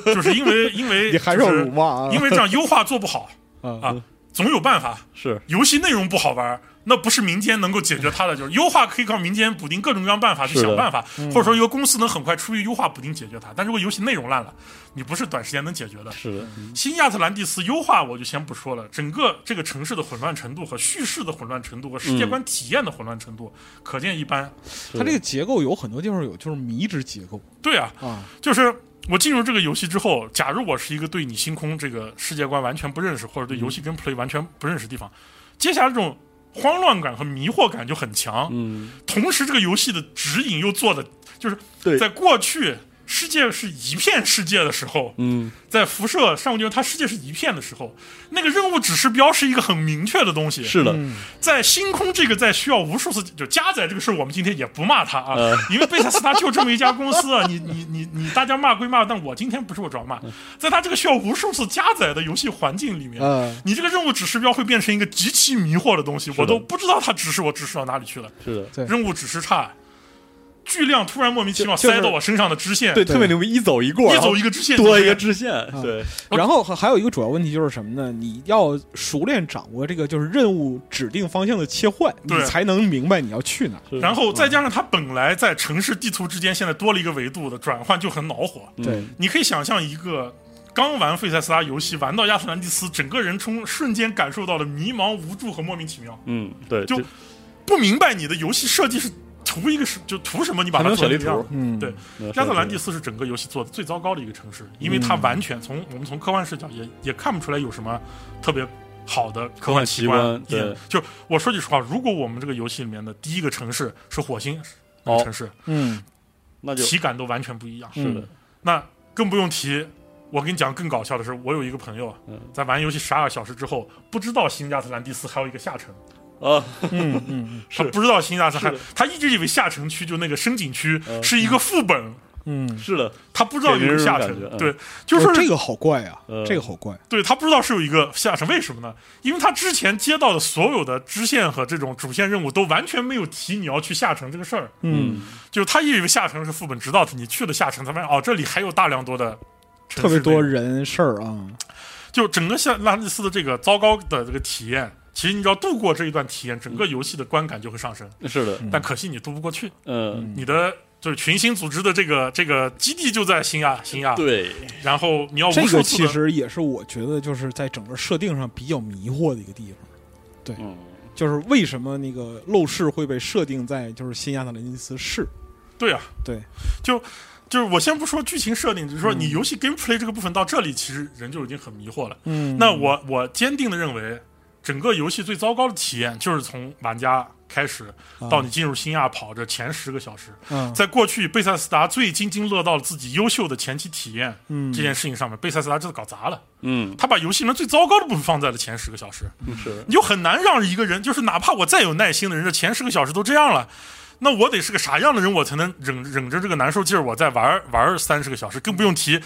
[SPEAKER 2] 就是
[SPEAKER 3] <laughs>
[SPEAKER 2] 因为因为
[SPEAKER 3] 嗯你还是要
[SPEAKER 2] 就是
[SPEAKER 3] 辱骂啊
[SPEAKER 2] 因为这样优化做不好
[SPEAKER 3] 啊
[SPEAKER 2] 啊，总有办法。
[SPEAKER 1] 是
[SPEAKER 2] 游戏内容不好玩，那不是民间能够解决它的，就是优化可以靠民间补丁各种各样办法去
[SPEAKER 1] 是的
[SPEAKER 2] 想办法，
[SPEAKER 3] 嗯
[SPEAKER 2] 或者说一个公司能很快出于优化补丁解决它。但如果游戏内容烂了，你不是短时间能解决的。
[SPEAKER 1] 是的，
[SPEAKER 2] 新亚特兰蒂斯优化我就先不说了，整个这个城市的混乱程度和叙事的混乱程度和世界观体验的混乱程度，可见一斑。
[SPEAKER 3] 它这个结构有很多地方有就是迷之结构
[SPEAKER 2] 对啊，
[SPEAKER 3] 啊，
[SPEAKER 2] 就是我进入这个游戏之后，假如我是一个对你星空这个世界观完全不认识，或者对游戏跟 play 完全不认识的地方，接下来这种慌乱感和迷惑感就很强。
[SPEAKER 1] 嗯，
[SPEAKER 2] 同时，这个游戏的指引又做的就是
[SPEAKER 1] 对
[SPEAKER 2] 在过去世界是一片世界的时候，
[SPEAKER 1] 嗯，
[SPEAKER 2] 在辐射上古卷它世界是一片的时候，那个任务指示标是一个很明确的东西。
[SPEAKER 1] 是的，
[SPEAKER 3] 嗯
[SPEAKER 2] 在星空这个在需要无数次就加载这个事儿，我们今天也不骂他啊，
[SPEAKER 1] 呃
[SPEAKER 2] 因为贝塞斯达就这么一家公司啊，你你你你大家骂归骂，但我今天不是我主要
[SPEAKER 1] 嗯
[SPEAKER 2] 骂，在他这个需要无数次加载的游戏环境里面，
[SPEAKER 1] 呃
[SPEAKER 3] 嗯
[SPEAKER 2] 你这个任务指示标会变成一个极其迷惑的东西，
[SPEAKER 1] 的
[SPEAKER 2] 我都不知道它指示我指示到哪里去了，
[SPEAKER 1] 是的，
[SPEAKER 3] 对
[SPEAKER 2] 任务指示差，巨量突然莫名其妙
[SPEAKER 1] 就就是
[SPEAKER 2] 塞到我身上的支线，
[SPEAKER 1] 对，特别牛逼，一走一过，
[SPEAKER 2] 一
[SPEAKER 1] 然后
[SPEAKER 2] 走一啊个支线，
[SPEAKER 1] 多一个
[SPEAKER 2] 支
[SPEAKER 1] 支线，对，
[SPEAKER 3] 然后还还有一个主要问题就是什么呢？你要熟练掌握这个就是任务指定方向的切换，你
[SPEAKER 2] 对
[SPEAKER 3] 才能明白你要去哪儿。
[SPEAKER 1] 是的
[SPEAKER 2] 然后再加上它本来在城市地图之间现在多了一个维度的转换，就很恼火。
[SPEAKER 3] 对
[SPEAKER 1] 嗯
[SPEAKER 2] 你可以想象一个刚玩费塞斯拉游戏，玩到亚特兰蒂斯，整个人冲瞬间感受到了迷茫、无助和莫名其妙，
[SPEAKER 1] 嗯，对，
[SPEAKER 2] 就不明白你的游戏设计是图一个是就图什么，你把
[SPEAKER 1] 还没
[SPEAKER 2] 它
[SPEAKER 1] 有
[SPEAKER 2] 做
[SPEAKER 1] 小
[SPEAKER 2] 成
[SPEAKER 1] 地
[SPEAKER 2] 这
[SPEAKER 1] 图
[SPEAKER 2] 样。，
[SPEAKER 3] 嗯，
[SPEAKER 2] 对，
[SPEAKER 1] 嗯
[SPEAKER 2] 亚特兰蒂斯是整个游戏做的最糟糕的一个城市，因为它完全从我们从科幻视角也也看不出来有什么特别好的科幻奇
[SPEAKER 1] 科幻奇观
[SPEAKER 2] 也就我说句实话，如果我们这个游戏里面的第一个城市是火星那
[SPEAKER 1] 哦
[SPEAKER 2] 个城市，
[SPEAKER 3] 嗯，
[SPEAKER 1] 那就
[SPEAKER 2] 体感都完全不一样。
[SPEAKER 1] 是的，
[SPEAKER 2] 那更不用提，我跟你讲更搞笑的是，我有一个朋友
[SPEAKER 1] 嗯
[SPEAKER 2] 在玩游戏十二个小时之后，不知道新亚特兰蒂斯还有一个下城，
[SPEAKER 1] 啊，
[SPEAKER 3] 嗯嗯嗯
[SPEAKER 2] 他
[SPEAKER 1] 是
[SPEAKER 2] 不知道新亚特兰
[SPEAKER 1] 是，
[SPEAKER 2] 他一直以为下城区就那个深井区
[SPEAKER 1] 嗯
[SPEAKER 2] 是一个副本，
[SPEAKER 3] 嗯，
[SPEAKER 1] 是的，
[SPEAKER 2] 他不知道有一个下
[SPEAKER 1] 给人这
[SPEAKER 2] 城，
[SPEAKER 1] 种感觉嗯
[SPEAKER 2] 对，就是
[SPEAKER 3] 哦这个好怪啊
[SPEAKER 1] 呃，
[SPEAKER 3] 这个好怪，
[SPEAKER 2] 对他不知道是有一个下城，为什么呢？因为他之前接到的所有的支线和这种主线任务都完全没有提你要去下城这个事儿，
[SPEAKER 3] 嗯，
[SPEAKER 2] 就是他一直以为下城是副本，直到你去了下城，才发现哦，这里还有大量多的城市
[SPEAKER 3] 特别
[SPEAKER 2] 内容
[SPEAKER 3] 多人事儿啊，
[SPEAKER 2] 就整个像拉蒂斯的这个糟糕的这个体验，其实你只要度过这一段体验，整个游戏的观感就会上升。
[SPEAKER 1] 嗯是的，
[SPEAKER 2] 但可惜你渡不过去，
[SPEAKER 1] 嗯，
[SPEAKER 2] 你的就是群星组织的这个这个基地就在新亚新亚，
[SPEAKER 1] 对，
[SPEAKER 2] 然后你要
[SPEAKER 3] 这
[SPEAKER 2] 啊无
[SPEAKER 3] 个
[SPEAKER 2] 数次
[SPEAKER 3] 其
[SPEAKER 2] 的。
[SPEAKER 3] 实也是我觉得就是在整个设定上比较迷惑的一个地方，
[SPEAKER 1] 嗯，
[SPEAKER 3] 就是为什么那个陋室会被设定在就是新亚特兰蒂斯市？
[SPEAKER 2] 对啊，
[SPEAKER 3] 对，
[SPEAKER 2] 就就是我先不说剧情设定，就是说你游戏 gameplay 这个部分到这里，其实人就已经很迷惑了。
[SPEAKER 3] 嗯
[SPEAKER 2] 那我我坚定的认为，整个游戏最糟糕的体验就是从玩家开始到你进入新亚跑这前十个小时，
[SPEAKER 3] 啊嗯
[SPEAKER 2] 在过去贝塞斯达最津津乐道的自己优秀的前期体验
[SPEAKER 3] 嗯
[SPEAKER 2] 这件事情上面，贝塞斯达真的搞砸了。
[SPEAKER 1] 嗯，
[SPEAKER 2] 他把游戏里面最糟糕的部分放在了前十个小时，
[SPEAKER 1] 是的，
[SPEAKER 2] 你就很难让一个人，就是哪怕我再有耐心的人，这前十个小时都这样了。那我得是个啥样的人，我才能忍忍着这个难受劲儿，我再玩玩三十个小时，更不用提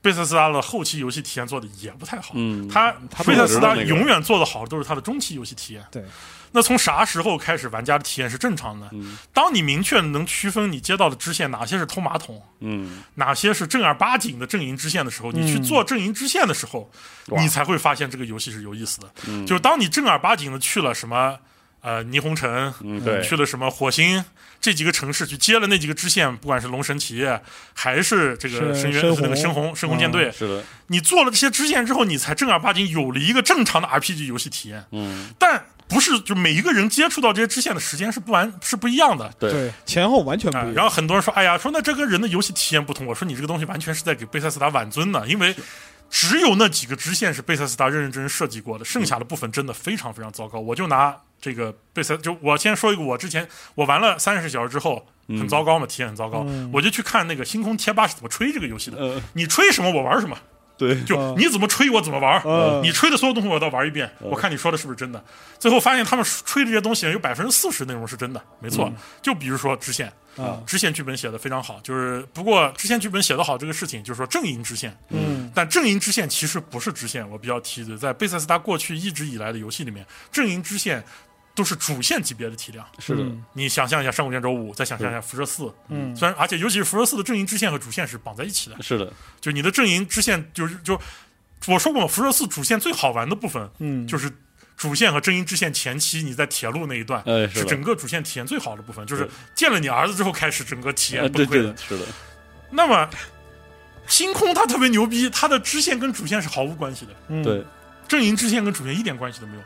[SPEAKER 2] 贝塞斯达的后期游戏体验做的也不太好。
[SPEAKER 1] 嗯
[SPEAKER 2] 他
[SPEAKER 3] 他
[SPEAKER 2] 贝塞斯达
[SPEAKER 1] 保持了那个
[SPEAKER 2] 永远做的好的都是他的中期游戏体验。
[SPEAKER 3] 对，
[SPEAKER 2] 那从啥时候开始玩家的体验是正常的？
[SPEAKER 3] 嗯
[SPEAKER 2] 当你明确能区分你接到的支线哪些是偷马桶，
[SPEAKER 1] 嗯，
[SPEAKER 2] 哪些是正儿八经的阵营支线的时候，
[SPEAKER 3] 嗯
[SPEAKER 2] 你去做阵营支线的时候，
[SPEAKER 1] 哇
[SPEAKER 2] 你才会发现这个游戏是有意思的。
[SPEAKER 3] 嗯
[SPEAKER 1] 嗯
[SPEAKER 2] 就是当你正儿八经的去了什么呃霓虹城，
[SPEAKER 1] 嗯，对，
[SPEAKER 2] 去了什么火星这几个城市去接了那几个支线，不管是龙神企业还是这个
[SPEAKER 3] 是深
[SPEAKER 2] 深渊那个
[SPEAKER 3] 红嗯
[SPEAKER 2] 深红深红舰 <laughs> 队，
[SPEAKER 1] 是的，
[SPEAKER 2] 你做了这些支线之后，你才正儿八经有了一个正常的 RPG 游戏体验。
[SPEAKER 1] 嗯，
[SPEAKER 2] 但不是就每一个人接触到这些支线的时间是不完是不一样的。
[SPEAKER 1] 对
[SPEAKER 3] 对前后完全不
[SPEAKER 2] 啊、
[SPEAKER 3] 一
[SPEAKER 2] 然
[SPEAKER 3] 样，
[SPEAKER 2] 后很多人说：“哎呀，说那这跟人的游戏体验不同。”我说：“你这个东西完全是在给贝塞斯达挽尊呢，因为只有那几个支线是贝塞斯达认认真真设计过的，剩下的部分真的非常非常糟糕。”我就拿这个贝塞，就我先说一个，我之前我玩了三十小时之后很糟糕嘛，体验很糟糕，我就去看那个星空贴吧是怎么吹这个游戏的，
[SPEAKER 1] 呃，
[SPEAKER 2] 你吹什么我玩什么。
[SPEAKER 1] 对，
[SPEAKER 2] 就
[SPEAKER 3] 嗯
[SPEAKER 2] 你怎么吹我怎么玩儿，
[SPEAKER 3] 嗯
[SPEAKER 2] 你吹的所有东西我都玩一遍，我看你说的是不是真的。最后发现他们吹的这些东西有百分之四十内容是真的，没错。
[SPEAKER 3] 嗯
[SPEAKER 2] 就比如说支线，
[SPEAKER 3] 啊，
[SPEAKER 2] 支线剧本写的非常好，就是不过支线剧本写的好这个事情，就是说阵营支线，
[SPEAKER 3] 嗯，
[SPEAKER 2] 但阵营支线其实不是支线，我比较提的，在贝塞斯达过去一直以来的游戏里面，阵营支线都是主线级别的体量。
[SPEAKER 1] 是的，
[SPEAKER 3] 嗯
[SPEAKER 2] 你想象一下《上古卷轴五》，再想象一下《辐射四》，
[SPEAKER 3] 嗯
[SPEAKER 2] 虽然而且尤其是《辐射四》的阵营支线和主线是绑在一起的，
[SPEAKER 1] 是的，
[SPEAKER 2] 就你的阵营支线就是就我说过嘛，《辐射四》主线最好玩的部分
[SPEAKER 3] 嗯，
[SPEAKER 2] 就是主线和阵营支线前期你在铁路那一段。
[SPEAKER 1] 哎，
[SPEAKER 2] 是
[SPEAKER 1] 是的
[SPEAKER 2] 整，个主线体验最好的部分，就是
[SPEAKER 1] 对
[SPEAKER 2] 见了你儿子之后开始整个体
[SPEAKER 1] 哎
[SPEAKER 2] 验崩
[SPEAKER 1] 对
[SPEAKER 2] 溃
[SPEAKER 1] 对
[SPEAKER 2] 的
[SPEAKER 1] 的，。是的，
[SPEAKER 2] 那么，星空它特别牛逼，它的支线跟主线是毫无关系的，
[SPEAKER 3] 嗯
[SPEAKER 1] 对，
[SPEAKER 2] 阵营支线跟主线一点关系都没有。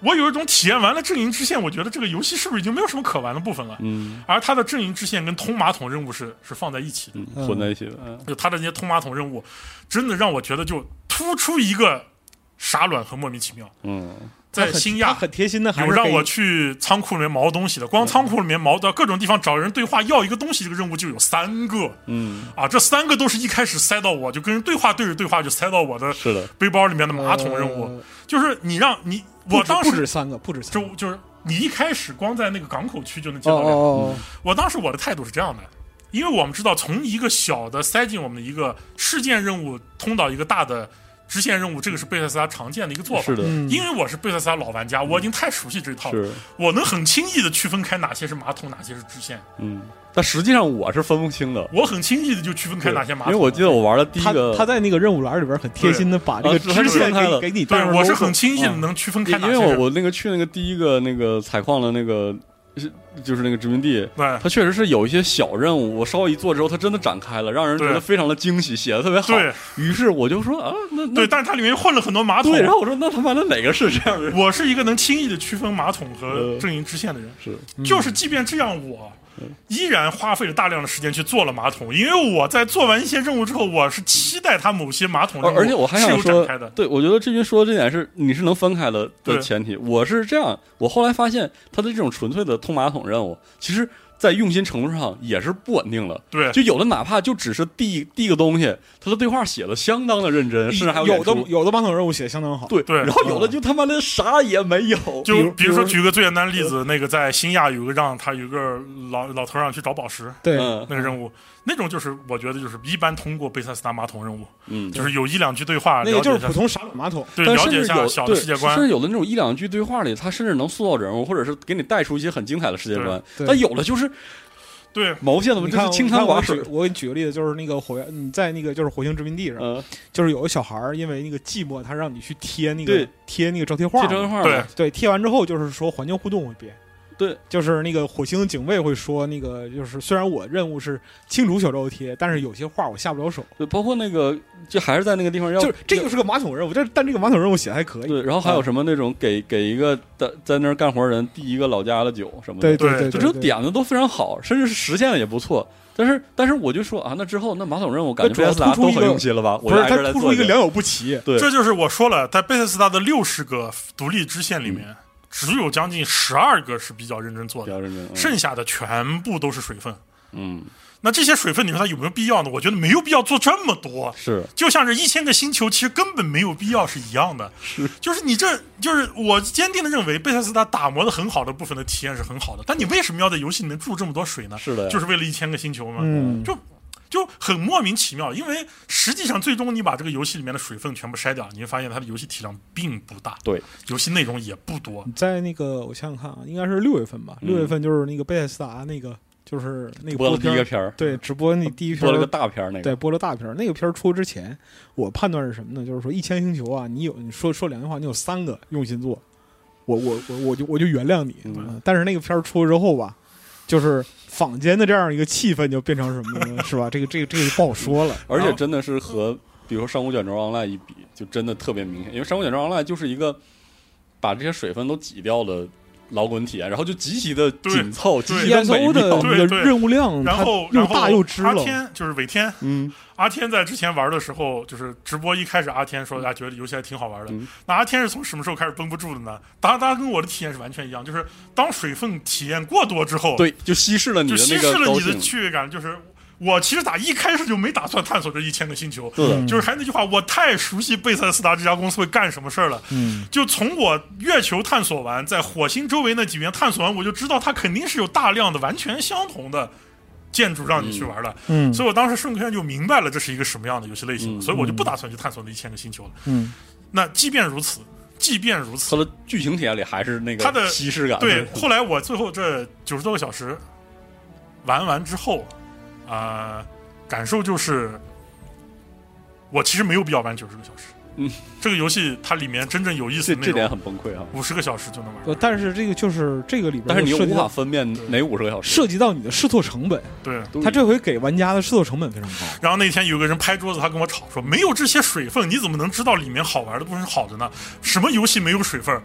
[SPEAKER 2] 我有一种体验完了阵营支线，我觉得这个游戏是不是已经没有什么可玩的部分了？
[SPEAKER 1] 嗯
[SPEAKER 2] 而它的阵营支线跟通马桶任务是是放在一起的，
[SPEAKER 1] 嗯，混在一起的，嗯
[SPEAKER 2] 就它的那些通马桶任务，真的让我觉得就突出一个傻卵和莫名其妙。
[SPEAKER 1] 嗯，
[SPEAKER 2] 在
[SPEAKER 3] 他很
[SPEAKER 2] 新
[SPEAKER 3] 他
[SPEAKER 2] 亚
[SPEAKER 3] 很贴心的，还
[SPEAKER 2] 有
[SPEAKER 3] 是
[SPEAKER 2] 让
[SPEAKER 3] 给
[SPEAKER 2] 我去仓库里面毛东西的，光仓库里面毛到各种地方找人对话要一个东西，这个任务就有三个。
[SPEAKER 1] 嗯，
[SPEAKER 2] 啊，这三个都是一开始塞到我就跟人对话对着对话就塞到我的
[SPEAKER 1] 是的，
[SPEAKER 2] 背包里面的马桶任务，
[SPEAKER 3] 呃
[SPEAKER 2] 就是你让你
[SPEAKER 3] 不
[SPEAKER 2] 我
[SPEAKER 3] 止
[SPEAKER 2] 当
[SPEAKER 3] 不止
[SPEAKER 2] 时
[SPEAKER 3] 三个，不止三
[SPEAKER 2] 就
[SPEAKER 3] 个。
[SPEAKER 2] 就是你一开始光在那个嗯港口区就能接
[SPEAKER 3] 哦
[SPEAKER 2] 到人，
[SPEAKER 3] 哦
[SPEAKER 2] 我当时我的态度是这样的。因为我们知道，从一个小的塞进我们的一个事件任务，通到一个大的支线任务，这个是贝塞斯达常见的一个做法。
[SPEAKER 1] 是的嗯
[SPEAKER 3] 哦，，嗯
[SPEAKER 2] 因为我是贝塞斯达老玩家，我已经太熟悉这一套了，
[SPEAKER 1] 是，
[SPEAKER 2] 我能很轻易的区分开哪些是马桶，哪些是支线，
[SPEAKER 1] 嗯，但实际上我是分不清的，
[SPEAKER 2] 我很轻易的就区分开哪些
[SPEAKER 1] 对
[SPEAKER 2] 马
[SPEAKER 1] 因为
[SPEAKER 2] 桶了。
[SPEAKER 1] 我记得我玩的第一
[SPEAKER 3] 他
[SPEAKER 1] 个，
[SPEAKER 3] 他在那个任务栏里边很贴心的把这个
[SPEAKER 1] 对啊
[SPEAKER 3] 支线
[SPEAKER 1] 他是分开了
[SPEAKER 3] 给给你
[SPEAKER 2] 对
[SPEAKER 3] 带，上
[SPEAKER 2] 我是
[SPEAKER 3] logo
[SPEAKER 2] 很轻易的
[SPEAKER 3] 嗯
[SPEAKER 2] 能区分
[SPEAKER 1] 因
[SPEAKER 2] 开哪
[SPEAKER 1] 因
[SPEAKER 2] 些
[SPEAKER 1] 为
[SPEAKER 2] 人。
[SPEAKER 1] 我我那个去那个第一个那个采矿的那个，是就是那个殖民地，
[SPEAKER 2] 对
[SPEAKER 1] 它确实是有一些小任务，我稍微一做之后，它真的展开了，让人觉
[SPEAKER 2] 对
[SPEAKER 1] 得非常的惊喜，写的特别好。
[SPEAKER 2] 对
[SPEAKER 1] 于是我就说啊，那那
[SPEAKER 2] 对，但是它里面混了很多马桶
[SPEAKER 1] 对，。然后我说那他妈的哪个是这样的 <laughs> 人？
[SPEAKER 2] 我是一个能轻易的区分马桶和
[SPEAKER 1] 呃
[SPEAKER 2] 阵营支线的人，
[SPEAKER 1] 是
[SPEAKER 2] 就是即便这样，我依然花费了大量的时间去做了马桶，因为我在做完一些任务之后，我是期待它某些马桶
[SPEAKER 1] 哦而而
[SPEAKER 2] 任务
[SPEAKER 1] 且我还
[SPEAKER 2] 哦是
[SPEAKER 1] 想
[SPEAKER 2] 有展
[SPEAKER 1] 说
[SPEAKER 2] 开的，，
[SPEAKER 1] 对，我觉得志军说的这点是你是能分开的
[SPEAKER 2] 对
[SPEAKER 1] 的前提。我是这样，我后来发现他的这种纯粹的通马桶任务，其实在用心程度上也是不稳定的。
[SPEAKER 2] 对
[SPEAKER 1] 就有的哪怕就只是递递个东西，他的对话写的相当的认真，甚至还演
[SPEAKER 3] 有的
[SPEAKER 1] 出
[SPEAKER 3] 有的马桶任务写的相当好，
[SPEAKER 1] 对
[SPEAKER 2] 对
[SPEAKER 1] 然后有的就他妈的啥也没有，
[SPEAKER 3] 比
[SPEAKER 2] 就
[SPEAKER 3] 如
[SPEAKER 2] 比如
[SPEAKER 3] 比如
[SPEAKER 2] 说举个最简单的例子，那个在新亚有个让他有个老老头让去找宝石
[SPEAKER 3] 对
[SPEAKER 1] 嗯
[SPEAKER 2] 那个任务，那种就是我觉得就是一般通过贝塞斯达马桶任务，
[SPEAKER 1] 嗯，
[SPEAKER 2] 就是有一两句对话，
[SPEAKER 3] 那个
[SPEAKER 2] 啊了解
[SPEAKER 3] 就是
[SPEAKER 2] 一下
[SPEAKER 3] 普通傻马桶，
[SPEAKER 2] 对
[SPEAKER 1] 但
[SPEAKER 2] 了
[SPEAKER 1] 甚
[SPEAKER 2] 解一
[SPEAKER 1] 至有
[SPEAKER 2] 下小的世界观
[SPEAKER 1] 甚，至有的那种一两句对话里，他甚至能塑造人物，或者是给你带出一些很精彩的世界观。
[SPEAKER 3] 对对
[SPEAKER 1] 但有的就是
[SPEAKER 2] 对
[SPEAKER 1] 毛线的嘛，
[SPEAKER 3] 你
[SPEAKER 1] 就
[SPEAKER 3] 看
[SPEAKER 1] 是清
[SPEAKER 3] 你
[SPEAKER 1] 汤
[SPEAKER 3] 看我
[SPEAKER 1] 寡
[SPEAKER 3] 举
[SPEAKER 1] 水。
[SPEAKER 3] 我给你举个例子，就是那个火焰，你在那个就是火星殖民地上，
[SPEAKER 1] 嗯，
[SPEAKER 3] 就是有个小孩儿因为那个寂寞，他让你去贴那个
[SPEAKER 1] 对
[SPEAKER 3] 贴那个招贴画
[SPEAKER 1] 这
[SPEAKER 3] 嘛，
[SPEAKER 1] 张画嘛
[SPEAKER 2] 对，
[SPEAKER 3] 对，贴完之后就是说环境互动会变。
[SPEAKER 1] 对，
[SPEAKER 3] 就是那个火星警卫会说，那个就是虽然我任务是清除小招贴，但是有些画我下不了手。
[SPEAKER 1] 对，包括那个，就还是在那个地方要
[SPEAKER 3] 就是这个是个啊马桶任务，但但这个马桶任务写的还可以。
[SPEAKER 1] 对，然后还有什么那种给给一个在在那儿干活的人递一个老家的酒什么的，
[SPEAKER 3] 对
[SPEAKER 2] 对
[SPEAKER 3] 对，
[SPEAKER 1] 就
[SPEAKER 3] 对
[SPEAKER 1] 这
[SPEAKER 3] 对
[SPEAKER 1] 点子都非常好，甚至是实现了也不错。但是但是我就说啊，那之后那马桶任务感觉
[SPEAKER 3] 那主要
[SPEAKER 1] PS 达
[SPEAKER 3] 突出
[SPEAKER 1] 都
[SPEAKER 3] 一个
[SPEAKER 1] 很用心了吧？我
[SPEAKER 3] 不
[SPEAKER 1] 就是挨个
[SPEAKER 3] 他
[SPEAKER 1] 来
[SPEAKER 3] 突
[SPEAKER 1] 做
[SPEAKER 3] 出一个
[SPEAKER 1] 遍
[SPEAKER 3] 良莠不齐。
[SPEAKER 1] 对
[SPEAKER 2] 这就是我说了，在贝塞斯达的六十个独立支线里面，只有将近十二个是比较认真做
[SPEAKER 1] 嗯比
[SPEAKER 2] 的，
[SPEAKER 1] 较认真，嗯
[SPEAKER 2] 剩下的全部都是水分。
[SPEAKER 1] 嗯
[SPEAKER 2] 那这些水分，你说它有没有必要呢？我觉得没有必要做这么多，
[SPEAKER 1] 是
[SPEAKER 2] 就像这一千个星球，其实根本没有必要是一样的。
[SPEAKER 1] 是
[SPEAKER 2] 就是你这就是我坚定的认为，贝塞斯达打磨的很好的部分的体验是很好的，但你为什么要在游戏里面注这么多水呢？
[SPEAKER 1] 是的呀
[SPEAKER 2] 就是为了一千个星球吗？
[SPEAKER 3] 嗯，
[SPEAKER 2] 就就很莫名其妙，因为实际上最终你把这个游戏里面的水分全部筛掉，你会发现它的游戏体量并不大，
[SPEAKER 1] 对，
[SPEAKER 2] 游戏内容也不多。
[SPEAKER 3] 在那个我想想看啊，应该是六月份吧？
[SPEAKER 1] 嗯
[SPEAKER 3] 六月份就是那个贝塞斯达那个就是那个
[SPEAKER 1] 播了第
[SPEAKER 3] 片
[SPEAKER 1] 一个
[SPEAKER 3] 儿，
[SPEAKER 1] 片儿，
[SPEAKER 3] 对，直播那第一
[SPEAKER 1] 播
[SPEAKER 3] 篇
[SPEAKER 1] 了个大片儿那个，
[SPEAKER 3] 对，播了大片儿。那个片儿出之前，我判断是什么呢？就是说一千星球啊，你有你说说两句话，你有三个用心做，我我我我就我就原谅你。
[SPEAKER 1] 嗯
[SPEAKER 3] 呃但是那个片儿出之后吧，就是坊间的这样一个气氛就变成什么呢？是吧？这个这个这个就不好说了。
[SPEAKER 1] 而
[SPEAKER 2] 然
[SPEAKER 1] 且
[SPEAKER 2] 后
[SPEAKER 1] 真的是和比如说《上古卷轴 Online》一比，就真的特别明显，因为《上古卷轴 Online》就是一个把这些水分都挤掉的老滚体验，然后就极其的紧凑，极其
[SPEAKER 3] E
[SPEAKER 1] 的
[SPEAKER 3] S
[SPEAKER 1] 美
[SPEAKER 3] O 的
[SPEAKER 1] 妙。
[SPEAKER 2] 对
[SPEAKER 3] 那个
[SPEAKER 2] 对
[SPEAKER 3] 任务量，
[SPEAKER 2] 然后，
[SPEAKER 3] 它又
[SPEAKER 2] 然后
[SPEAKER 3] 大又支
[SPEAKER 2] 阿
[SPEAKER 3] 了。
[SPEAKER 2] 天就是尾天，
[SPEAKER 1] 嗯，
[SPEAKER 2] 阿天在之前玩的时候，就是直播一开始，阿天说啊，觉得游戏还挺好玩的
[SPEAKER 1] 嗯。
[SPEAKER 2] 那阿天是从什么时候开始绷不住的呢？当当然跟我的体验是完全一样，就是当水分体验过多之后，
[SPEAKER 1] 对，就稀释了你
[SPEAKER 2] 就
[SPEAKER 1] 的
[SPEAKER 2] 稀
[SPEAKER 1] 那
[SPEAKER 2] 释
[SPEAKER 1] 个
[SPEAKER 2] 了
[SPEAKER 1] 高
[SPEAKER 2] 你
[SPEAKER 1] 兴
[SPEAKER 2] 的。趣味感，就是。我其实打一开始就没打算探索这一千个星球，
[SPEAKER 1] 是的
[SPEAKER 3] 嗯
[SPEAKER 2] 就是还是那句话，我太熟悉贝塞斯达这家公司会干什么事儿了。
[SPEAKER 3] 嗯
[SPEAKER 2] 就从我月球探索完，在火星周围那几边探索完，我就知道它肯定是有大量的完全相同的建筑让你去玩的。
[SPEAKER 3] 嗯
[SPEAKER 2] 所以我当时瞬间就明白了这是一个什么样的游戏类型，
[SPEAKER 1] 嗯
[SPEAKER 2] 所以我就不打算去探索那一千个星球了。
[SPEAKER 3] 嗯
[SPEAKER 2] 那即便如此，即便如此
[SPEAKER 1] 它，的剧情体验里还是那个
[SPEAKER 2] 它的
[SPEAKER 1] 稀释感，
[SPEAKER 2] 对，后来我最后这九十多个小时玩完之后，啊、感受就是，我其实没有必要玩九十个小时。
[SPEAKER 1] 嗯，
[SPEAKER 2] 这个游戏它里面真正有意思
[SPEAKER 1] 这
[SPEAKER 2] 的内
[SPEAKER 1] 这点
[SPEAKER 2] 容，
[SPEAKER 1] 很崩溃啊。
[SPEAKER 2] 五十个小时就能玩。
[SPEAKER 3] 呃但是这个就是这个里边，
[SPEAKER 1] 但是你又
[SPEAKER 3] 涉及
[SPEAKER 1] 无法
[SPEAKER 3] 到
[SPEAKER 1] 分辨哪五十个小时，
[SPEAKER 3] 涉及到你的试错成本，
[SPEAKER 2] 对。
[SPEAKER 3] 他这回给玩家的试错成本非常高。
[SPEAKER 2] 然后那天有个人拍桌子，他跟我吵说：“没有这些水分，你怎么能知道里面好玩的部分是好的呢？什么游戏没有水分？”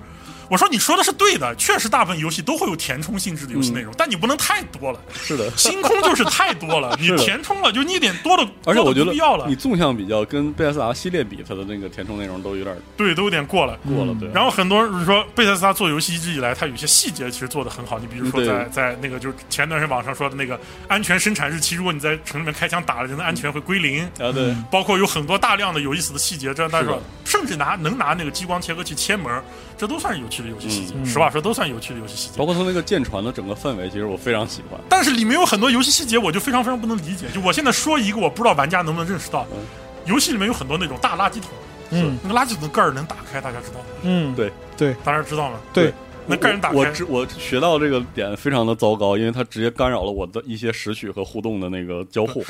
[SPEAKER 2] 我说：“你说的是对的，确实大部分游戏都会有填充性质的游戏内
[SPEAKER 1] 嗯
[SPEAKER 2] 容，但你不能太多了。
[SPEAKER 1] 是的，
[SPEAKER 2] 星空就是太多了，
[SPEAKER 1] <laughs>
[SPEAKER 2] 你
[SPEAKER 1] 是的
[SPEAKER 2] 填充了就你一点多的，
[SPEAKER 1] 而且我觉
[SPEAKER 2] 多的不必要
[SPEAKER 1] 得
[SPEAKER 2] 了
[SPEAKER 1] 你，纵向比较跟贝塞斯达系列比，它的那个填充内容都有点
[SPEAKER 2] 对，都有点过了。
[SPEAKER 1] 过
[SPEAKER 3] 嗯
[SPEAKER 1] 了，对。啊
[SPEAKER 2] 然后很多人说贝塞斯他做游戏一直以来，他有些细节其实做的很好。你比如说
[SPEAKER 1] 嗯对
[SPEAKER 2] 在在那个就是前段时间网上说的那个安全生产日期，如果你在城里面开枪打了人的安全会归零。
[SPEAKER 1] 啊，对，
[SPEAKER 2] 包括有很多大量的有意思的细节，这但是
[SPEAKER 1] 是的
[SPEAKER 2] 甚至拿能拿那个激光切割器切门，这都算是有趣的游戏细节。
[SPEAKER 3] 嗯
[SPEAKER 2] 实话说，都算有趣的游戏细节
[SPEAKER 1] 包。括它那个舰船的整个氛围，其实我非常喜欢。
[SPEAKER 2] 但是里面有很多游戏细节，我就非常非常不能理解。就我现在说一个，我不知道玩家能不能认识到
[SPEAKER 1] 嗯，
[SPEAKER 2] 游戏里面有很多那种大垃圾桶，
[SPEAKER 3] 嗯
[SPEAKER 2] 那个垃圾桶的盖儿能打开，大家知道吗？
[SPEAKER 3] 嗯，
[SPEAKER 1] 对
[SPEAKER 2] 大家知道吗？
[SPEAKER 3] 对，
[SPEAKER 2] 那盖儿能打开，
[SPEAKER 1] 我知我学到这个点非常的糟糕，因为它直接干扰了我的一些拾取和互动的那个交互。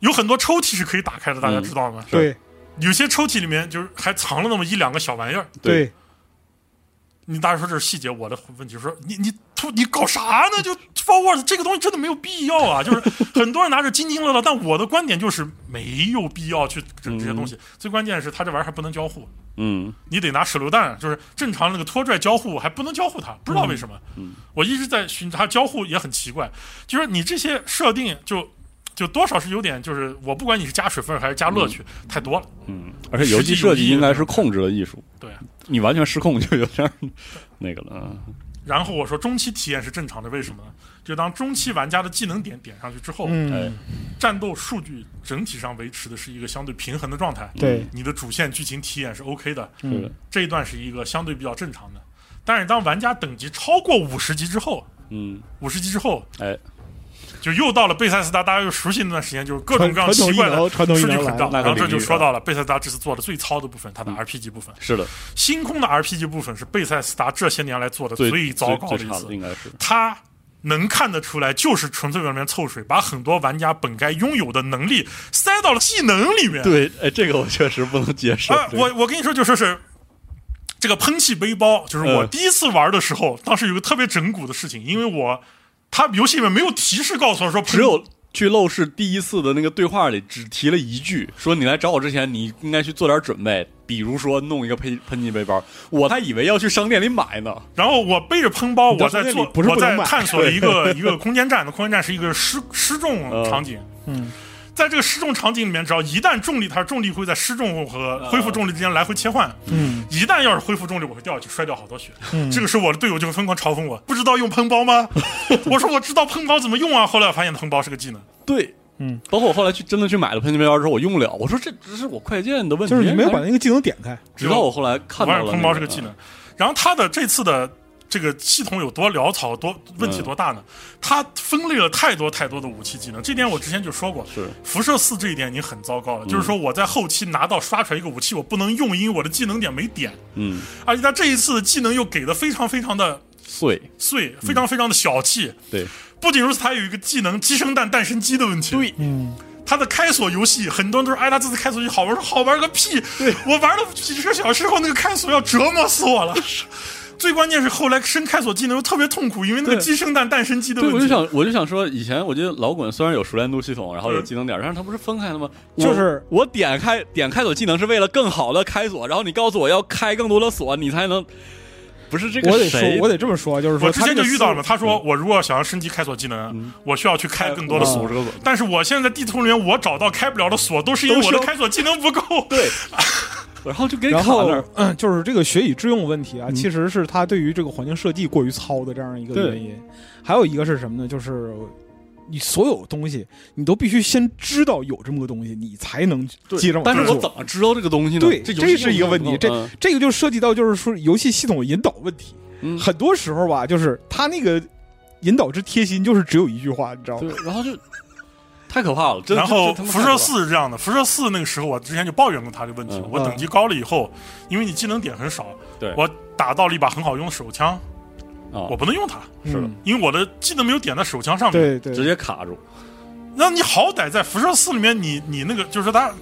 [SPEAKER 2] 有很多抽屉是可以打开的，大家知道
[SPEAKER 1] 嗯
[SPEAKER 2] 吗？
[SPEAKER 3] 对
[SPEAKER 2] 有些抽屉里面就是还藏了那么一两个小玩意儿。
[SPEAKER 1] 对
[SPEAKER 3] 对，
[SPEAKER 2] 你大家说这是细节，我的问题说你你突你搞啥呢？就 forward 这个东西真的没有必要
[SPEAKER 1] <laughs>
[SPEAKER 2] 啊！就是很多人拿着津津乐道，但我的观点就是没有必要去整这些东西。最关键是他这玩意儿还不能交互，
[SPEAKER 1] 嗯，
[SPEAKER 2] 你得拿手榴弹，就是正常那个拖拽交互还不能交互它，不知道为什么。
[SPEAKER 1] 嗯
[SPEAKER 2] 我一直在寻它交互也很奇怪，就是你这些设定就就多少是有点，就是我不管你是加水分还是加乐趣，太多了。
[SPEAKER 1] 嗯，而且游戏设计应该是控制的艺术，
[SPEAKER 2] 对啊
[SPEAKER 1] 你完全失控就有点儿那个了。嗯
[SPEAKER 2] 然后我说中期体验是正常的，为什么呢？就当中期玩家的技能点点上去之后，
[SPEAKER 1] 哎
[SPEAKER 3] 嗯，
[SPEAKER 2] 战斗数据整体上维持的是一个相对平衡的状态，
[SPEAKER 1] 嗯
[SPEAKER 3] 对，
[SPEAKER 2] 你的主线剧情体验是 OK 的，
[SPEAKER 1] 是的，
[SPEAKER 2] 这一段是一个相对比较正常的。但是当玩家等级超过五十级之后，
[SPEAKER 1] 嗯，
[SPEAKER 2] 五十级之后
[SPEAKER 1] 哎，
[SPEAKER 2] 就又到了贝塞斯达大家又熟悉那段时间，就是各种各样
[SPEAKER 3] 传
[SPEAKER 2] 奇
[SPEAKER 3] 统一
[SPEAKER 2] 怪的
[SPEAKER 3] 流，传统一
[SPEAKER 2] 数据
[SPEAKER 3] 流
[SPEAKER 2] 很
[SPEAKER 3] 来
[SPEAKER 2] 高。
[SPEAKER 1] 那
[SPEAKER 2] 然
[SPEAKER 1] 个
[SPEAKER 2] 后这
[SPEAKER 1] 领域
[SPEAKER 2] 就说
[SPEAKER 1] 啊
[SPEAKER 2] 到了贝塞斯达这次做的最糙的部分，它的 RPG 部分，
[SPEAKER 1] 是的，
[SPEAKER 2] 星空的 RPG 部分是贝塞斯达这些年来做的
[SPEAKER 1] 最
[SPEAKER 2] 最糟糕
[SPEAKER 1] 最
[SPEAKER 2] 的
[SPEAKER 1] 最
[SPEAKER 2] 一
[SPEAKER 1] 差
[SPEAKER 2] 次
[SPEAKER 1] 的。应该是，
[SPEAKER 2] 他能看得出来，就是纯粹往里面凑水，把很多玩家本该拥有的能力塞到了技能里面。
[SPEAKER 1] 对，哎，这个我确实不能接受
[SPEAKER 2] 啊，。
[SPEAKER 1] 这个
[SPEAKER 2] 我我跟你说，就说是。这个喷气背包就是我
[SPEAKER 1] 嗯
[SPEAKER 2] 第一次玩的时候，当时有个特别整蛊的事情，因为我它游戏里面没有提示告诉我说喷
[SPEAKER 1] 只有去陋室第一次的那个对话里，只提了一句，说你来找我之前，你应该去做点准备，比如说弄一个喷喷气背包。我还以为要去商店里买呢。
[SPEAKER 2] 然后我背着喷包，
[SPEAKER 3] 你到
[SPEAKER 2] 我在
[SPEAKER 3] 那里
[SPEAKER 2] 做，
[SPEAKER 3] 不是不
[SPEAKER 2] 我在
[SPEAKER 3] 能买
[SPEAKER 2] 探索了一个一个空间站。那空间站是一个失失重
[SPEAKER 1] 嗯
[SPEAKER 2] 场景，
[SPEAKER 3] 嗯，
[SPEAKER 2] 在这个失重场景里面，只要一旦重力，它重力会在失重和恢复重力之间来回切换。
[SPEAKER 3] 嗯
[SPEAKER 2] 一旦要是恢复重力，我会掉下去，摔掉好多血。
[SPEAKER 3] 嗯
[SPEAKER 2] 这个时候，我的队友就会疯狂嘲讽我，不知道用喷包吗？ <laughs> 我说我知道喷包怎么用啊。后来我发现喷包是个技能，
[SPEAKER 1] 对，
[SPEAKER 3] 嗯，
[SPEAKER 1] 包括我后来去真的去买了喷气背包之后，我用不了。我说这只是我快捷的问题，
[SPEAKER 3] 就是你没有把
[SPEAKER 1] 还
[SPEAKER 3] 那个技能点开，
[SPEAKER 1] 直到我后来看
[SPEAKER 2] 我
[SPEAKER 1] 到
[SPEAKER 2] 发现
[SPEAKER 1] 了
[SPEAKER 2] 喷
[SPEAKER 1] 那
[SPEAKER 2] 包是个技能。然后它的这次的这个系统有多潦草，多问
[SPEAKER 1] 嗯
[SPEAKER 2] 题多大呢？它分类了太多太多的武器技能，这点我之前就说过。
[SPEAKER 1] 是嗯
[SPEAKER 2] 辐射四这一点已经很糟糕了，就是说我在后期拿到刷出来一个武器，我不能用，因为我的技能点没点，
[SPEAKER 1] 嗯
[SPEAKER 2] 而且它这一次的技能又给的非常非常的
[SPEAKER 1] 碎，
[SPEAKER 2] 碎，非
[SPEAKER 1] 嗯
[SPEAKER 2] 常非常的小气。
[SPEAKER 1] 对，
[SPEAKER 2] 不仅如此，它有一个技能鸡生蛋，蛋生鸡的问题。对，
[SPEAKER 3] 嗯，
[SPEAKER 2] 它的开锁游戏，很多人都是哎，它这次开锁游戏好玩，好玩个屁！我玩了几十个小时后，那个开锁要折磨死
[SPEAKER 1] <laughs>
[SPEAKER 2] 我了。最关键是后来升开锁技能又特别痛苦，因为那个
[SPEAKER 1] 对
[SPEAKER 2] 鸡生蛋，蛋生鸡的
[SPEAKER 1] 对，
[SPEAKER 2] 问题。
[SPEAKER 1] 我就想我就想说，以前我觉得老滚虽然有熟练度系统，然后有
[SPEAKER 2] 嗯
[SPEAKER 1] 技能点，但是它不是分开的吗？
[SPEAKER 3] 就是
[SPEAKER 1] 我我点开点开锁技能是为了更好的开锁，然后你告诉我要开更多的锁，你才能。不是这个
[SPEAKER 3] 我得
[SPEAKER 1] 谁
[SPEAKER 3] 说，我得这么说，就是说
[SPEAKER 2] 我
[SPEAKER 3] 他
[SPEAKER 2] 之前
[SPEAKER 3] 这
[SPEAKER 2] 就
[SPEAKER 3] 个
[SPEAKER 2] 遇到了，
[SPEAKER 3] 思
[SPEAKER 2] 他说我如果想要升级开锁
[SPEAKER 1] 嗯
[SPEAKER 2] 技能，我需要去
[SPEAKER 1] 哎
[SPEAKER 2] 开更多的
[SPEAKER 3] 嗯
[SPEAKER 2] 锁
[SPEAKER 1] 五。十个锁，
[SPEAKER 2] 但是我现在在地图里面，我找到开不了的锁，都是因为我的
[SPEAKER 1] 都是
[SPEAKER 2] 开锁技能不够。
[SPEAKER 1] 对，然后就给你
[SPEAKER 3] 然
[SPEAKER 1] 卡那
[SPEAKER 3] 后
[SPEAKER 1] 儿，嗯
[SPEAKER 3] 嗯就是这个学以致用问题啊，其实是他对于这个环境设计过于糙的这样一个
[SPEAKER 1] 对
[SPEAKER 3] 原因。还有一个是什么呢？就是你所有东西，你都必须先知道有这么个东西，你才能
[SPEAKER 1] 对
[SPEAKER 3] 接着往
[SPEAKER 1] 但
[SPEAKER 3] 下
[SPEAKER 1] 是
[SPEAKER 3] 做。
[SPEAKER 1] 我怎么知道这个东西呢？
[SPEAKER 3] 对
[SPEAKER 1] 这
[SPEAKER 3] 这是一个问题这
[SPEAKER 1] 这
[SPEAKER 3] 这个就涉及到就是说游戏系统引导问题，
[SPEAKER 1] 嗯，
[SPEAKER 3] 很多时候吧，就是他那个引导之贴心，就是只有一句话，你知道吗？
[SPEAKER 1] 嗯对，然后就太可怕了。真的
[SPEAKER 2] 然后
[SPEAKER 1] 这这他妈
[SPEAKER 2] 辐
[SPEAKER 1] 太可怕
[SPEAKER 2] 射
[SPEAKER 1] 了
[SPEAKER 2] 四是这样的，辐射四那个时候我之前就抱怨过他这个问题，
[SPEAKER 1] 嗯
[SPEAKER 2] 我等级高了以后，因为你技能点很少，
[SPEAKER 1] 对
[SPEAKER 2] 我打到了一把很好用的手枪，
[SPEAKER 1] 啊
[SPEAKER 2] 我，不能用它，
[SPEAKER 1] 是的
[SPEAKER 3] 嗯
[SPEAKER 2] 因为我的技能没有点在手枪上
[SPEAKER 3] 对
[SPEAKER 2] 面。
[SPEAKER 3] 对，
[SPEAKER 1] 直接卡住。
[SPEAKER 2] 那你好歹在辐射四里面你，你那个就是它。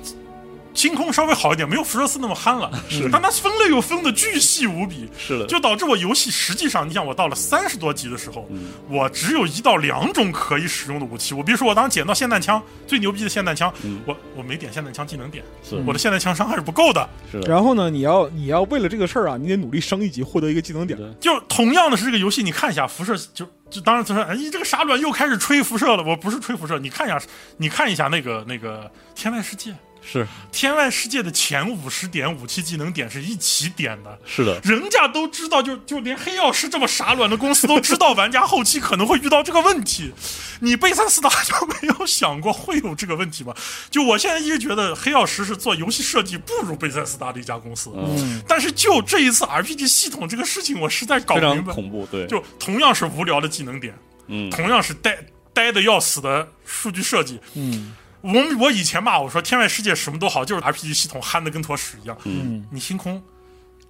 [SPEAKER 2] 星空稍微好一点，没有辐射四那么憨了，
[SPEAKER 3] 是
[SPEAKER 2] 但它分类又分的巨细无比，
[SPEAKER 1] 是的，
[SPEAKER 2] 就导致我游戏实际上，你想我到了三十多级的时候，
[SPEAKER 1] 嗯
[SPEAKER 2] 我只有一到两种可以使用的武器。我比如说，我当时捡到霰弹枪，最牛逼的霰弹枪，
[SPEAKER 1] 嗯
[SPEAKER 2] 我我没点霰弹枪技能点，
[SPEAKER 1] 是
[SPEAKER 2] 我的霰弹枪伤害是不够的。
[SPEAKER 1] 是的，
[SPEAKER 3] 然后呢，你要你要为了这个事儿啊，你得努力升一级，获得一个技能点。
[SPEAKER 1] 对
[SPEAKER 2] 就同样的是这个游戏，你看一下辐射，就就当然他说，哎，你这个傻卵又开始吹辐射了。我不是吹辐射，你看一下，你看一下那个那个天外世界，
[SPEAKER 1] 是
[SPEAKER 2] 天外世界的前五十点武器技能点是一起点的。
[SPEAKER 1] 是的，
[SPEAKER 2] 人家都知道，就就连黑曜石这么傻卵的公司都知道玩家后期可能会遇到这个问题， <laughs> 你贝塞斯达就没有想过会有这个问题吗？就我现在一直觉得黑曜石是做游戏设计不如贝塞斯达的一家公司，
[SPEAKER 1] 嗯，
[SPEAKER 2] 但是就这一次 RPG 系统这个事情，我实在搞
[SPEAKER 1] 非
[SPEAKER 2] 不
[SPEAKER 1] 常
[SPEAKER 2] 明白。
[SPEAKER 1] 恐怖。对，
[SPEAKER 2] 就同样是无聊的技能点，
[SPEAKER 1] 嗯
[SPEAKER 2] 同样是呆呆的要死的数据设计，
[SPEAKER 3] 嗯
[SPEAKER 2] 我我以前骂我说天外世界什么都好，就是 RPG 系统憨的跟坨屎一样。
[SPEAKER 3] 嗯，
[SPEAKER 2] 你星空，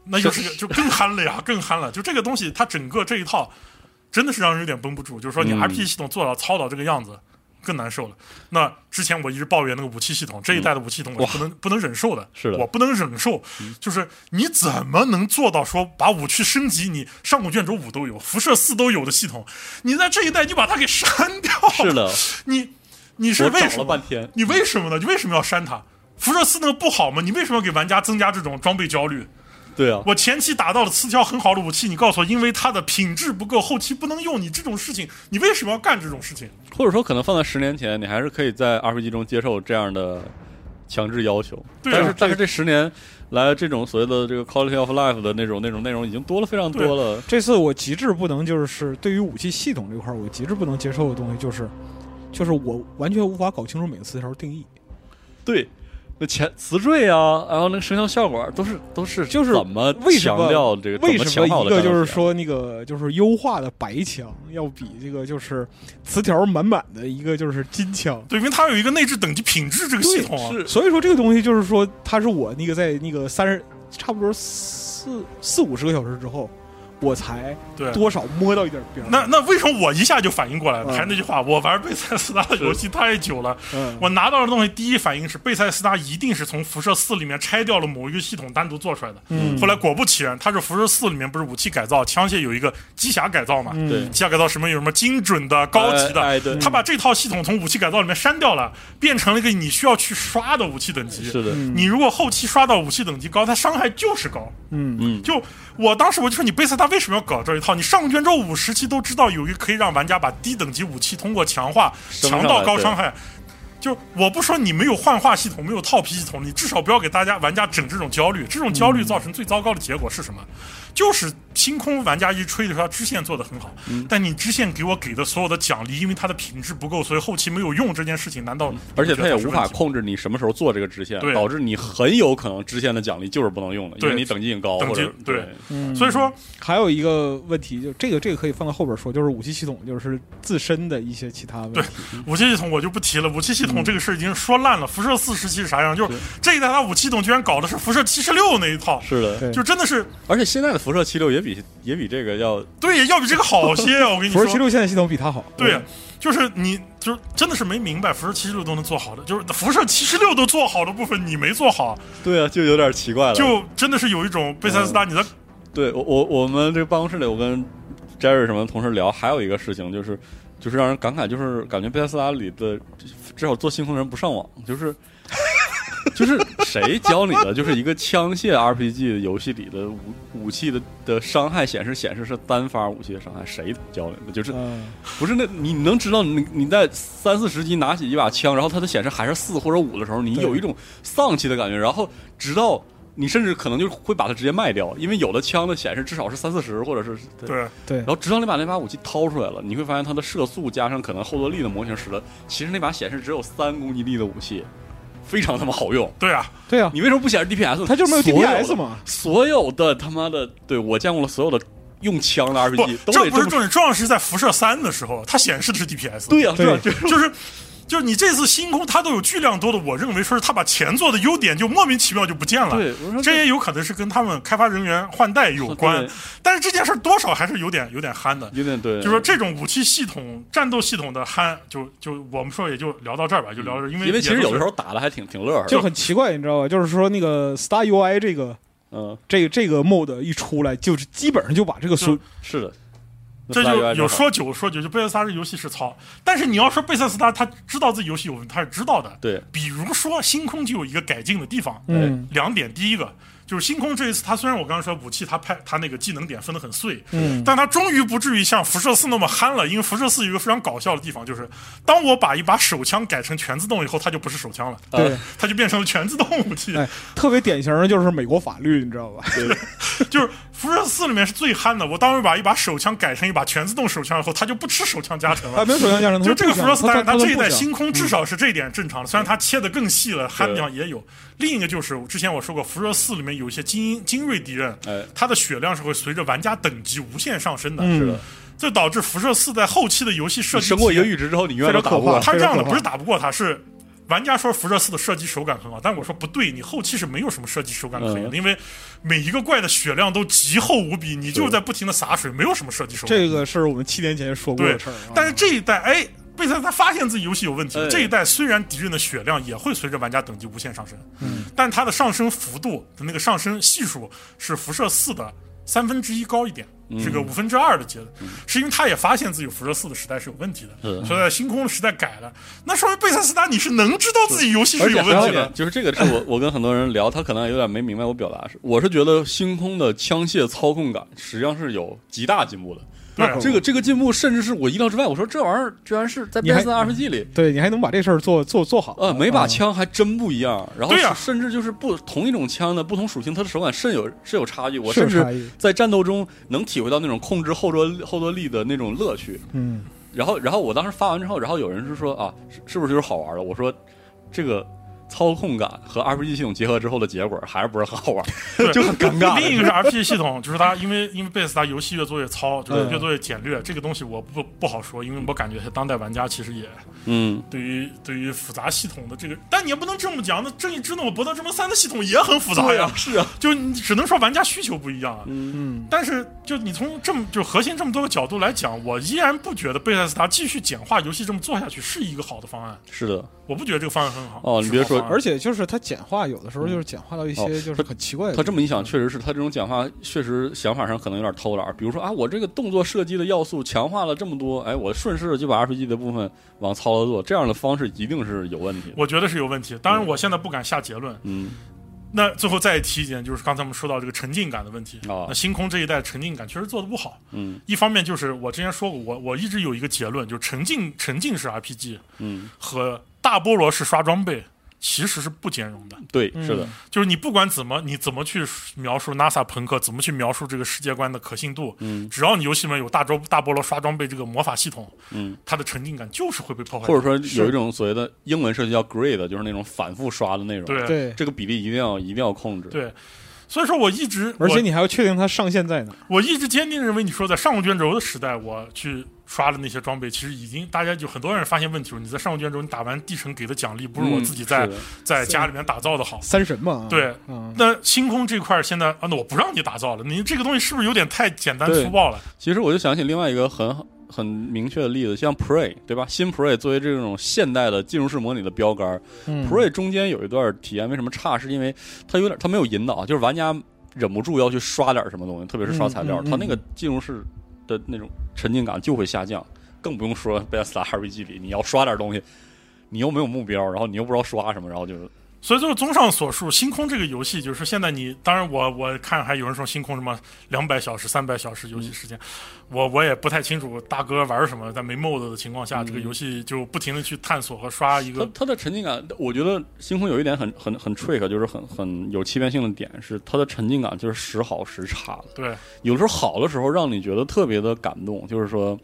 [SPEAKER 2] 那就是个就更憨了呀，更憨了。就这个东西，它整个这一套真的是让人有点绷不住。就是说，你
[SPEAKER 1] 嗯
[SPEAKER 2] RPG 系统做到操到这个样子，更难受了。那之前我一直抱怨那个武器系统，这一代的武器系统我是不能不能忍受的，
[SPEAKER 1] 嗯是的
[SPEAKER 2] 我不能忍受。就是你怎么能做到说把武器升级，你上古卷轴五都有，辐射四都有的系统，你在这一代就把它给删掉？
[SPEAKER 1] 是，的，
[SPEAKER 2] 你你是
[SPEAKER 1] 我
[SPEAKER 2] 为
[SPEAKER 1] 找
[SPEAKER 2] 什
[SPEAKER 1] 了
[SPEAKER 2] 么？
[SPEAKER 1] 半天，
[SPEAKER 2] 你为什么呢？你为什么要删它？辐射四那个不好吗？你为什么要给玩家增加这种装备焦虑？
[SPEAKER 1] 对啊，
[SPEAKER 2] 我前期打到了刺挑很好的武器，你告诉我，因为它的品质不够，后期不能用，你这种事情，你为什么要干这种事情？
[SPEAKER 1] 或者说可能放在十年前，你还是可以在 RPG 中接受这样的强制要求。
[SPEAKER 2] 对啊
[SPEAKER 1] 但是
[SPEAKER 2] 这
[SPEAKER 1] 但是这十年来，这种所谓的这个 quality of life 的那种那种内容已经多了非常多了。
[SPEAKER 3] 这次我极致不能就是对于武器系统这块儿，我极致不能接受的东西就是，就是我完全无法搞清楚每个词条定义。
[SPEAKER 1] 对。那前词缀啊，然后那个声效效果都是都是
[SPEAKER 3] 就是
[SPEAKER 1] 怎么
[SPEAKER 3] 为什么
[SPEAKER 1] 强调这个啊
[SPEAKER 3] 为
[SPEAKER 1] 怎么
[SPEAKER 3] 什
[SPEAKER 1] 强化
[SPEAKER 3] 么
[SPEAKER 1] 我
[SPEAKER 3] 一
[SPEAKER 1] 的
[SPEAKER 3] 个
[SPEAKER 1] 战斗
[SPEAKER 3] 就
[SPEAKER 1] 体验
[SPEAKER 3] 是说那个就是优化的白枪要比这个就是词条满满的一个就是金枪？
[SPEAKER 2] 对，因为它有一个内置等级品质这个系统啊。
[SPEAKER 1] 是
[SPEAKER 3] 所以说这个东西就是说，它是我那个在那个三十差不多四四五十个小时之后，我才
[SPEAKER 2] 对
[SPEAKER 3] 多少摸到一点边儿。
[SPEAKER 2] 那那为什么我一下就反应过来了？
[SPEAKER 3] 嗯
[SPEAKER 2] 还是那句话，我玩贝塞斯达的游戏太久了，
[SPEAKER 3] 嗯
[SPEAKER 2] 我拿到的东西第一反应是贝塞斯达一定是从辐射四里面拆掉了某一个系统单独做出来的。
[SPEAKER 3] 嗯
[SPEAKER 2] 后来果不其然，它是辐射四里面不是武器改
[SPEAKER 1] 嗯
[SPEAKER 2] 造，枪械有一个机匣改造嘛？
[SPEAKER 3] 嗯
[SPEAKER 1] 对
[SPEAKER 2] 机匣改造什么有什么精准的、高级的，嗯
[SPEAKER 1] 哎哎对，
[SPEAKER 2] 他把这套系统从武器改造里面删掉了，变成了一个你需要去刷的武器等级。
[SPEAKER 1] 是的，
[SPEAKER 3] 嗯
[SPEAKER 2] 你如果后期刷到武器等级高，它伤害就是高。
[SPEAKER 3] 嗯
[SPEAKER 1] 嗯，
[SPEAKER 2] 就我当时我就说，你贝塞他为什么要搞这一套？你上古卷轴五时期都知道有一个可以让玩家把低等级武器通过强化
[SPEAKER 1] 升上来
[SPEAKER 2] 强到高伤害。就我不说你没有幻化系统，没有套皮系统，你至少不要给大家玩家整这种焦虑。这种焦虑造成最糟糕的结果是什么？就是星空玩家一吹的说他支线做得很好，但你支线给我给的所有的奖励，因为它的品质不够，所以后期没有用这件事情，难道
[SPEAKER 1] 而且
[SPEAKER 2] 它
[SPEAKER 1] 它也无法控制你什么时候做这个支线，
[SPEAKER 2] 对
[SPEAKER 1] 导致你很有可能支线的奖励就是不能用的，因
[SPEAKER 2] 对
[SPEAKER 1] 为你等级已经高，
[SPEAKER 2] 等
[SPEAKER 1] 或
[SPEAKER 2] 级
[SPEAKER 1] 者
[SPEAKER 2] 对
[SPEAKER 1] 对
[SPEAKER 3] 嗯
[SPEAKER 2] 所以说，
[SPEAKER 3] 还有一个问题，就这个这个可以放到后边说，就是武器系统就是自身的一些其他问题。
[SPEAKER 2] 武器系统我就不提了，武器系统这个事已经说烂了。辐射四时期是啥样？就是
[SPEAKER 1] 对
[SPEAKER 2] 这一代它武器系统居然搞的是辐射七十六那一套，
[SPEAKER 1] 是的。
[SPEAKER 3] 对
[SPEAKER 2] 就真的是
[SPEAKER 1] 而且现在的辐射七六也比也比这个要
[SPEAKER 2] 对，要比这个好些啊！我跟你
[SPEAKER 3] 辐
[SPEAKER 2] 说
[SPEAKER 3] 射，七六现在系统比它好。
[SPEAKER 2] 对，啊就是你就是真的是没明白，辐射七十六都能做好的，就是辐射七十六都做好的部分你没做好，
[SPEAKER 1] 对啊，就有点奇怪了。
[SPEAKER 2] 就真的是有一种贝塞斯达你的
[SPEAKER 1] 对我我我们这个办公室里，我跟 Jerry 什么同事聊，还有一个事情就是，就是让人感慨，就是感觉贝塞斯达里的至少做星空的人不上网，就是就是谁教你的？就是一个枪械 RPG 游戏里的武武器的的伤害显示显示是单发武器的伤害，谁教你的？就是
[SPEAKER 3] 嗯，
[SPEAKER 1] 不是那你能知道你你在三四十级拿起一把枪，然后它的显示还是四或者五的时候，你
[SPEAKER 3] 对
[SPEAKER 1] 有一种丧气的感觉，然后直到你甚至可能就会把它直接卖掉，因为有的枪的显示至少是三四十，或者是对
[SPEAKER 2] 对，
[SPEAKER 3] 对
[SPEAKER 1] 然，后直到你把那把武器掏出来了，你会发现它的射速加上可能后坐力的模型使得，其实那把显示只有三攻击力的武器，非常他妈好用。
[SPEAKER 2] 对啊，
[SPEAKER 3] 对啊，
[SPEAKER 1] 你为什么不显示 DPS？呢
[SPEAKER 3] 它就是没有
[SPEAKER 1] 所的
[SPEAKER 3] DPS 嘛
[SPEAKER 1] 所有的他妈的，对我见过了所有的用枪的
[SPEAKER 2] 不
[SPEAKER 1] RPG，，都
[SPEAKER 2] 这
[SPEAKER 1] 得
[SPEAKER 2] 不是
[SPEAKER 1] 么
[SPEAKER 2] 重点，重要是在辐射三的时候，它显示的是 DPS，
[SPEAKER 1] 对呀、啊，
[SPEAKER 3] 对
[SPEAKER 1] 对、啊，就是
[SPEAKER 2] 就是就是你这次星空，它都有巨量多的，我认为说是它把前作的优点就莫名其妙就不见了。
[SPEAKER 1] 对我说
[SPEAKER 2] 这也有可能是跟他们开发人员换代有关
[SPEAKER 1] 对，
[SPEAKER 2] 但是这件事儿多少还是有点有点憨的。
[SPEAKER 1] 有点对，
[SPEAKER 2] 就说这种武器系统、战斗系统的憨，就就我们说也就聊到这儿吧，就聊到这儿，因为
[SPEAKER 1] 嗯因为其实有的时候
[SPEAKER 2] 候
[SPEAKER 1] 打的还挺挺乐呵的，
[SPEAKER 3] 就很奇怪，你知道吧？就是说那个 Star UI 这个
[SPEAKER 1] 嗯，
[SPEAKER 3] 这个这个 mode 一出来，就是基本上就把这个所
[SPEAKER 1] 是的，那
[SPEAKER 2] 这
[SPEAKER 1] Fly UI
[SPEAKER 2] 就有
[SPEAKER 1] 好
[SPEAKER 2] 说九说九，就贝塞斯达这游戏是糙，但是你要说贝塞斯达他知道自己游戏有问题，他是知道的。
[SPEAKER 1] 对啊
[SPEAKER 2] 比如说星空就有一个改进的地方，
[SPEAKER 3] 嗯
[SPEAKER 2] 两点，第一个就是星空这一次，他虽然我刚刚说武器他拍他那个技能点分得很碎，
[SPEAKER 3] 嗯
[SPEAKER 2] 但他终于不至于像辐射四那么憨了，因为辐射四有一个非常搞笑的地方，就是当我把一把手枪改成全自动以后，它就不是手枪了，
[SPEAKER 1] 呃
[SPEAKER 3] 对，
[SPEAKER 2] 它就变成了全自动武器。
[SPEAKER 3] 哎，特别典型的就是美国法律，你知道吧？
[SPEAKER 2] 就是辐射四里面是最憨的，我当时把一把手枪改成一把全自动手枪以后，它就不吃手枪加成
[SPEAKER 3] 啊，
[SPEAKER 2] 了。
[SPEAKER 3] 没有手枪加成，
[SPEAKER 2] 就这个
[SPEAKER 3] 他
[SPEAKER 2] 辐
[SPEAKER 3] 们不想
[SPEAKER 2] 射四，但是
[SPEAKER 3] 他
[SPEAKER 2] 它
[SPEAKER 3] 们
[SPEAKER 2] 这一代
[SPEAKER 3] 不想嗯
[SPEAKER 2] 星空至少是这一点正常的，虽然它切的更细了，憨地方也有。另一个就是我之前我说过，辐射四里面有一些精英精锐敌人，
[SPEAKER 1] 哎
[SPEAKER 2] 它的血量是会随着玩家等级无限上升的，
[SPEAKER 3] 嗯
[SPEAKER 1] 是的，
[SPEAKER 2] 这导致辐射四在后期的游戏设
[SPEAKER 1] 你
[SPEAKER 2] 计
[SPEAKER 1] 升过一
[SPEAKER 2] 体
[SPEAKER 1] 个
[SPEAKER 2] 验
[SPEAKER 1] 阈值之后，你永远都打不过
[SPEAKER 3] 非常可怕
[SPEAKER 2] 他这样的不
[SPEAKER 3] 非
[SPEAKER 2] 是
[SPEAKER 3] 常
[SPEAKER 2] 打不过他，是玩家说辐射四的射击手感很好，但我说不对，你后期是没有什么射击手感可言的，
[SPEAKER 1] 嗯
[SPEAKER 2] 因为每一个怪的血量都极厚无比，你就是在不停的洒水，没有什么射击手感。
[SPEAKER 3] 这个是我们七年前说过
[SPEAKER 2] 对
[SPEAKER 3] 的事儿啊，，
[SPEAKER 2] 但是这一代哎。贝塞斯他发现自己游戏有问题了。
[SPEAKER 1] 哎
[SPEAKER 2] 这一代虽然敌人的血量也会随着玩家等级无限上升，
[SPEAKER 3] 嗯
[SPEAKER 2] 但它的上升幅度的那个上升系数是辐射四的三分之一高一点，是个五分之二的阶段，是因为他也发现自己辐射四的时代是有问题的，
[SPEAKER 1] 嗯
[SPEAKER 2] 所以在星空的时代改了。那说明贝塞斯达你是能知道自己游戏
[SPEAKER 1] 而
[SPEAKER 2] 是
[SPEAKER 1] 且
[SPEAKER 2] 有
[SPEAKER 1] 还有
[SPEAKER 2] 问
[SPEAKER 1] 一
[SPEAKER 2] 题
[SPEAKER 1] 点
[SPEAKER 2] 的，
[SPEAKER 1] 就是这个是
[SPEAKER 2] <laughs>
[SPEAKER 1] 我我跟很多人聊，他可能有点没明白我表达是，我是觉得星空的枪械操控感实际上是有极大进步的。
[SPEAKER 2] 对
[SPEAKER 3] 那可
[SPEAKER 2] 啊
[SPEAKER 3] 不
[SPEAKER 1] 这个这个进步甚至是我意料之外，我说这玩意儿居然是在
[SPEAKER 3] 你还
[SPEAKER 1] PS RPG 里，
[SPEAKER 3] 对你还能把这事儿做做做好，
[SPEAKER 1] 呃，每把枪还真不一样。然后
[SPEAKER 2] 啊对呀
[SPEAKER 1] 甚至就是不同一种枪的不同属性，它的手感甚有是有差异。我
[SPEAKER 3] 是有
[SPEAKER 1] 甚至
[SPEAKER 3] 差异
[SPEAKER 1] 在战斗中能体会到那种控制后坐后坐力的那种乐趣。
[SPEAKER 3] 嗯，
[SPEAKER 1] 然后，然后我当时发完之后，然后有人是说啊，是是不是就是好玩了？我说，这个操控感和 RPG 系统结合之后的结果还是不是很 <laughs> 好玩，就很尴尬。
[SPEAKER 2] <laughs> 另一个是 RPG 系统，就是它因为因为贝斯达游戏越做越糙，就是
[SPEAKER 3] 嗯
[SPEAKER 2] 越做越简略，这个东西我不不好说，因为我感觉当代玩家其实也
[SPEAKER 1] 嗯，
[SPEAKER 2] 对于对于复杂系统的这个，但你也不能这么讲，那《正义之怒》《博德之门三》的系统也很复杂
[SPEAKER 1] 对
[SPEAKER 2] 呀
[SPEAKER 1] 啊，，是啊，
[SPEAKER 2] 就你只能说玩家需求不一样啊。
[SPEAKER 3] 嗯
[SPEAKER 2] 但是，就你从这么就核心这么多个角度来讲，我依然不觉得贝塞斯达继续简化游戏这么做下去是一个好的方案。
[SPEAKER 1] 是的，
[SPEAKER 2] 我不觉得这个方案很好。
[SPEAKER 1] 哦你别说
[SPEAKER 3] 而且就是它简化，有的时候就是简化到一
[SPEAKER 1] 哦
[SPEAKER 3] 些就是
[SPEAKER 1] 它
[SPEAKER 3] 很奇怪的
[SPEAKER 1] 他
[SPEAKER 3] 地方。
[SPEAKER 1] 这么一想，确实是他这种讲话，确实想法上可能有点偷懒儿。比如说啊，我这个动作射击的要素强化了这么多，哎，我顺势就把 RPG 的部分往操作做，这样的方式一定是有问题的。
[SPEAKER 2] 我觉得是有问题。当然，我现在不敢下结论。
[SPEAKER 1] 嗯，
[SPEAKER 2] 那最后再提一点，就是刚才我们说到这个沉浸感的问题。
[SPEAKER 1] 哦
[SPEAKER 2] 那星空这一代沉浸感确实做的不好。
[SPEAKER 1] 嗯，
[SPEAKER 2] 一方面就是我之前说过，我我一直有一个结论，就是沉浸沉浸式 RPG
[SPEAKER 1] 嗯，
[SPEAKER 2] 和大菠萝式刷装备其实是不兼容的。
[SPEAKER 1] 对，是的，
[SPEAKER 2] 就是你不管怎么，你怎么去描述 NASA 朋克，怎么去描述这个世界观的可信度，
[SPEAKER 1] 嗯
[SPEAKER 2] 只要你游戏里面有大周大菠萝刷装备这个魔法系统，
[SPEAKER 1] 嗯，
[SPEAKER 2] 它的沉浸感就是会被破坏
[SPEAKER 1] 或
[SPEAKER 2] 掉。
[SPEAKER 1] 者说有一种所谓的英文设计叫 grade，就是那种反复刷的内容。
[SPEAKER 2] 对
[SPEAKER 3] 对，
[SPEAKER 1] 这个比例一定要一定要控制。
[SPEAKER 2] 对，所以说我一直，
[SPEAKER 3] 而且你还要确定它上限在哪。
[SPEAKER 2] 我我一直坚定认为，你说在上古卷轴的时代，我去刷的那些装备，其实已经大家就很多人发现问题了。你在上古卷轴，你打完地城给的奖励
[SPEAKER 1] 嗯，
[SPEAKER 2] 不如我自己在、
[SPEAKER 1] 是的
[SPEAKER 2] 在家里面打造的好。
[SPEAKER 3] 三神嘛，啊
[SPEAKER 2] 对
[SPEAKER 3] 嗯，
[SPEAKER 2] 那星空这块儿现在啊，那我不让你打造了，你这个东西是不是有点太简单
[SPEAKER 1] 对
[SPEAKER 2] 粗暴了？
[SPEAKER 1] 其实我就想起另外一个很很明确的例子，像 Prey 对吧？新 Prey 作为这种现代的进入式模拟的标杆、
[SPEAKER 3] 嗯
[SPEAKER 1] p r e y 中间有一段体验为什么差，是因为它有点它没有引导，就是玩家忍不住要去刷点什么东西，特别是刷材料，
[SPEAKER 3] 嗯嗯嗯
[SPEAKER 1] 它那个进入式的那种沉浸感就会下降，更不用说贝斯达 RPG 里你要刷点东西，你又没有目标，然后你又不知道刷什么，然后就
[SPEAKER 2] 所以就是综上所述，《星空》这个游戏就是现在你，当然我我看还有人说《星空》什么两百小时、三百小时游戏时间，我我也不太清楚大哥玩什么，在没 mod 的情况下，
[SPEAKER 1] 嗯
[SPEAKER 2] 这个游戏就不停的去探索和刷
[SPEAKER 3] 嗯
[SPEAKER 2] 一
[SPEAKER 1] 它 <laughs>
[SPEAKER 2] 个，
[SPEAKER 1] 它的沉浸感，我觉得星空有一点很很很 trick，就是很很有欺骗性的点是它的沉浸感就是时好时差的。
[SPEAKER 2] 对
[SPEAKER 1] 有的时候好的时候让你觉得特别的感动，就是说，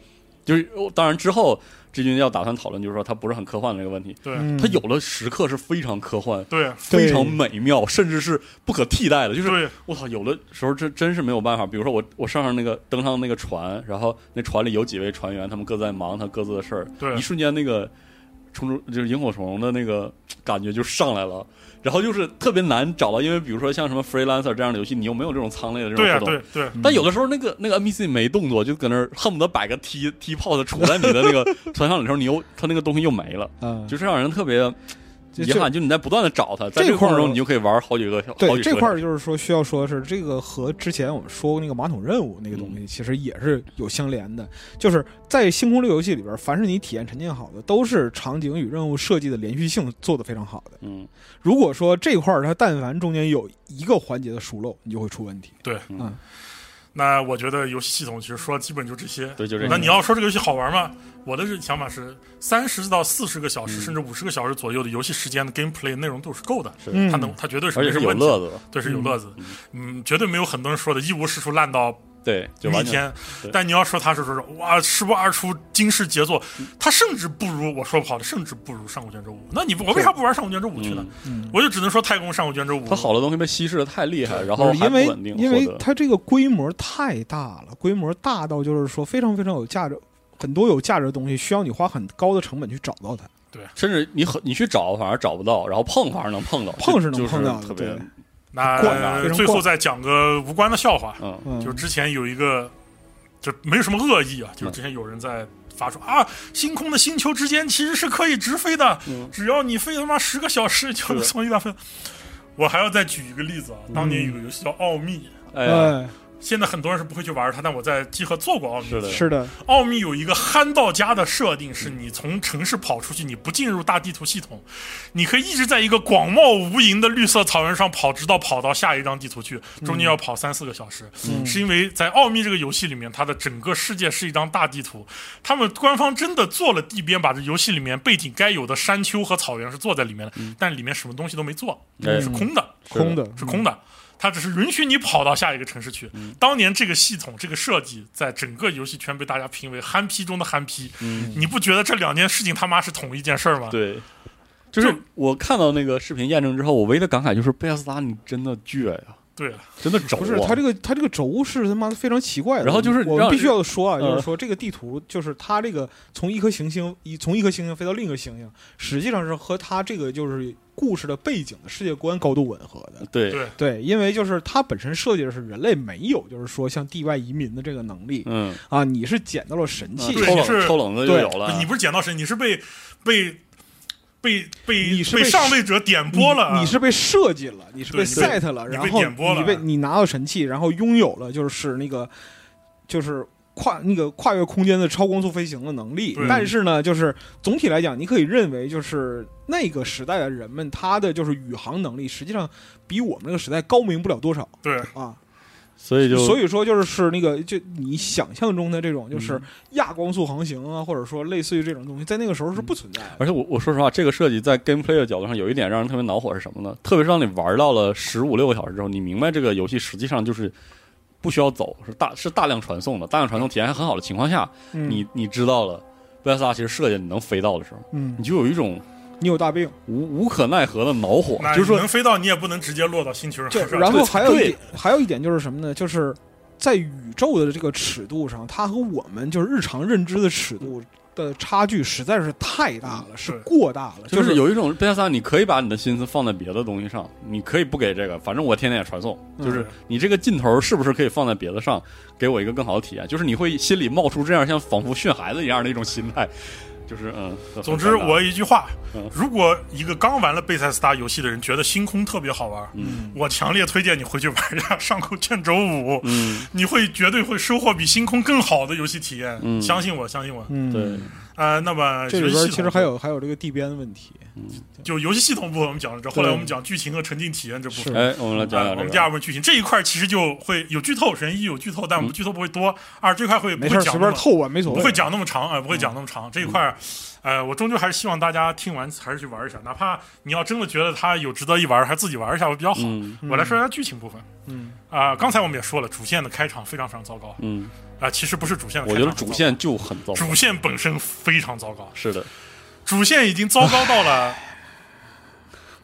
[SPEAKER 1] 就是哦当然之后志军要打算讨论，就是说它不是很科幻的这个问题，
[SPEAKER 2] 对、
[SPEAKER 3] 嗯
[SPEAKER 1] 它有的时刻是非常科幻、
[SPEAKER 2] 对
[SPEAKER 3] 对
[SPEAKER 1] 非常美妙，甚至是不可替代的。就是
[SPEAKER 2] 对
[SPEAKER 1] 我操，有的时候真真是没有办法。比如说我我上上那个登上那个船，然后那船里有几位船员，他们各自在忙他各自的事儿，
[SPEAKER 2] 对
[SPEAKER 1] 一瞬间那个冲出就是萤火虫的那个感觉就上来了，然后就是特别难找到，因为比如说像什么 freelancer 这样的游戏，你又没有这种舱类的这种
[SPEAKER 2] 对
[SPEAKER 1] 活
[SPEAKER 2] 啊
[SPEAKER 1] 动。
[SPEAKER 2] 对对
[SPEAKER 1] 但有的时候，那个那个 NPC 没动作，就搁那儿恨不得摆个踢踢炮的杵在你的那
[SPEAKER 3] <laughs>
[SPEAKER 1] 个船上的时候，你又他那个东西又没了，
[SPEAKER 3] 嗯，
[SPEAKER 1] 就是让人特别
[SPEAKER 3] 这
[SPEAKER 1] 遗憾。就你在不断的找它，在
[SPEAKER 3] 这
[SPEAKER 1] 个过程
[SPEAKER 3] 块儿
[SPEAKER 1] 中，你就可以玩好几个小好
[SPEAKER 3] 对
[SPEAKER 1] 几
[SPEAKER 3] 这
[SPEAKER 1] 个
[SPEAKER 3] 块儿就是说需要说的是，这个和之前我们说过那个马桶任务那个东
[SPEAKER 1] 嗯
[SPEAKER 3] 西，其实也是有相连的。就是在《星空六》游戏里边，凡是你体验沉浸好的，都是场景与任务设计的连续性做得非常好的。
[SPEAKER 1] 嗯，
[SPEAKER 3] 如果说这块儿它但凡中间有一个环节的疏漏，你就会出问题。
[SPEAKER 2] 对，
[SPEAKER 3] 嗯，
[SPEAKER 2] 那我觉得游戏系统其实说基本就这些。
[SPEAKER 1] 对，就这
[SPEAKER 2] 那
[SPEAKER 1] 样。
[SPEAKER 2] 你要说这个游戏好玩吗？我的是想法是，三十到四十个小时，
[SPEAKER 1] 嗯
[SPEAKER 2] 甚至五十个小时左右的游戏时间的 gameplay 内容度是够的，
[SPEAKER 1] 是
[SPEAKER 3] 嗯
[SPEAKER 2] 它能，它绝对是
[SPEAKER 1] 而且
[SPEAKER 2] 没什
[SPEAKER 1] 是
[SPEAKER 2] 么
[SPEAKER 1] 有
[SPEAKER 2] 问题的
[SPEAKER 1] 乐子的，
[SPEAKER 2] 对，是有乐子，嗯，绝对没有很多人说的一无是处、烂到
[SPEAKER 1] 对，就
[SPEAKER 2] 逆
[SPEAKER 1] 完全
[SPEAKER 2] 天
[SPEAKER 1] 对。
[SPEAKER 2] 但你要说他是说是哇，是不二出惊世杰作，他甚至不如我说不好的，甚至不如上古卷轴五。那你我为啥不玩上古卷轴五去呢？
[SPEAKER 3] 嗯
[SPEAKER 2] 我就只能说太空上古卷轴五，
[SPEAKER 1] 它好的东西被稀释的太厉害，然后
[SPEAKER 3] 就是
[SPEAKER 1] 还
[SPEAKER 3] 因
[SPEAKER 1] 不
[SPEAKER 3] 为
[SPEAKER 1] 稳定，
[SPEAKER 3] 因
[SPEAKER 1] 获
[SPEAKER 3] 为
[SPEAKER 1] 得
[SPEAKER 3] 它这个规模太大了，规模大到就是说非常非常有价值，很多有价值的东西需要你花很高的成本去找到它。
[SPEAKER 1] 甚至你很你去找反而找不到，然后碰反而能碰到，
[SPEAKER 3] 碰
[SPEAKER 1] 就是
[SPEAKER 3] 能
[SPEAKER 1] 就是
[SPEAKER 3] 碰到的
[SPEAKER 1] 特别
[SPEAKER 3] 对
[SPEAKER 2] 那
[SPEAKER 3] 惯了非常
[SPEAKER 2] 最后
[SPEAKER 3] 惯
[SPEAKER 2] 再讲个无关的笑话，
[SPEAKER 1] 嗯
[SPEAKER 3] 嗯，
[SPEAKER 2] 就是之前有一个，就没有什么恶意啊，
[SPEAKER 1] 嗯
[SPEAKER 2] 就是之前有人在发出啊，星空的星球之间其实是可以直飞的，
[SPEAKER 1] 嗯
[SPEAKER 2] 只要你飞他妈十个小时就能
[SPEAKER 1] 是
[SPEAKER 2] 从一大飞。我还要再举一个例子啊，
[SPEAKER 1] 嗯
[SPEAKER 2] 当年有个游戏叫《奥秘》，
[SPEAKER 1] 哎呀，
[SPEAKER 3] 哎，
[SPEAKER 2] 现在很多人是不会去玩它，但我在集合做过《奥秘》。
[SPEAKER 1] 是的，
[SPEAKER 3] 是的，
[SPEAKER 2] 奥秘有一个憨到家的设定，是你从城市跑出去，你不进入大地图系统，你可以一直在一个广袤无垠的绿色草原上跑，直到跑到下一张地图去，中间要跑三四个小时。
[SPEAKER 3] 嗯
[SPEAKER 2] 是因为在奥秘这个游戏里面，它的整个世界是一张大地图，他们官方真的做了地边，把这游戏里面背景该有的山丘和草原是做在里面的，但里面什么东西都没做，
[SPEAKER 1] 哎
[SPEAKER 2] 是空的。
[SPEAKER 1] 是的
[SPEAKER 3] 空的
[SPEAKER 2] 是空
[SPEAKER 1] 嗯
[SPEAKER 2] 的，它只是允许你跑到下一个城市去。当年这个系统、这个设计，在整个游戏圈被大家评为憨批中的憨批。
[SPEAKER 1] 嗯
[SPEAKER 2] 你不觉得这两件事情他妈是同一件事儿吗？
[SPEAKER 1] 对，啊就是我看到那个视频验证之后，我唯一的感慨就是贝塞斯达你真的倔呀、
[SPEAKER 2] 对，
[SPEAKER 1] 真的轴、啊。
[SPEAKER 3] 嗯不是，它这个它这个轴是他妈的非常奇怪的。
[SPEAKER 1] 然后就是
[SPEAKER 3] 我
[SPEAKER 1] 让
[SPEAKER 3] 们必须要说啊，
[SPEAKER 1] 嗯
[SPEAKER 3] 就是说这个地图就是它这个从一颗行星一从一颗行星飞到另一个行星，实际上是和它这个就是故事的背景的世界观高度吻合的。
[SPEAKER 1] 对，
[SPEAKER 2] 对
[SPEAKER 3] 对，因为就是它本身设计的是人类没有，就是说像地外移民的这个能力
[SPEAKER 1] 嗯，
[SPEAKER 3] 啊，你是捡到了神器，
[SPEAKER 1] 抽
[SPEAKER 2] 你
[SPEAKER 1] 冷
[SPEAKER 2] 是
[SPEAKER 1] 抽冷子就有
[SPEAKER 2] 不
[SPEAKER 1] 了。
[SPEAKER 2] 你不是捡到神，你是被被被被
[SPEAKER 3] 你是被
[SPEAKER 2] 上位者点拨了啊。
[SPEAKER 3] 你，你是被设计了，你是被
[SPEAKER 2] 对你被
[SPEAKER 3] set 了，
[SPEAKER 2] 你被
[SPEAKER 3] 然后
[SPEAKER 2] 点播了啊
[SPEAKER 3] 你被你拿到神器，然后拥有了就是那个就是跨那个跨越空间的超光速飞行的能力
[SPEAKER 2] 对。
[SPEAKER 3] 但是呢，就是总体来讲，你可以认为就是那个时代的人们，他的就是宇航能力，实际上比我们那个时代高明不了多少
[SPEAKER 2] 对
[SPEAKER 3] 啊。
[SPEAKER 1] 所以就
[SPEAKER 3] 所
[SPEAKER 1] 以
[SPEAKER 3] 以说就是是那个就你想象中的这种就是
[SPEAKER 1] 嗯
[SPEAKER 3] 亚光速航行啊，或者说类似于这种东西，在那个时候是不存在的。
[SPEAKER 1] 而且我我说实话，这个设计在 gameplay 的角度上有一点让人特别恼火是什么呢？特别是当你玩到了十五六个小时之后，你明白这个游戏实际上就是。不需要走，是大是大量传送的，大量传送体验还很好的情况下，
[SPEAKER 3] 嗯
[SPEAKER 1] 你你知道了贝塞斯达其实设计你能飞到的时候，
[SPEAKER 3] 嗯
[SPEAKER 1] 你，就有一种
[SPEAKER 3] 你有大病。
[SPEAKER 1] 无无可奈何的恼火，
[SPEAKER 2] 那
[SPEAKER 1] 就是
[SPEAKER 2] 你
[SPEAKER 1] 说
[SPEAKER 2] 能飞到，你也不能直接落到星球上。
[SPEAKER 3] 对
[SPEAKER 2] 是，吧
[SPEAKER 3] 然后还有一
[SPEAKER 1] 对
[SPEAKER 3] 点，还有一点就是什么呢？就是在宇宙的这个尺度上，它和我们就是日常认知的尺度的差距实在是太大了，是
[SPEAKER 2] 嗯对
[SPEAKER 3] 过大了。
[SPEAKER 1] 就是是有一种贝塞斯达，你可以把你的心思放在别的东西上，你可以不给这个，反正我天天也传送。
[SPEAKER 3] 嗯
[SPEAKER 1] 就是你这个劲头是不是可以放在别的上，给我一个更好的体验？就是你会心里冒出这样像仿佛训孩子一样的一种心态，就是嗯，很
[SPEAKER 2] 总
[SPEAKER 1] 很
[SPEAKER 2] 之，
[SPEAKER 1] 尴尬
[SPEAKER 2] 我一句话
[SPEAKER 1] 嗯，
[SPEAKER 2] 如果一个刚玩了贝塞斯达游戏的人觉得星空特别好玩，
[SPEAKER 1] 嗯
[SPEAKER 2] 我强烈推荐你回去玩一下《上古卷轴五》，
[SPEAKER 1] 嗯
[SPEAKER 2] 你会绝对会收获比星空更好的游戏体验。
[SPEAKER 1] 嗯
[SPEAKER 2] 相信我，相信我。
[SPEAKER 3] 嗯，
[SPEAKER 1] 对，
[SPEAKER 2] 呃，那么
[SPEAKER 3] 这
[SPEAKER 2] 游
[SPEAKER 3] 里
[SPEAKER 2] 戏系
[SPEAKER 3] 边
[SPEAKER 2] 统
[SPEAKER 3] 其实还有还有这个地边的问题，
[SPEAKER 2] 就游戏系统部分我们讲了这，后来
[SPEAKER 3] 对
[SPEAKER 2] 我们讲剧情和沉浸体验这部
[SPEAKER 3] 是
[SPEAKER 2] 分。
[SPEAKER 1] 哎，我们来讲
[SPEAKER 2] 啊，
[SPEAKER 1] 讲
[SPEAKER 2] 我
[SPEAKER 1] 这
[SPEAKER 2] 们
[SPEAKER 1] 个
[SPEAKER 2] 第二部分剧情这一块其实就会有剧透，神一有剧透，但我们剧透不会多。二这块会不
[SPEAKER 3] 没事
[SPEAKER 2] 会
[SPEAKER 3] 儿
[SPEAKER 2] 讲
[SPEAKER 3] 随
[SPEAKER 2] 那
[SPEAKER 3] 便
[SPEAKER 2] 么
[SPEAKER 3] 透嗯吧，没所
[SPEAKER 2] 不
[SPEAKER 3] 谓。
[SPEAKER 2] 会讲那么长，呃，不会讲那么长。这一块儿，呃，我终究还是希望大家听完还是去玩一下，哪怕你要真的觉得它有值得一玩，还自己玩一下会比较好。
[SPEAKER 1] 嗯
[SPEAKER 2] 我来说一下剧情部分
[SPEAKER 3] 嗯，
[SPEAKER 2] 啊、刚才我们也说了，主线的开场非常非常糟糕啊、
[SPEAKER 1] 嗯，
[SPEAKER 2] 其实不是主线的
[SPEAKER 1] 我
[SPEAKER 2] 开
[SPEAKER 1] 觉
[SPEAKER 2] 场
[SPEAKER 1] 得
[SPEAKER 2] 很糟糕，
[SPEAKER 1] 主线就很糟，
[SPEAKER 2] 啊主线本身非常糟糕，
[SPEAKER 1] 是的，
[SPEAKER 2] 主线已经糟糕到了。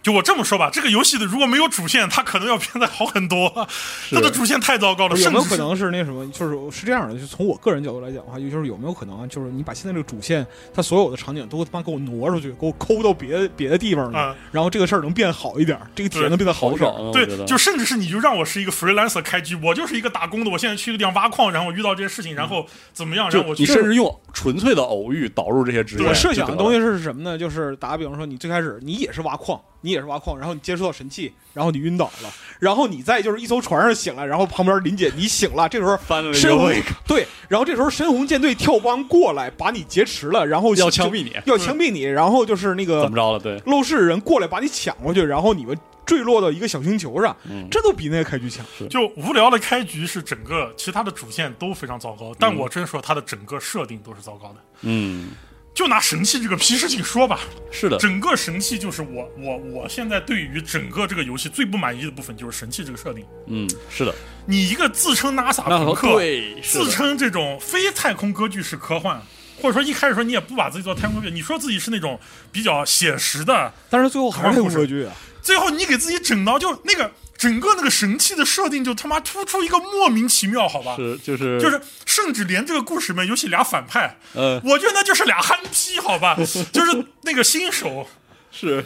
[SPEAKER 2] 就我这么说吧，这个游戏的如果没有主线，它可能要变得好很多。它的主线太糟糕了，
[SPEAKER 3] 不是有
[SPEAKER 2] 甚
[SPEAKER 3] 没
[SPEAKER 2] 至
[SPEAKER 3] 有可
[SPEAKER 2] 是
[SPEAKER 3] 能是那什么？就是是这样的，就从我个人角度来讲的话，就是有没有可能啊？就是你把现在这个主线，它所有的场景都他妈给我挪出去，给我抠到别的别的地方去，
[SPEAKER 2] 嗯
[SPEAKER 3] 然后这个事儿能变好一点儿，这个体验能变得好
[SPEAKER 1] 好
[SPEAKER 3] 一点
[SPEAKER 1] 少
[SPEAKER 3] 儿。
[SPEAKER 1] 啊，我觉
[SPEAKER 2] 对，
[SPEAKER 1] 得
[SPEAKER 2] 就甚至是你就让我是一个 freelancer 开局，我就是一个打工的，我现在去一个地方挖矿，然后我遇到这些事情，然后怎么样，然后
[SPEAKER 1] 就
[SPEAKER 2] 我
[SPEAKER 1] 你
[SPEAKER 2] 去
[SPEAKER 1] 甚至用纯粹的偶遇导入这些职业，
[SPEAKER 2] 对
[SPEAKER 3] 我设想的东
[SPEAKER 1] 西
[SPEAKER 3] 西是什么呢？就是打个比方说，你最开始你也是挖矿，你也是挖矿，然后你接触到神器，然后你晕倒了，然后你再就是一艘船上醒来，然后旁边林姐你醒了，这时候
[SPEAKER 1] 翻了一
[SPEAKER 3] 深
[SPEAKER 1] 个
[SPEAKER 3] 红
[SPEAKER 1] 位
[SPEAKER 3] 对，然后这时候深红舰队跳帮过来把你劫持了，然后
[SPEAKER 1] 要
[SPEAKER 3] 就
[SPEAKER 1] 枪毙你，
[SPEAKER 3] 要枪毙你，然后就是那
[SPEAKER 1] 怎
[SPEAKER 3] 个
[SPEAKER 1] 么着了？对，
[SPEAKER 3] 陋室人过来把你抢过去，然后你们坠落到一个小星球上，
[SPEAKER 1] 嗯，
[SPEAKER 3] 这都比那个开局强。
[SPEAKER 2] 就无聊的开局是整个其他的主线都非常糟糕，但我真说它的整个设定都是糟糕的。
[SPEAKER 1] 嗯，
[SPEAKER 2] 就拿神器这个屁事情说吧，
[SPEAKER 1] 是的，
[SPEAKER 2] 整个神器就是我我我现在对于整个这个游戏最不满意的部分就是神器这个设定。
[SPEAKER 1] 嗯，是的，
[SPEAKER 2] 你一个自称 NASA
[SPEAKER 1] 那
[SPEAKER 2] 朋
[SPEAKER 1] 和
[SPEAKER 2] 克，
[SPEAKER 1] 对，是
[SPEAKER 2] 自
[SPEAKER 1] 的，
[SPEAKER 2] 称这种非太空歌剧式科幻，或者说一开始说你也不把自己做太空歌剧，你说自己是那种比较写实的，
[SPEAKER 3] 但是最后还是
[SPEAKER 2] 好
[SPEAKER 3] 那
[SPEAKER 2] 像
[SPEAKER 3] 个恶剧啊，
[SPEAKER 2] 最后你给自己整到就那个整个那个神器的设定就他妈突出一个莫名其妙，好吧？
[SPEAKER 1] 是就是
[SPEAKER 2] 就是，甚至连这个故事里面，尤其俩反 <laughs> 派，
[SPEAKER 1] 呃，
[SPEAKER 2] 我觉得那就是俩憨批，好吧？就是那个新手
[SPEAKER 1] 是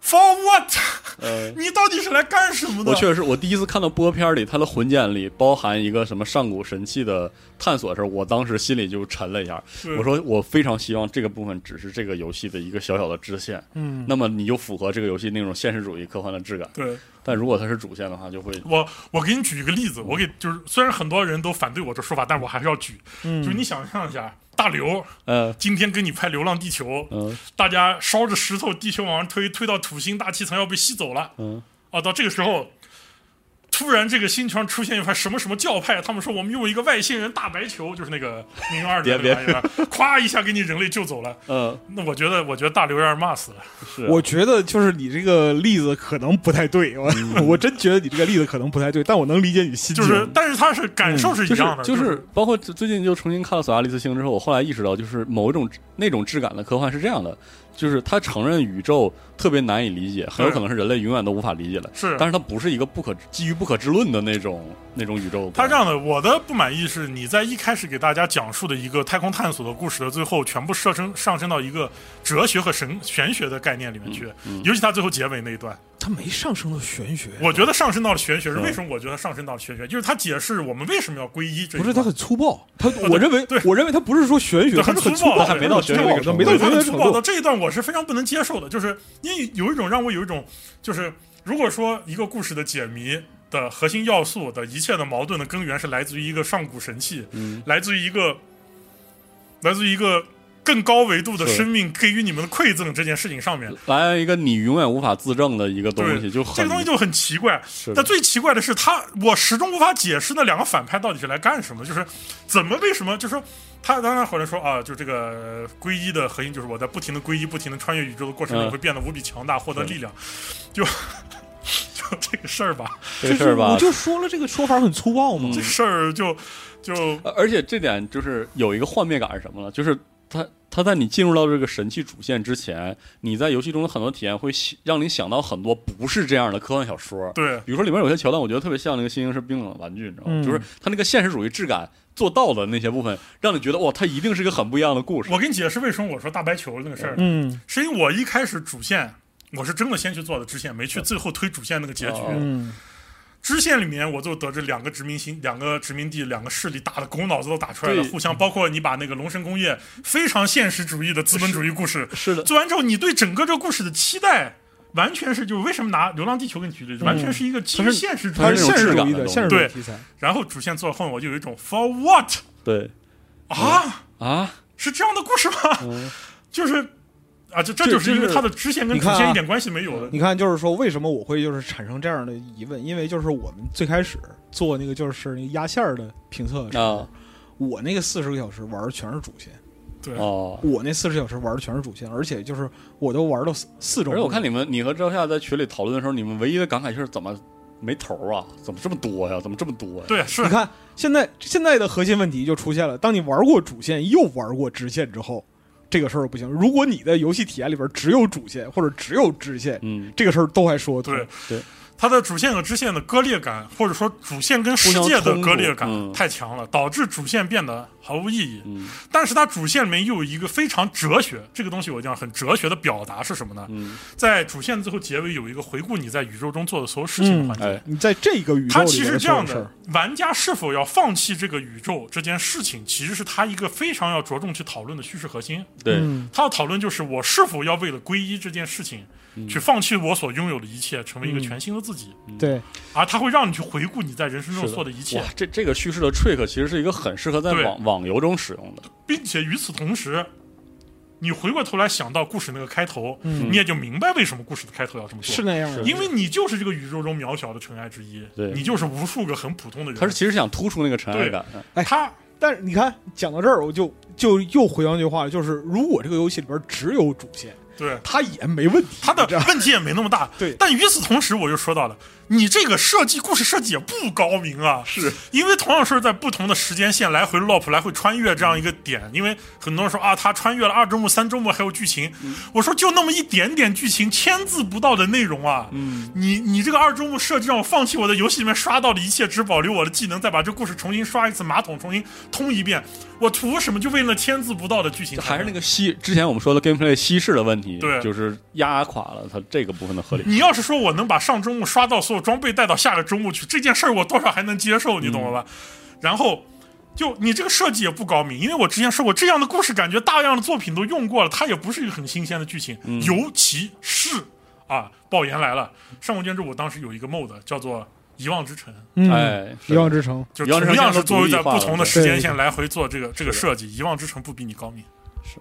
[SPEAKER 2] For what？
[SPEAKER 1] 呃。
[SPEAKER 2] 你到底是来干什么的？
[SPEAKER 1] 我确实是，我第一次看到播片里它的混剪里包含一个什么上古神器的探索的时候，我当时心里就沉了一下。
[SPEAKER 2] 对
[SPEAKER 1] 我说我非常希望这个部分只是这个游戏的一个小小的支线，
[SPEAKER 3] 嗯，
[SPEAKER 1] 那么你就符合这个游戏那种现实主义科幻的质感。
[SPEAKER 2] 对。
[SPEAKER 1] 但如果它是主线的话，就会
[SPEAKER 2] 我我给你举一个例子，我给就是虽然很多人都反对我这说法，但我还是要举。
[SPEAKER 3] 嗯
[SPEAKER 2] 就是你想象一下，大刘
[SPEAKER 1] 呃
[SPEAKER 2] 今天跟你拍《流浪地球》，
[SPEAKER 1] 嗯
[SPEAKER 2] 大家烧着石头，地球往上推，推到土星大气层要被吸走了。
[SPEAKER 1] 嗯
[SPEAKER 2] 啊，到这个时候，突然这个星球上出现一块什么什么教派，他们说我们用一个外星人大白球，就是那个零二
[SPEAKER 1] 别
[SPEAKER 2] 的那个玩意儿，咵一下给你人类救走了。
[SPEAKER 1] 呃，
[SPEAKER 2] 那我觉得，我觉得大刘让人骂死了。
[SPEAKER 1] 是
[SPEAKER 3] 我觉得就是你这个例子可能不太对，我、 <laughs> 我真觉得你这个例子可能不太对，但我能理解你心
[SPEAKER 2] 嗯就
[SPEAKER 3] 情。
[SPEAKER 2] 是，但是他是感受是
[SPEAKER 1] 就
[SPEAKER 2] 一
[SPEAKER 1] 是
[SPEAKER 2] 样的，
[SPEAKER 1] 嗯就是是包括最最近就重新看了《索拉利斯星》之后，我后来意识到，就是某一种那种质感的科幻是这样的，就是它承认宇宙特别难以理解，很有可能是人类永远都无法理解的，
[SPEAKER 2] 是
[SPEAKER 1] 但是它不是一个不可基于不可知论的那种那种宇宙观。
[SPEAKER 2] 他这样的，我的不满意是你在一开始给大家讲述的一个太空探索的故事的最后，全部上升上升到一个哲学和神玄学的概念里面去，
[SPEAKER 3] 嗯
[SPEAKER 2] 尤其他最后结尾那一段，
[SPEAKER 3] 他没上升到玄学，
[SPEAKER 2] 我觉得上升到了玄学是为什么？我觉得上升到了玄学，就是他解释我们为什么要皈依这一
[SPEAKER 3] 不是
[SPEAKER 2] 段
[SPEAKER 3] 他很粗暴，他我认为我认为他不是说玄学，
[SPEAKER 2] 对
[SPEAKER 3] 他
[SPEAKER 2] 很
[SPEAKER 3] 是很
[SPEAKER 2] 粗暴
[SPEAKER 3] 暴，
[SPEAKER 2] 他还
[SPEAKER 1] 没到玄学那个
[SPEAKER 3] 他
[SPEAKER 1] 程
[SPEAKER 3] 没到
[SPEAKER 2] 对
[SPEAKER 1] 度
[SPEAKER 3] 玄学
[SPEAKER 2] 他很
[SPEAKER 3] 的
[SPEAKER 2] 粗
[SPEAKER 3] 程
[SPEAKER 2] 暴的
[SPEAKER 3] 度。
[SPEAKER 2] 这一段，我是非常不能接受的，就是因为有一种让我有一种就是如果说一个故事的解谜。的核心要素的一切的矛盾的根源是来自于一个上古神器，
[SPEAKER 1] 嗯
[SPEAKER 2] 来自于一个，来自于一个更高维度的
[SPEAKER 1] 是
[SPEAKER 2] 生命给予你们的馈赠这件事情上面。
[SPEAKER 1] 来一个你永远无法自证的一个东西，
[SPEAKER 2] 对，
[SPEAKER 1] 就很
[SPEAKER 2] 这个东西就很奇怪。
[SPEAKER 1] 是的
[SPEAKER 2] 但最奇怪的是他，我始终无法解释那两个反派到底是来干什么，就是怎么为什么，就是说他当然回来说啊，就这个皈依的核心就是我在不停的皈依、不停的穿越宇宙的过程中
[SPEAKER 1] 嗯
[SPEAKER 2] 会变得无比强大，获得力量。就就这个事儿吧，
[SPEAKER 1] 这事儿吧
[SPEAKER 3] 我，就说了这个说法很粗暴嘛
[SPEAKER 1] 嗯，
[SPEAKER 2] 这事儿就就
[SPEAKER 1] 呃而且这点就是有一个幻灭感是什么呢？就是它它在你进入到这个神器主线之前，你在游戏中的很多体验会想让你想到很多不是这样的科幻小说。
[SPEAKER 2] 对。
[SPEAKER 1] 比如说里面有些桥段，我觉得特别像那个《星星是冰冷的玩具》，你知道吗？
[SPEAKER 3] 嗯
[SPEAKER 1] 就是它那个现实主义质感做到的那些部分，让你觉得哇，它一定是一个很不一样的故事。
[SPEAKER 2] 我给你解释为什么我说大白球那个事儿，
[SPEAKER 3] 嗯
[SPEAKER 2] 是因为我一开始主线我是真的先去做的支线，没去最后推主线那个结局。
[SPEAKER 1] 嗯哦
[SPEAKER 3] 嗯，
[SPEAKER 2] 支线里面，我就得知两个殖民星、两个殖民地、两个势力打的狗脑子都打出来了，
[SPEAKER 1] 对
[SPEAKER 2] 互相包括你把那个龙神工业非常现实主义的资本主义故事
[SPEAKER 1] 是的，
[SPEAKER 2] 做完之后，你对整个这个故事的期待完全是就为什么拿《流浪地球》给你举例子，完全是一个基于
[SPEAKER 1] 它是
[SPEAKER 2] 现实主
[SPEAKER 1] 它
[SPEAKER 3] 它
[SPEAKER 2] 义
[SPEAKER 3] 是
[SPEAKER 1] 是那种质
[SPEAKER 3] 现实主
[SPEAKER 1] 感
[SPEAKER 3] 义
[SPEAKER 1] 的
[SPEAKER 3] 的
[SPEAKER 1] 东西
[SPEAKER 3] 现实主义
[SPEAKER 2] 对
[SPEAKER 3] 题材，
[SPEAKER 2] 然后主线做到后面，我就有一种 for what
[SPEAKER 1] 对
[SPEAKER 2] 啊，
[SPEAKER 1] 啊，
[SPEAKER 2] 是这样的故事吗？
[SPEAKER 1] 嗯
[SPEAKER 2] 就是啊，这这
[SPEAKER 3] 这
[SPEAKER 2] 就是因为
[SPEAKER 3] 这是
[SPEAKER 2] 它的支线跟
[SPEAKER 3] 你
[SPEAKER 2] 主
[SPEAKER 3] 看
[SPEAKER 2] 线
[SPEAKER 3] 啊
[SPEAKER 2] 一点关系没有的。
[SPEAKER 3] 你看，就是说为什么我会就是产生这样的疑问，因为就是我们最开始做那个就是那个压线儿的评测的时候
[SPEAKER 1] 啊
[SPEAKER 3] 我那个四十个小时玩的全是主线，
[SPEAKER 2] 对，
[SPEAKER 1] 哦。
[SPEAKER 3] 我那四十小时玩的全是主线，而且就是我都玩到四四种。
[SPEAKER 1] 而且我看你们，你和赵夏在群里讨论的时候，你们唯一的感慨就是怎么没头儿啊？怎么这么多呀？怎么这么多呀？
[SPEAKER 2] 对，是
[SPEAKER 3] 你看现在现在的核心问题就出现了：当你玩过主线又玩过支线之后，这个事儿不行。如果你的游戏体验里边只有主线或者只有支线，
[SPEAKER 1] 嗯，
[SPEAKER 3] 这个事儿都还说得通。
[SPEAKER 2] 对
[SPEAKER 1] 对，
[SPEAKER 2] 它的主线和支线的割裂感，或者说主线跟世界的割裂
[SPEAKER 1] 互相冲
[SPEAKER 2] 感
[SPEAKER 1] 突嗯
[SPEAKER 2] 太强了，导致主线变得毫无意义。
[SPEAKER 1] 嗯
[SPEAKER 2] 但是它主线里面又有一个非常哲学，这个东西我讲很哲学的表达是什么呢？
[SPEAKER 1] 嗯，
[SPEAKER 2] 在主线最后结尾有一个回顾你在宇宙中做的所有事情的环节。
[SPEAKER 1] 哎，
[SPEAKER 3] 你在这个宇宙
[SPEAKER 2] 它
[SPEAKER 3] 里
[SPEAKER 2] 其实
[SPEAKER 3] 边
[SPEAKER 2] 是这样
[SPEAKER 3] 所有事
[SPEAKER 2] 的
[SPEAKER 3] 儿，
[SPEAKER 2] 玩家是否要放弃这个宇宙这件事情，其实是他一个非常要着重去讨论的叙事核心。
[SPEAKER 1] 对，
[SPEAKER 3] 嗯
[SPEAKER 2] 他要讨论就是我是否要为了皈依这件事情，去放弃我所拥有的一切，成为一个
[SPEAKER 3] 嗯
[SPEAKER 2] 全新的自己。
[SPEAKER 3] 对，
[SPEAKER 1] 嗯
[SPEAKER 2] 而它会让你去回顾你在人生中做的一切
[SPEAKER 1] 哇，，这这个叙事的 trick 其实是一个很适合在
[SPEAKER 2] 对
[SPEAKER 1] 网网游中使用的。
[SPEAKER 2] 并且与此同时，你回过头来想到故事那个开头，
[SPEAKER 3] 嗯
[SPEAKER 2] 你也就明白为什么故事的开头要这么做，
[SPEAKER 3] 是那样的。
[SPEAKER 2] 因为你就是这个宇宙中渺小的尘埃之一，
[SPEAKER 1] 对
[SPEAKER 2] 你就是无数个很普通的人。
[SPEAKER 1] 他是其实想突出那个尘埃感，嗯
[SPEAKER 2] 他
[SPEAKER 3] 但是你看，讲到这儿，我就就又回到那句话了，就是如果这个游戏里边只有主线，
[SPEAKER 2] 对
[SPEAKER 3] 它也没问题。
[SPEAKER 2] 他的
[SPEAKER 3] 你知道
[SPEAKER 2] 问题也没那么大。
[SPEAKER 3] 对
[SPEAKER 2] 但与此同时，我就说到了，你这个设计故事设计也不高明啊，
[SPEAKER 1] 是
[SPEAKER 2] 因为同样是在不同的时间线来回 lop 来回穿越这样一个点，因为很多人说啊，他穿越了二周目、三周目还有剧情，
[SPEAKER 3] 嗯
[SPEAKER 2] 我说就那么一点点剧情，千字不到的内容啊，嗯，你你这个二周目设置让我放弃我的游戏里面刷到的一切，只保留我的技能，再把这故事重新刷一次马桶，重新通一遍，我图什么？就为了千字不到的剧情，
[SPEAKER 1] 还是那。个稀之前我们说的 gameplay 稀释的问题，
[SPEAKER 2] 对
[SPEAKER 1] 就是压垮了它这个部分的合理。
[SPEAKER 2] 你要是说我能把上周末刷到所有装备带到下个周末去，这件事儿我多少还能接受，你懂了吧？
[SPEAKER 1] 嗯
[SPEAKER 2] 然后就你这个设计也不高明，因为我之前说过，这样的故事感觉大量的作品都用过了，它也不是一个很新鲜的剧情，
[SPEAKER 1] 嗯
[SPEAKER 2] 尤其是啊，爆言来了，《上古卷轴》我当时有一个 mod 叫做。遗忘之城，
[SPEAKER 3] 嗯，
[SPEAKER 1] 哎，
[SPEAKER 3] 遗忘之城，
[SPEAKER 2] 就
[SPEAKER 1] 遗忘之
[SPEAKER 2] 同
[SPEAKER 1] 城现在
[SPEAKER 2] 样是
[SPEAKER 1] 都
[SPEAKER 2] 作为
[SPEAKER 1] 独
[SPEAKER 2] 在
[SPEAKER 1] 立化
[SPEAKER 2] 不
[SPEAKER 1] 了
[SPEAKER 2] 同的
[SPEAKER 1] 对
[SPEAKER 2] 时间线来回做这个这个
[SPEAKER 1] 是的
[SPEAKER 2] 设计，遗忘之城不比你高明。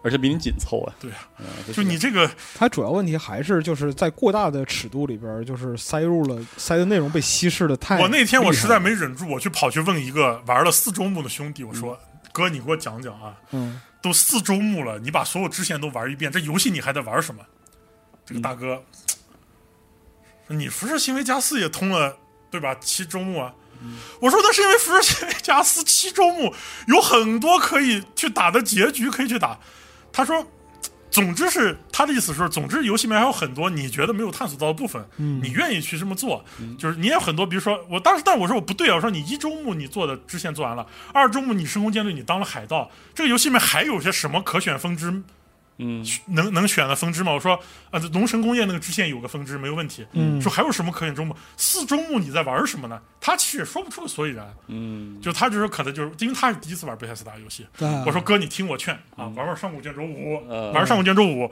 [SPEAKER 1] 而且比你紧凑啊。
[SPEAKER 2] 对啊
[SPEAKER 1] 嗯，
[SPEAKER 2] 就你这个
[SPEAKER 3] 它主要问题还是就是在过大的尺度里边，就是塞入了塞的内容被稀释的太厉害了。
[SPEAKER 2] 我那天我实在没忍住，我去跑去问一个玩了四周目的兄弟，我说：“哥，你给我讲讲啊，
[SPEAKER 3] 嗯，
[SPEAKER 2] 都四周目了，你把所有支线都玩一遍，这游戏你还在玩什么？”这个
[SPEAKER 3] 嗯
[SPEAKER 2] 大哥，你辐射新维加斯也通了，对吧？七周目啊。
[SPEAKER 3] 嗯
[SPEAKER 2] 我说那是因为辐射新维加斯七周目有很多可以去打的结局可以去打。他说，总之是他的意思是，总之游戏里面还有很多你觉得没有探索到的部分，
[SPEAKER 3] 嗯
[SPEAKER 2] 你愿意去这么做，就是你也有很多，比如说我当时，但我说我不对啊，我说你一周目你做的支线做完了，二周目你深空舰队你当了海盗，这个游戏里面还有些什么可选分支
[SPEAKER 1] 嗯，
[SPEAKER 2] 能能选的分支吗？我说，呃，龙神工业那个支线有个分支没有问题。
[SPEAKER 3] 嗯
[SPEAKER 2] 说还有什么可选周目？四周目你在玩什么呢？他其实也说不出个所以然。
[SPEAKER 1] 嗯，
[SPEAKER 2] 就他就是可能就是因为他是第一次玩贝塞斯达游戏，
[SPEAKER 3] 啊
[SPEAKER 2] 我说哥你听我劝啊，玩玩上古卷轴五，
[SPEAKER 1] 呃
[SPEAKER 2] 玩上古卷轴五。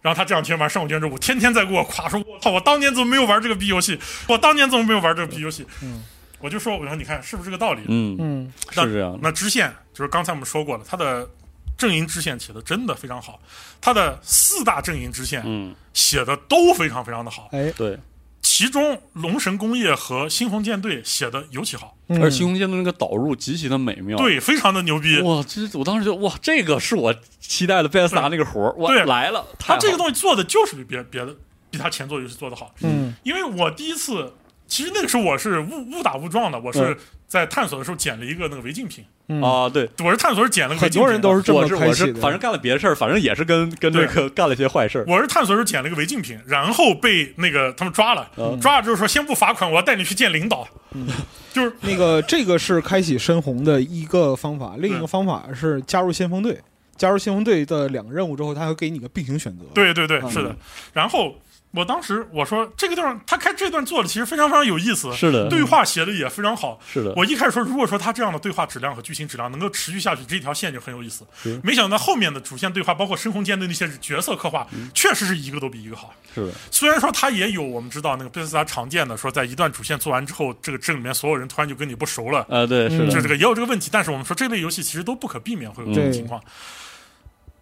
[SPEAKER 2] 然后他这两天玩上古卷轴五，天天在给我夸说，我操，我当年怎么没有玩这个逼游戏？我当年怎么没有玩这个逼游戏？
[SPEAKER 3] 嗯
[SPEAKER 2] 我就说，我说你看是不是这个道理？
[SPEAKER 1] 嗯，
[SPEAKER 3] 嗯
[SPEAKER 1] 是这样的。
[SPEAKER 2] 那支线就是刚才我们说过了，它的阵营支线写的真的非常好，它的四大阵营支线
[SPEAKER 1] 嗯，
[SPEAKER 2] 写的都非常非常的好，
[SPEAKER 3] 哎，
[SPEAKER 1] 对，
[SPEAKER 2] 其中龙神工业和猩红舰队写的尤其好，
[SPEAKER 3] 嗯
[SPEAKER 1] 而且《星空舰队》那个导入极其的美妙。。
[SPEAKER 2] 对，非常的牛逼。
[SPEAKER 1] 哇，这我当时就哇，这个是我期待的贝斯达那个活儿，哇
[SPEAKER 2] 对
[SPEAKER 1] 来了，
[SPEAKER 2] 他这个
[SPEAKER 1] 东
[SPEAKER 2] 东西做的就是比别别的比他前作游戏做的好，
[SPEAKER 3] 嗯
[SPEAKER 2] 因为我第一次，其实那个时候我是误误打误撞的，我是在探索的时候捡了一个那个违禁品，
[SPEAKER 3] 嗯，
[SPEAKER 1] 啊，对，
[SPEAKER 2] 我是探索时捡了个违
[SPEAKER 3] 很
[SPEAKER 2] 禁品，
[SPEAKER 3] 多人都是这么
[SPEAKER 1] 我是
[SPEAKER 3] 开
[SPEAKER 1] 我
[SPEAKER 3] 启
[SPEAKER 1] 是，
[SPEAKER 3] 的。
[SPEAKER 1] 反正干了别的事儿，反正也是跟跟这个干了一些坏事儿。
[SPEAKER 2] 我是探索时候捡了一个违禁品，然后被那个他们抓了，
[SPEAKER 1] 嗯
[SPEAKER 2] 抓了之后说先不罚款，我要带你去见领导，
[SPEAKER 3] 嗯
[SPEAKER 2] 就是
[SPEAKER 3] 那个这个是开启深红的一个方法，另一个方法是加入先锋队。加入先锋队的两个任务之后，他会给你个并行选择。
[SPEAKER 2] 对对对，
[SPEAKER 3] 嗯
[SPEAKER 2] 是的。然后我当时我说这个地方他开这段做的其实非常非常有意思，
[SPEAKER 1] 是的，
[SPEAKER 2] 对话写的也非常好。
[SPEAKER 1] 是的，
[SPEAKER 2] 我一开始说，如果说他这样的对话质量和剧情质量能够持续下去，这条线就很有意思
[SPEAKER 1] 是。
[SPEAKER 2] 没想到后面的主线对话，包括深红间的那些角色刻画，
[SPEAKER 1] 嗯
[SPEAKER 2] 确实是一个都比一个好。
[SPEAKER 1] 是的，
[SPEAKER 2] 虽然说他也有我们知道那个贝斯达常见的，说在一段主线做完之后，这个镇里面所有人突然就跟你不熟了，
[SPEAKER 1] 啊，对，是
[SPEAKER 2] 就
[SPEAKER 1] 的，
[SPEAKER 2] 这个也有这个问题。嗯但是我们说这类游戏其实都不可避免会有这种
[SPEAKER 3] 对
[SPEAKER 2] 情况。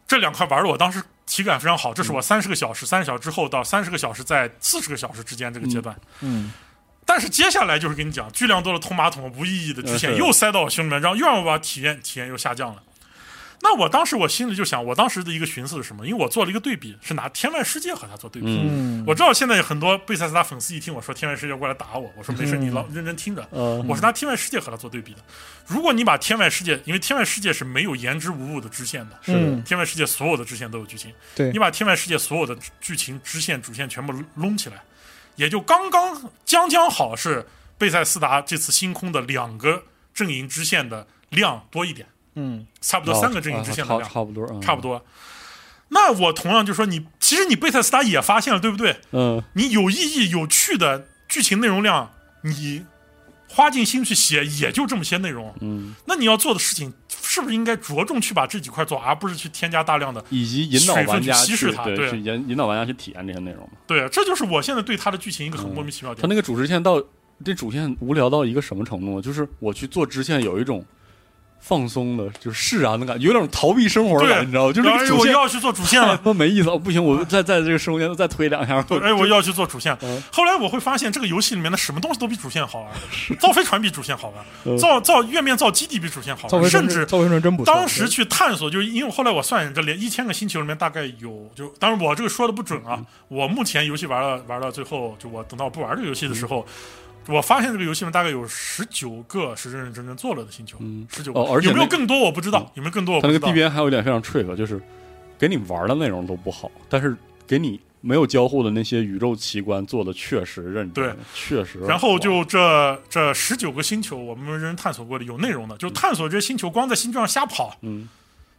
[SPEAKER 2] 这两块玩的我当时体感非常好，这是我三十个小时、三十小时之后到三十个小时在四十个小时之间这个阶段。
[SPEAKER 3] 嗯，
[SPEAKER 2] 但是接下来就是跟你讲，巨量多的通马桶、无意义的支线
[SPEAKER 1] 嗯是
[SPEAKER 2] 又塞到我胸里面，让又让我把体验体验又下降了。那我当时我心里就想，我当时的一个寻思是什么？因为我做了一个对比，是拿《天外世界》和它做对比。
[SPEAKER 1] 嗯
[SPEAKER 3] 嗯
[SPEAKER 2] 我知道现在有很多贝塞斯达粉丝一听我说《天外世界》过来打我，我说没事，你老认真听着。
[SPEAKER 1] 呃，
[SPEAKER 2] 我是拿《天外世界》和它做对比的。如果你把《天外世界》，因为《天外世界》是没有言之无物的支线的，
[SPEAKER 1] 是的
[SPEAKER 3] 嗯，
[SPEAKER 2] 天外世界》所有的支线都有剧情。
[SPEAKER 3] 对
[SPEAKER 2] 你把《天外世界》所有的剧情、支线、主线全部拢起来，也就刚刚将将好是贝塞斯达这次星空的两个阵营支线的量多一点，
[SPEAKER 3] 嗯，
[SPEAKER 2] 差不多三个阵营支线的
[SPEAKER 1] 差
[SPEAKER 2] 量，
[SPEAKER 1] 差不多，嗯
[SPEAKER 2] 差不，多。那我同样就说你，其实你贝塞斯达也发现了，对不对？
[SPEAKER 1] 嗯，
[SPEAKER 2] 你有意义、有趣的剧情内容量，你花尽心去写，也就这么些内容。
[SPEAKER 1] 嗯，
[SPEAKER 2] 那你要做的事情，是不是应该着重去把这几块做，而不是去添加大量的？
[SPEAKER 1] 以及引导
[SPEAKER 2] 水分
[SPEAKER 1] 玩
[SPEAKER 2] 去
[SPEAKER 1] 家
[SPEAKER 2] 稀释
[SPEAKER 1] 去
[SPEAKER 2] 它对
[SPEAKER 1] 对，去引引导玩家去体验这些内容嘛。
[SPEAKER 2] 对，啊这就是我现在对它的剧情一个很
[SPEAKER 1] 嗯
[SPEAKER 2] 莫名其妙的
[SPEAKER 1] 他
[SPEAKER 2] 点。
[SPEAKER 1] 那个主支线到这主线无聊到一个什么程度呢？就是我去做支线有一种放松的，就是释然的感觉，有一种逃避生活的感觉，
[SPEAKER 2] 对
[SPEAKER 1] 你知道吗？就是
[SPEAKER 2] 然
[SPEAKER 1] 那
[SPEAKER 2] 后
[SPEAKER 1] 个
[SPEAKER 2] 哎
[SPEAKER 1] 主
[SPEAKER 2] 我
[SPEAKER 1] 线
[SPEAKER 2] 又要去做主线
[SPEAKER 1] 太 <laughs>
[SPEAKER 2] 了，
[SPEAKER 1] 他妈没意思了，哦不行，我再在这个生活间再推两下，
[SPEAKER 2] 哎，我又要去做主线
[SPEAKER 1] 嗯。
[SPEAKER 2] 后来我会发现，这个游戏里面的什么东西都比主线好
[SPEAKER 1] <laughs>
[SPEAKER 2] 玩，造飞船比主线好玩，
[SPEAKER 1] 嗯
[SPEAKER 2] 造造月面造基地比主线好
[SPEAKER 3] 造
[SPEAKER 2] 玩，
[SPEAKER 3] 回
[SPEAKER 2] 哦甚至
[SPEAKER 3] 造回船真不错。
[SPEAKER 2] 当时去探索，就是因为后来我算这连一千个星球里面大概有，就当然我这个说的不准
[SPEAKER 1] 嗯
[SPEAKER 2] 啊。我目前游戏玩了玩到最后，就我等到我不玩这个游
[SPEAKER 1] 嗯
[SPEAKER 2] 戏的时候，我发现这个游戏里面大概有十九个是认认真真做了的星球，
[SPEAKER 1] 嗯
[SPEAKER 2] 十九个、
[SPEAKER 1] 哦而且
[SPEAKER 2] 有没有
[SPEAKER 1] 那个
[SPEAKER 2] 更多我不知道，有没有更多我
[SPEAKER 1] 他
[SPEAKER 2] 不
[SPEAKER 1] 那
[SPEAKER 2] 知
[SPEAKER 1] 个
[SPEAKER 2] 道。
[SPEAKER 1] 地边还有一点非常 trick，就是给你玩的内容都不好，但是给你没有交互的那些宇宙奇观做的确实认真，
[SPEAKER 2] 对，
[SPEAKER 1] 确实。
[SPEAKER 2] 然后就这这十九个星球，我们认真探索过的有内容的，就探索这些星球，光在星球上瞎跑，
[SPEAKER 1] 嗯，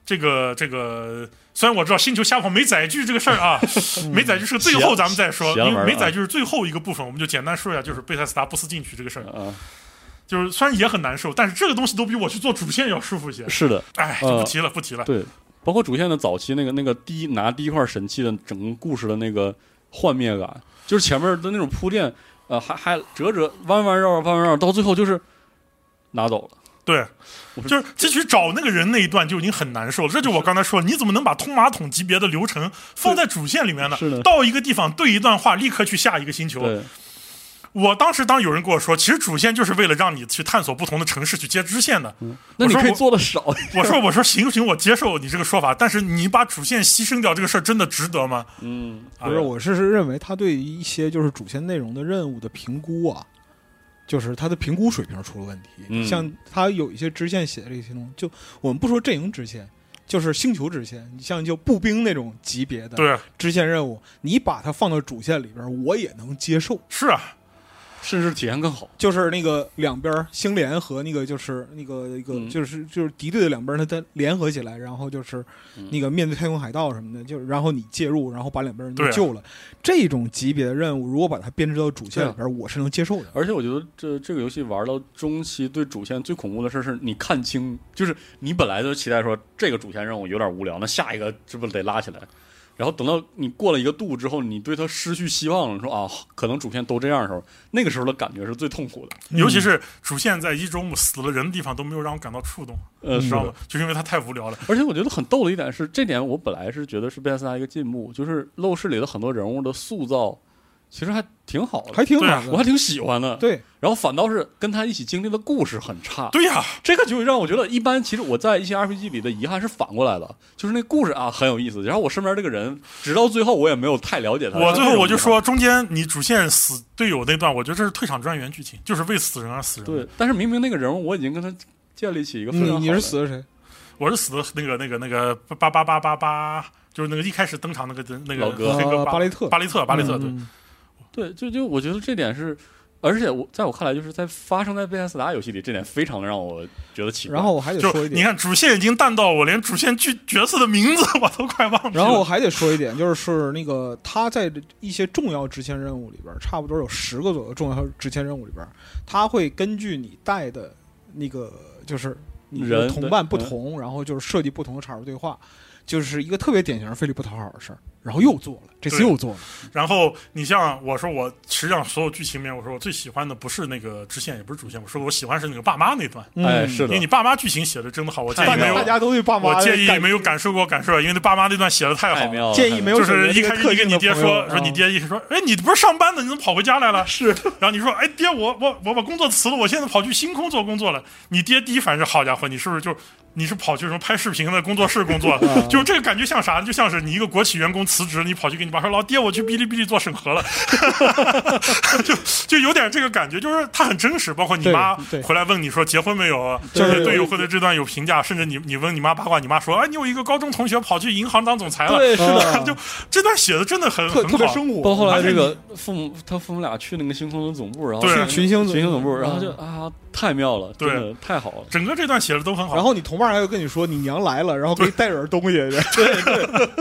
[SPEAKER 2] 这个这个，虽然我知道星球瞎跑没载具这个事儿
[SPEAKER 1] <laughs>
[SPEAKER 2] 啊，没载具是最后咱们再说，
[SPEAKER 1] 邪了
[SPEAKER 2] 因
[SPEAKER 1] 门
[SPEAKER 2] 为
[SPEAKER 1] 儿啊
[SPEAKER 2] 没载具是最后一个部分，我们就简单说一下，就是贝塞斯达不思进取这个事儿，
[SPEAKER 1] 啊，
[SPEAKER 2] 就是虽然也很难受，但是这个东西都比我去做主线要舒服一些。
[SPEAKER 1] 是的，
[SPEAKER 2] 哎，就不提了，不提了。
[SPEAKER 1] 对，包括主线的早期那个那个第一拿第一块神器的整个故事的那个幻灭感，就是前面的那种铺垫，呃，还还折折弯弯绕绕弯弯绕，到最后就是拿走了。
[SPEAKER 2] 对，
[SPEAKER 1] 我
[SPEAKER 2] 就是提取找那个人那一段就已经很难受了，这就我刚才说，你怎么能把通马桶级别的流程放在主线里面呢？
[SPEAKER 1] 是的
[SPEAKER 2] <laughs> 到一个地方对一段话，立刻去下一个星球。
[SPEAKER 1] 对，
[SPEAKER 2] 我当时当有人跟我说，其实主线就是为了让你去探索不同的城市，去接支线
[SPEAKER 1] <laughs>
[SPEAKER 2] 的。
[SPEAKER 1] 那你
[SPEAKER 2] 我说
[SPEAKER 1] 可以
[SPEAKER 2] 我
[SPEAKER 1] 做的少，
[SPEAKER 2] <laughs> 我说我说行行，我接受你这个说法，但是你把主线牺牲掉这个事儿真的值得吗？
[SPEAKER 1] 嗯，
[SPEAKER 2] 啊
[SPEAKER 3] 不是，我是认为他对一些就是主线内容的任务的评估啊，就是他的评估水平出了问题。
[SPEAKER 1] 嗯
[SPEAKER 3] 像他有一些支线写的这些东西，就我们不说阵营支线，就是星球支线，你像就步兵那种级别的
[SPEAKER 2] 对，
[SPEAKER 3] 支线任务，你把它放到主线里边，我也能接受。
[SPEAKER 2] 是啊，
[SPEAKER 1] 甚至体验更好。
[SPEAKER 3] 就是那个两边儿星联和那个就是那个一个
[SPEAKER 1] 嗯
[SPEAKER 3] 就是就是敌对的两边儿，它它联合起来，然后就是
[SPEAKER 1] 嗯
[SPEAKER 3] 那个面对太空海盗什么的，就是然后你介入，然后把两边人都
[SPEAKER 2] 对啊
[SPEAKER 3] 救了。这种级别的任务，如果把它编制到主线里边儿，我是能接受的。
[SPEAKER 1] 而且我觉得这这个游戏玩到中期，对主线最恐怖的事是你看清，就是你本来就期待说这个主线任务有点无聊，那下一个这不得拉起来，然后等到你过了一个度之后，你对它失去希望了，你说啊， <laughs> 可能主线都这样的时候，那个时候的感觉是最痛苦的。
[SPEAKER 2] 尤其是主线在一周目死了人的地方都没有让我感到触动，
[SPEAKER 1] 呃，
[SPEAKER 2] 知
[SPEAKER 1] 是
[SPEAKER 2] 道
[SPEAKER 1] 的
[SPEAKER 2] 吗？就是因为它太无聊了。
[SPEAKER 1] 而且我觉得很逗的一点是，这点我本来是觉得是贝塞斯达一个进步，就是《陋室》里的很多人物的塑造其实还挺好的，
[SPEAKER 3] 还挺
[SPEAKER 2] 对啊
[SPEAKER 3] 好
[SPEAKER 1] 我
[SPEAKER 3] 的，
[SPEAKER 1] 还挺喜欢的。
[SPEAKER 3] 对，
[SPEAKER 1] 然后反倒是跟他一起经历的故事很差。
[SPEAKER 2] 对呀、
[SPEAKER 1] 这个就让我觉得，一般其实我在一些 RPG 里的遗憾是反过来的，就是那故事啊很有意思，然后我身边这个人，直到最后我也没有太了解他。
[SPEAKER 2] 我最
[SPEAKER 1] 是那
[SPEAKER 2] 后
[SPEAKER 1] 种
[SPEAKER 2] 我就
[SPEAKER 1] 遗
[SPEAKER 2] 说，中间你主线死队友那段，我觉得这是退场专员剧情，就是为死人而死人。
[SPEAKER 1] 憾，对，但是明明那个人物我已经跟他建立起一个非
[SPEAKER 3] 你
[SPEAKER 1] 常
[SPEAKER 3] 你
[SPEAKER 1] 好
[SPEAKER 3] 是
[SPEAKER 1] 的
[SPEAKER 3] 死的谁？
[SPEAKER 2] 我是死的那个那个那个八八八八八，就是那个一开始登场那个那个
[SPEAKER 1] 老哥
[SPEAKER 2] 那个 <laughs>
[SPEAKER 3] 呃巴雷特
[SPEAKER 2] 巴雷特巴雷特，对，
[SPEAKER 3] 嗯
[SPEAKER 1] 对，就就我觉得这点是而且我在我看来，就是在发生在贝塞斯达游戏里，这点非常的让我觉得奇怪。
[SPEAKER 3] 嗯然后我还得
[SPEAKER 2] 就
[SPEAKER 3] 说一
[SPEAKER 2] 你
[SPEAKER 3] 点，
[SPEAKER 2] 看主线已经淡到我连主线剧角色的名字我都快忘记了。
[SPEAKER 3] 然后我还得说一点，就是是那个他在一些重要支线任务里边，差不多有十个左右重要支线任务里边，他会根据你带的那个就是你的
[SPEAKER 1] 人嗯
[SPEAKER 3] 同
[SPEAKER 1] 对
[SPEAKER 3] 伴不同，然后就是设计不同的插入对话，就是一个特别典型的费力不讨好的事儿。然后又做了，这次
[SPEAKER 2] 对
[SPEAKER 3] 又做了，
[SPEAKER 2] 然后你像我说我实际上所有剧情里面，我说我最喜欢的不是那个支线，也不是主线，我说我喜欢是那个爸妈那段，
[SPEAKER 3] 嗯
[SPEAKER 1] 哎，是
[SPEAKER 2] 因为
[SPEAKER 1] 的
[SPEAKER 2] 你，爸妈剧情写的真的好，我建议
[SPEAKER 1] 太
[SPEAKER 2] 没
[SPEAKER 1] 妙
[SPEAKER 2] 有
[SPEAKER 1] 了
[SPEAKER 3] 大家都对爸妈
[SPEAKER 2] 哎我建议
[SPEAKER 3] 感
[SPEAKER 2] 没有感受过感受，因为那爸妈那段写的太
[SPEAKER 1] 太
[SPEAKER 2] 好了。
[SPEAKER 1] 妙了，
[SPEAKER 3] 建议没有
[SPEAKER 2] 就是一开始你跟你爹说
[SPEAKER 3] 嗯
[SPEAKER 2] 说你爹一说，哎，你不是上班的，你怎么跑回家来了？
[SPEAKER 3] 是
[SPEAKER 2] 然后你说，哎，爹，我我我把工作辞了，我现在跑去星空做工作了。你爹第一反应是，好家伙，你是不是就你是跑去什么拍视频的工作室工作
[SPEAKER 3] 啊？
[SPEAKER 2] <laughs> 就是这个感觉像啥？就像是你一个国企员工辞职，你跑去跟你爸说，老爹，我去哔哩哔哩做审核了，就就有点这个感觉，就是他很真实。包括你
[SPEAKER 3] 对
[SPEAKER 2] 妈
[SPEAKER 3] 对
[SPEAKER 2] 回来问你说结婚没有，啊
[SPEAKER 3] 就是
[SPEAKER 2] 对对友会的这段有评价，甚至你你问你妈八卦，你妈说，哎，你有一个高中同学跑去银行当总裁了。
[SPEAKER 3] 对是 <laughs> 的，
[SPEAKER 2] <laughs> 啊就这段写的真的很
[SPEAKER 3] 嗯特
[SPEAKER 2] 很
[SPEAKER 3] 特别
[SPEAKER 2] 好。
[SPEAKER 3] 生活。
[SPEAKER 1] 包括后来这个父母，他父母俩去那个星空的总部，然后
[SPEAKER 2] 对啊
[SPEAKER 1] 去
[SPEAKER 3] 群星
[SPEAKER 1] 群星总部，然后就
[SPEAKER 3] 嗯
[SPEAKER 1] 啊，太妙了，真的太好了。
[SPEAKER 2] 整个这段写的都很好，
[SPEAKER 3] 然后你同伴还会跟你说你娘来了，然后给你带点东
[SPEAKER 1] <laughs>
[SPEAKER 3] 西。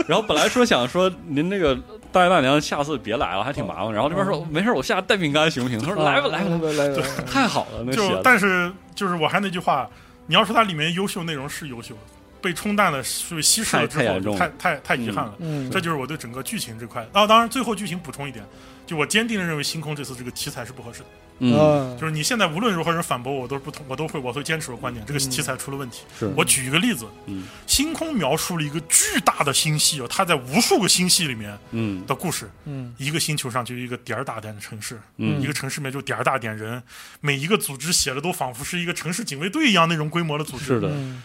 [SPEAKER 1] 然后本来说想说您那个大爷大娘下次别来了，还挺麻烦。然后这边说没事儿，我下带饼干行不行？他说来吧
[SPEAKER 3] 嗯
[SPEAKER 1] 来吧来吧，
[SPEAKER 3] 来吧，
[SPEAKER 1] 太好了，那写
[SPEAKER 2] 就
[SPEAKER 1] 的
[SPEAKER 2] 但是就是我还那句话，你要说它里面优秀内容是优秀，被冲淡了是稀释了之
[SPEAKER 1] 太太
[SPEAKER 2] 后
[SPEAKER 1] 严重
[SPEAKER 2] 就
[SPEAKER 1] 了
[SPEAKER 2] 太太太遗憾了。
[SPEAKER 3] 嗯，
[SPEAKER 2] 这就是我对整个剧情这块。啊，当然最后剧情补充一点，就我坚定的认为星空这次这个题材是不合适的。
[SPEAKER 1] 嗯
[SPEAKER 3] 嗯
[SPEAKER 2] 就是你现在无论如何人反驳我都不同，我都会我会坚持我观点，这个题材出了问题。
[SPEAKER 1] 是
[SPEAKER 2] 我举一个例子，
[SPEAKER 1] 嗯
[SPEAKER 2] 星空描述了一个巨大的星系，哦，它在无数个星系里面
[SPEAKER 1] 嗯
[SPEAKER 2] 的故事，
[SPEAKER 3] 嗯
[SPEAKER 2] 一个星球上就有一个点儿大点的城市，
[SPEAKER 1] 嗯
[SPEAKER 2] 一个城市里面就点儿大点人，每一个组织写的都仿佛是一个城市警卫队一样那种规模的组织。
[SPEAKER 1] 是的
[SPEAKER 3] 嗯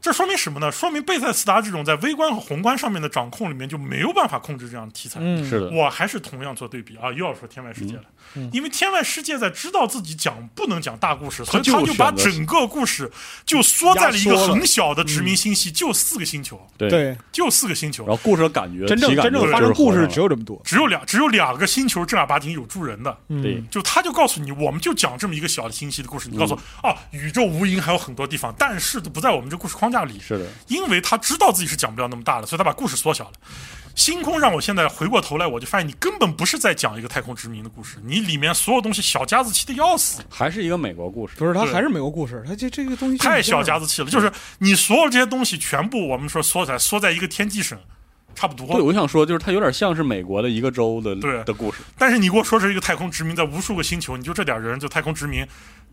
[SPEAKER 2] 这说明什么呢？说明贝塞斯达这种在微观和宏观上面的掌控里面就没有办法控制这样的题材。
[SPEAKER 3] 嗯
[SPEAKER 1] 是的，
[SPEAKER 2] 我还是同样做对比啊，又要说天外世界了，
[SPEAKER 3] 嗯嗯
[SPEAKER 2] 因为天外世界在知道自己讲不能讲大故事，所以
[SPEAKER 1] 就
[SPEAKER 2] 他就把
[SPEAKER 1] 选择
[SPEAKER 2] 整个故事就缩在了一
[SPEAKER 3] 压
[SPEAKER 2] 个
[SPEAKER 3] 缩了
[SPEAKER 2] 很小的殖民星系，就四个星球，
[SPEAKER 1] 对。
[SPEAKER 3] 对，
[SPEAKER 2] 就四个星球
[SPEAKER 1] 嗯然，后故事的感觉，
[SPEAKER 3] 真正
[SPEAKER 1] 体感
[SPEAKER 3] 真正
[SPEAKER 1] 就是
[SPEAKER 3] 发生故事
[SPEAKER 1] 合
[SPEAKER 3] 只
[SPEAKER 1] 上了
[SPEAKER 3] 有这么多。
[SPEAKER 2] 只有两只有两个星球正儿八经有嗯住人的，
[SPEAKER 1] 对
[SPEAKER 2] 就他就告诉你，我们就讲这么一个小的星系的故事。你告诉我，哦，宇宙无垠还有很多地方，但是都不在我们这故事框架里。
[SPEAKER 1] 是的，
[SPEAKER 2] 因为他知道自己是讲不了那么大的，所以他把故事缩小了。星空让我现在回过头来，我就发现你根本不是在讲一个太空殖民的故事，你里面所有东西小家子气的要死，
[SPEAKER 1] 还是一个美国故事，
[SPEAKER 3] 不是，它还是美国故事，它这这个东西就
[SPEAKER 2] 太
[SPEAKER 3] 是这样
[SPEAKER 2] 小家子气了。就是你所有这些东西全部我们说缩起来，缩在一个天际省，差不
[SPEAKER 1] 对，
[SPEAKER 2] 多。
[SPEAKER 1] 我想说，就是它有点像是美国的一个州的
[SPEAKER 2] 对
[SPEAKER 1] 的故事，
[SPEAKER 2] 但是你给我说是一个太空殖民，在无数个星球，你就这点人就太空殖民，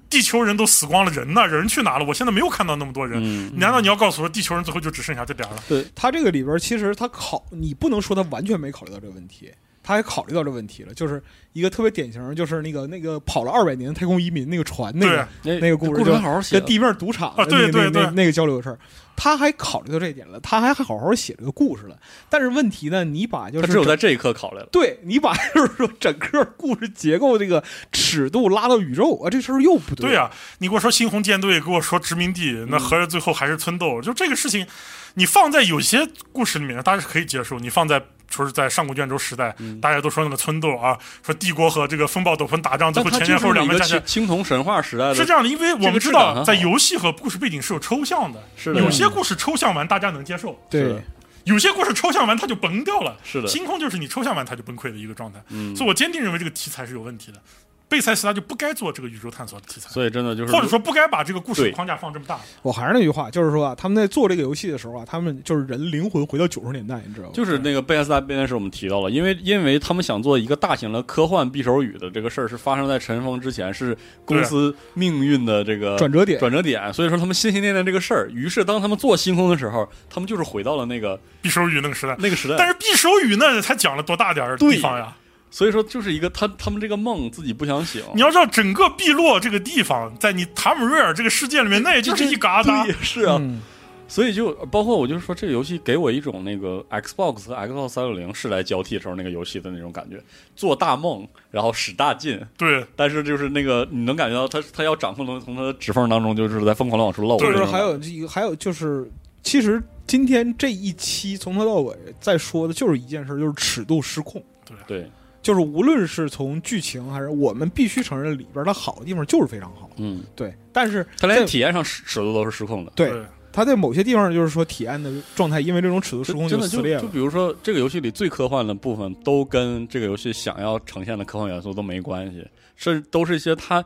[SPEAKER 2] 地球人都死光了，人呢？人去哪了？我现在没有看到那么多人。
[SPEAKER 1] 嗯，
[SPEAKER 2] 难道你要告诉我，地球人最后就只剩下这点儿了？
[SPEAKER 3] 它这个里边其实它考，你不能说它完全没考虑到这个问题，它也考虑到这个问题了，就是一个特别典型，就是那个那个跑了二百年的太空移民那个船那个
[SPEAKER 1] 那
[SPEAKER 3] 那个故
[SPEAKER 1] 故
[SPEAKER 3] 事就
[SPEAKER 1] 能好好写
[SPEAKER 3] 跟
[SPEAKER 1] 了，
[SPEAKER 3] 地面赌场
[SPEAKER 2] 啊对对
[SPEAKER 3] 那
[SPEAKER 2] 对
[SPEAKER 3] 那那个交流的事儿，他还考虑到这一点了，他还好好写了个故事了。但是问题呢，你把就
[SPEAKER 1] 它
[SPEAKER 3] 是
[SPEAKER 1] 只有
[SPEAKER 3] 整
[SPEAKER 1] 在这一刻考虑了，
[SPEAKER 3] 对你把就是说整个故事结构这个尺度拉到宇宙啊，这事儿又不
[SPEAKER 1] 嗯
[SPEAKER 2] 对
[SPEAKER 3] 呀、
[SPEAKER 2] 啊，你给我说猩红舰队，给我说殖民地，那合着最后还是村斗。就这个事情，你放在有些故事里面，大家是可以接受；你放在说是在上古卷轴时代，
[SPEAKER 1] 嗯
[SPEAKER 2] 大家都说那个村斗啊，说帝国和这个风暴斗篷打仗，最
[SPEAKER 1] 但
[SPEAKER 2] 后
[SPEAKER 1] 它
[SPEAKER 2] 前
[SPEAKER 1] 就
[SPEAKER 2] 前后
[SPEAKER 1] 是
[SPEAKER 2] 后两
[SPEAKER 1] 一个
[SPEAKER 2] 边加起
[SPEAKER 1] 青
[SPEAKER 2] 来。
[SPEAKER 1] 青铜神话时代的，
[SPEAKER 2] 是这样的，因为我们知
[SPEAKER 1] 这个质感很
[SPEAKER 2] 道，
[SPEAKER 1] 好
[SPEAKER 2] 在游戏和故事背景是有抽象的，
[SPEAKER 1] 是的
[SPEAKER 2] 有些故事抽象完大家能接受，
[SPEAKER 1] 是
[SPEAKER 3] 对
[SPEAKER 1] 的，
[SPEAKER 2] 有些故事抽象完它就崩掉了。
[SPEAKER 1] 是的
[SPEAKER 2] 星空就是你抽象完它就崩溃的一个状态。
[SPEAKER 1] 嗯，
[SPEAKER 2] 所以我坚定认为这个题材是有问题的，贝塞斯他就不该做这个宇宙探索的题材，
[SPEAKER 1] 所以真的就是，
[SPEAKER 2] 或者说不该把这个故事
[SPEAKER 1] 对
[SPEAKER 2] 框架放这么大。
[SPEAKER 3] 我还是那句话，就是说啊，他们在做这个游戏的时候啊，他们就是人灵魂回到九十年代，你知道吗？
[SPEAKER 1] 就是那个贝斯达编年史我们提到了，因为因为他们想做一个大型的科幻匕首语的这个事儿是发生在尘封之前，是公司命运的这个
[SPEAKER 3] 转折点
[SPEAKER 1] 转折点，所以说他们心心念念这个事儿，于是当他们做星空的时候，他们就是回到了那个
[SPEAKER 2] 匕首语那个时代。
[SPEAKER 1] 那个时代，
[SPEAKER 2] 但是匕首语那才讲了多大点儿地方呀？
[SPEAKER 1] 所以说就是一个他他们这个梦自己不想醒，
[SPEAKER 2] 你要知道，整个碧落这个地方，在你塔姆瑞尔这个世界里面，那也就是一旮
[SPEAKER 1] <laughs> 对
[SPEAKER 2] 瘩。
[SPEAKER 1] 是啊，
[SPEAKER 3] 嗯
[SPEAKER 1] 所以就包括我就说，这个游戏给我一种那个 Xbox 和 Xbox 三六零世代交替的时候那个游戏的那种感觉，做大梦，然后使大劲，
[SPEAKER 2] 对，
[SPEAKER 1] 但是就是那个你能感觉到他他要掌控能从他的指缝当中就是在疯狂的往出漏，
[SPEAKER 2] 对
[SPEAKER 3] 就是
[SPEAKER 1] 那种
[SPEAKER 3] 还有一个，还有就是，其实今天这一期从头到尾在说的就是一件事，就是尺度失控。
[SPEAKER 1] 对
[SPEAKER 3] 就是无论是从剧情还是我们必须承认里边的好地方就是非常好，
[SPEAKER 1] 嗯，
[SPEAKER 3] 对。但是
[SPEAKER 1] 它连
[SPEAKER 3] 在
[SPEAKER 1] 体验上尺尺度都是失控的。
[SPEAKER 3] 对它在某些地方就是说体验的状态，因为这种尺度失控
[SPEAKER 1] 真的
[SPEAKER 3] 撕
[SPEAKER 1] 就
[SPEAKER 3] 裂
[SPEAKER 1] 就
[SPEAKER 3] 了。
[SPEAKER 1] 比如说这个游戏里最科幻的部分，都跟这个游戏想要呈现的科幻元素都没关系，甚至都是一些他